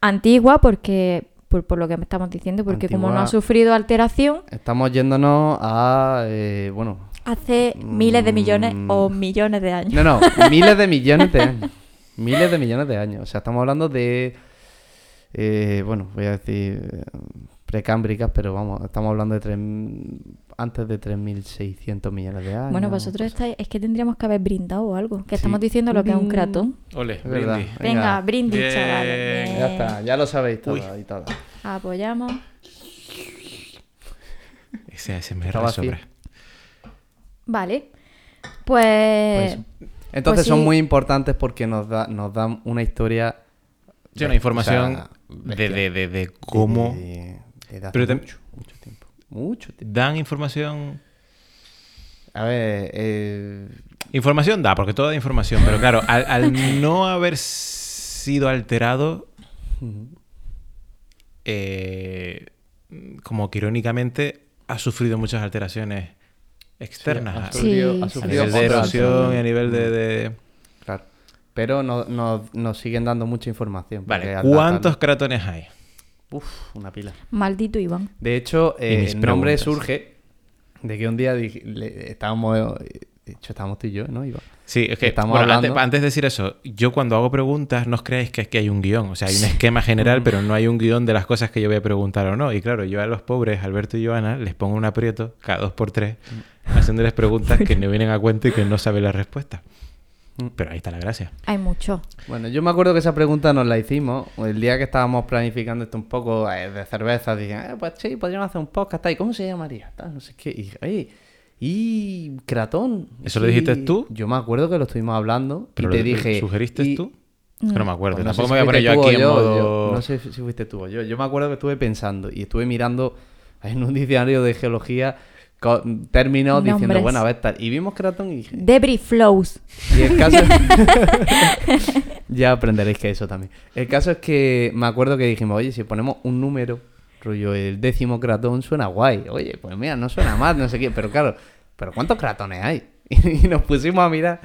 Antigua porque, por, por lo que me estamos diciendo, porque como no Antigua. ha sufrido alteración, Estamos yéndonos a. eh, bueno. hace miles de millones Mm. o millones de años. No, no, miles de millones de años. Miles de millones de años. O sea, estamos hablando de. eh, bueno, voy a decir. eh, Precámbricas, pero vamos, estamos hablando de. Tres, antes de 3.600 millones de años. Bueno, vosotros estáis, es que tendríamos que haber brindado o algo, que Sí. estamos diciendo lo que es un cratón. Ole, Es verdad. brindis. Venga, Venga. brindis, Bien. chavales. bien. Ya está, ya lo sabéis todo Uy. y todo. Apoyamos. Ese ASMR Estaba así. sobra. Vale. Pues. Pues, Entonces sí. son muy importantes porque nos, da, nos dan una historia. Sí, una información o sea, de, bestial. de, de, de cómo De, de- de- de hace Pero tam- mucho, mucho tiempo. Mucho tiempo. dan información. A ver, eh, Información da, porque toda información, pero claro, al, al no haber sido alterado, eh, como que irónicamente ha sufrido muchas alteraciones ha externas. Sí, sufrido, ha sí. a sufrido nivel de otras erosión y a alteraciones. nivel de... de- Claro. Pero no- no- nos siguen dando mucha información. porque Vale, al ¿cuántos tratarlo- cratones hay? Uf, una pila. Maldito Iván. De hecho, eh, mis el nombre preguntas. surge de que un día dije- le- estábamos. De hecho, estábamos tú y yo, ¿no, Iván? Sí, es que Estamos bueno, antes, hablando- antes de decir eso, yo cuando hago preguntas no os creáis que, es que hay un guión, o sea, hay un esquema Mm. general, pero no hay un guión de las cosas que yo voy a preguntar o no. Y claro, yo a los pobres, Alberto y Joana, les pongo un aprieto cada dos por tres, Mm. haciéndoles preguntas que no vienen a cuento y que no saben la respuesta. Mm. Pero ahí está la gracia. Hay mucho. Bueno, yo me acuerdo que esa pregunta nos la hicimos el día que estábamos planificando esto un poco eh, de cerveza. Dije, "Ah, pues sí, podríamos hacer un podcast. tal, ¿Y cómo se llamaría? Tal, no sé qué. Y, dije, oye, y Cratón. ¿Eso lo y- dijiste tú? Yo me acuerdo que lo estuvimos hablando. Pero y te lo- lo dije. ¿Sugeriste y- tú? Es que No me Pues acuerdo. no sé Tampoco si me voy a poner yo fuiste tú aquí o en yo, modo... yo- no sé si fuiste tú o yo. Yo me acuerdo que estuve pensando y estuve mirando en un diccionario de geología con términos diciendo, Nombres. bueno, a ver, tal. Y vimos Cratón y dije, Debris flows. y el caso. ya aprenderéis que eso también. El caso es que me acuerdo que dijimos, oye, si ponemos un número, rollo, el décimo cratón suena guay. Oye, pues mira, no suena mal, no sé qué. Pero claro, ¿pero cuántos cratones hay? y nos pusimos a mirar.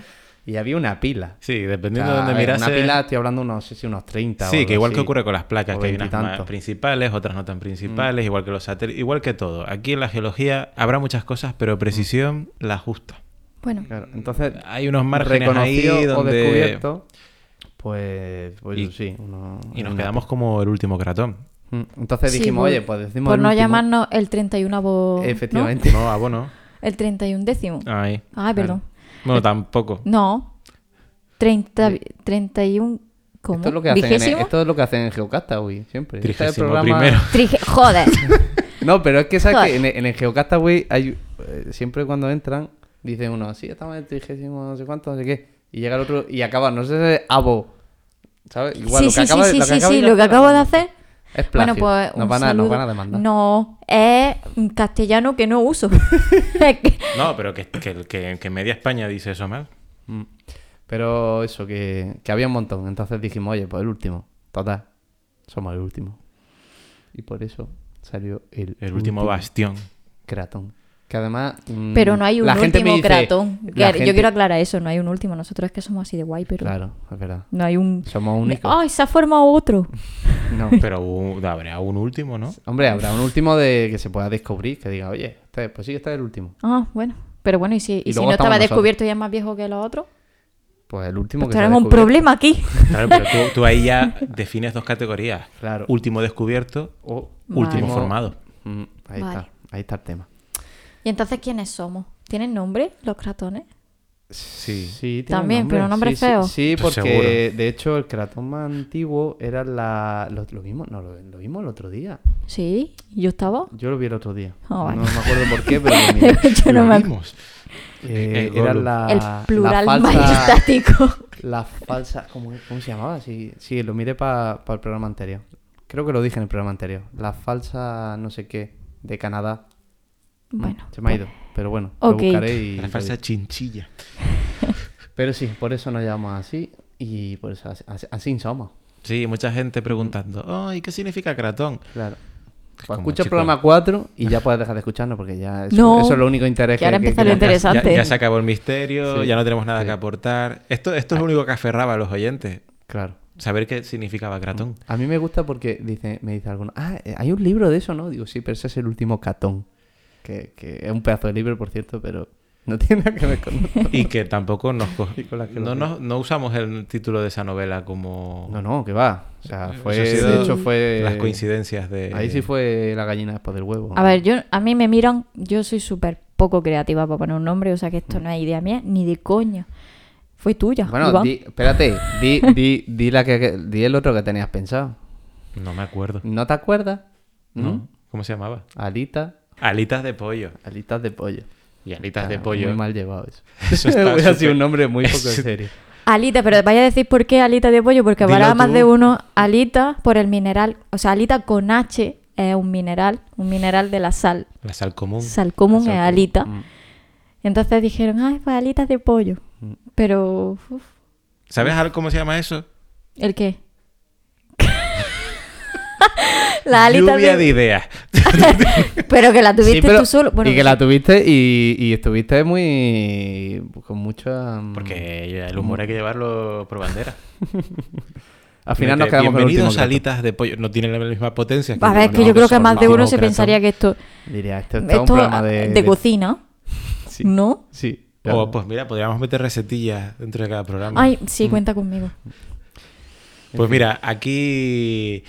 Y había una pila. Sí, O dependiendo sea, de a donde ver, mirase. Una pila, estoy hablando unos, sí, sí, unos 30. o Sí, algo que igual que así. ocurre con las placas, O que hay unas más veintitantos. Mm. principales, otras no tan principales, igual que los satélites, igual que todo. Aquí en la geología habrá muchas cosas, pero Mm. precisión la justa. Bueno, Claro, entonces, Hay unos márgenes ahí Eh, reconocido o donde- descubierto, pues, pues Y- sí. uno- Y nos una- quedamos como el último cratón. Mm, Entonces Sí, dijimos, por- oye, pues decimos por el no último. llamarnos el 31 avo. Efectivamente. No, abono. El 31 décimo. Ah. Ahí. Ah. Ay, Ah, perdón. Eh. Bueno, tampoco. No. 30, 31. ¿Cómo? Esto es, lo que hacen en, ¿Vigésimo? esto es lo que hacen en Geocasta, güey, siempre. Este es el Trigésimo programa- primero. Trige- Joder. No, pero es que sabes que Joder. en, el- en el Geocasta, güey, hay, eh, siempre cuando entran, dicen uno, sí, estamos en el trigésimo, no sé cuánto, no sé qué. Y llega el otro y acaba, no sé, abo. ¿Sabes? Igual sí, lo que sí, acaba, sí, lo que sí, acaba sí, y lo que acabo de acaba. hacer. Es plagio. Bueno, pues. nos, un van a, nos saludo. van a demandar. No, es un castellano que no uso. Es que- No, pero que, que, que- que media España dice eso mal. Mm. Pero eso, que, que había un montón. Entonces dijimos, oye, pues el último. Total. Somos el último. Y por eso salió el, El último bastión. Cratón. Que además. mm, Pero no hay un la gente me último dice- cratón. la Que- gente- Yo quiero aclarar eso, no hay un último. Nosotros es que somos así de guay, pero Claro, es verdad. no hay un. Somos únicos. ¡Ay, se ha formado otro! No. Pero hubo- habrá un último, ¿no? Hombre, habrá un último de que se pueda descubrir. Que diga, oye, este- pues sí, este es el último. Ah, bueno. Pero bueno, y si, y Y si luego no estamos estaba nosotros. descubierto y es más viejo que los otros, Pues el último pues que se ha tenemos un descubierto. problema aquí. Claro, pero tú, tú ahí ya defines dos categorías. Claro. Último descubierto o Vale. último Último- formado. Mm, ahí Vale. está. Ahí está el tema. ¿Y entonces quiénes somos? ¿Tienen nombre los cratones? Sí. Sí, tiene También, nombre. pero nombre Sí, sí, feo. Sí, Pues porque seguro. de hecho el cratón más antiguo era la. Lo, lo vimos, no, lo, lo vimos el otro día. Sí, yo estaba. Yo lo vi el otro día. Ah, vale. No me acuerdo por qué, pero lo miré. Yo no Lo me acuerdo. vimos. Eh, El era Gollum. la. El plural la falsa, majestático. la falsa. ¿Cómo, cómo se llamaba? Sí, sí lo miré para el programa anterior. Creo que lo dije en el programa anterior. La falsa no sé qué de Canadá. Mm, Bueno. Se me ha pues- ido. Pero bueno, Ok. lo buscaré y. La lo falsa diré. chinchilla. Pero sí, por eso nos llamamos así. Y por eso así, así- así somos. Sí, mucha gente preguntando, ay, ¿qué significa cratón? Claro. Pues como, escucha el chico. programa 4 y ya puedes dejar de escucharnos porque ya eso, No, eso es lo único interés que ahora empieza lo le interesa- Ya, Interesante. ya se acabó el misterio, Sí, ya no tenemos nada sí. que aportar. Esto, esto es lo único que aferraba a los oyentes, Claro. saber qué significaba cratón. A mí me gusta porque dice, me dice alguno, ah, eh, hay un libro de eso, ¿no? Digo, sí, pero ese es el último catón. Que, que es un pedazo de libro, por cierto, pero no tiene nada que ver con Mm. nosotros. Y que tampoco nos co- Y con la que no, lo nos- no usamos el título de esa novela como No, no, que va. O sea, Eso fue, ha sido de hecho fue... las coincidencias de Ahí sí fue la gallina después del huevo. pues, A ver, yo, a mí me miran, yo soy súper poco creativa para poner un nombre, o sea que esto no es idea mía, ni de coña. Fue tuya. Mm. Bueno, Iván. di- espérate, di, di, di la que, que- di el otro que tenías pensado. No me acuerdo. ¿No te acuerdas? ¿No? ¿Cómo se llamaba? Alita, Alitas de pollo. alitas de pollo. Y alitas de Ah, pollo. Muy mal llevado eso. Eso está Hubiera sido súper- un nombre muy poco en Eso- serio. Alita, pero vaya a decir por qué alita de pollo, porque Dilo habrá más tú. de uno. Alita por el mineral, o sea, alita con H es un mineral, un mineral de la sal. La sal común. Sal común es alita. Mm. Entonces dijeron, ay, pues alitas de pollo. Pero, uf, ¿Sabes al- cómo se llama eso? ¿el qué? la alita Lluvia de de... ideas. Pero que la Sí, tuviste pero- tú solo. Bueno, y que la tuviste y, y estuviste muy. con mucha. mm, Porque el humor hay que llevarlo por bandera. Al final nos Simplemente, quedamos con el último. Bienvenidos gato. alitas de pollo. No tienen la misma potencia. A ver, no, que yo no pues creo que son más de los- uno se demócratas. pensaría que esto, Diría, esto, esto es un esto programa ah, de. de, de- cocina, Sí. ¿no? Sí. O, pues mira, podríamos meter recetillas dentro de cada programa. Ay, Mm. sí, cuenta conmigo. Pues mira, aquí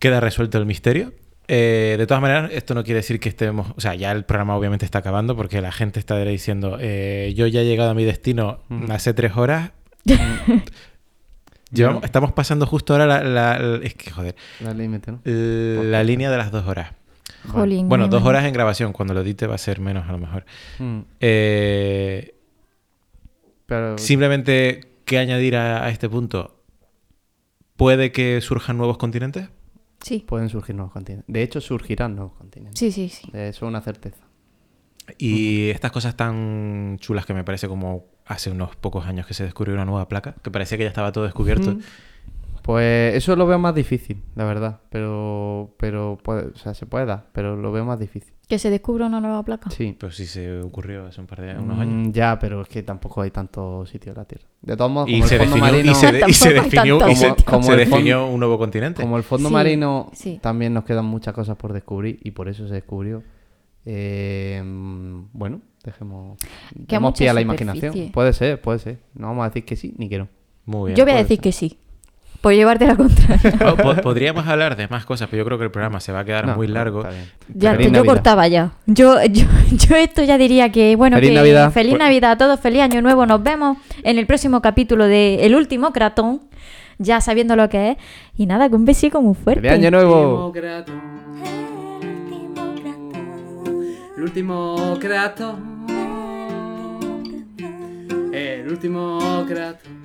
queda resuelto el misterio. Eh, de todas maneras, esto no quiere decir que estemos. O sea, ya el programa obviamente está acabando porque la gente está diciendo: eh, Yo ya he llegado a mi destino hace tres horas. Llevamos- estamos pasando justo ahora la, la- la- es que, joder, La límite, ¿no? la línea de las dos horas. Jolín, Bueno, me dos imagino. horas en grabación. Cuando lo edite va a ser menos, a lo mejor. Mm, Eh, Pero. Simplemente, ¿qué añadir a, a este punto? ¿Puede que surjan nuevos continentes? Sí, Pueden surgir nuevos continentes. De hecho, surgirán nuevos continentes. sí, sí, sí. Eso es una certeza. Y estas cosas tan chulas que me Mm. parece como hace unos pocos años que se descubrió una nueva placa, que parecía que ya estaba todo descubierto. Pues eso lo veo más difícil, la verdad. Pero, pero puede- o sea, se puede dar, pero lo veo más difícil. Que se descubra una nueva placa. Sí. Pero sí se ocurrió hace un par de Eh, unos Mm, años. Ya, pero es que tampoco hay tantos sitios en la Tierra. De todos modos, Y como se, el fondo definió, marino, y, se de- y se Tampoco hay definió, y se, tanto. Como- se como el definió un nuevo continente. como el fondo Sí, marino, sí. también nos quedan muchas cosas por descubrir y por eso se descubrió. Eh, bueno, dejemos, demos mucha pie a la superficie. imaginación. Puede ser, puede ser. No vamos a decir que sí ni que no. Muy bien. pues. Yo voy a pues. decir que sí. Por llevarte la contraria. Po- po- Podríamos hablar de más cosas, pero yo creo que el programa se va a quedar No, muy no, largo. está bien. Ya, que Feliz yo Navidad. cortaba ya. Yo, yo, yo esto ya diría que, bueno, Feliz que Navidad. feliz Pues- Navidad a todos, feliz año nuevo. Nos vemos en el próximo capítulo de El último Cratón, ya sabiendo lo que es. Y nada, que un besico muy fuerte. ¡Feliz año nuevo! Demócrata. El último ratón. El último Kratos. El último Kratos.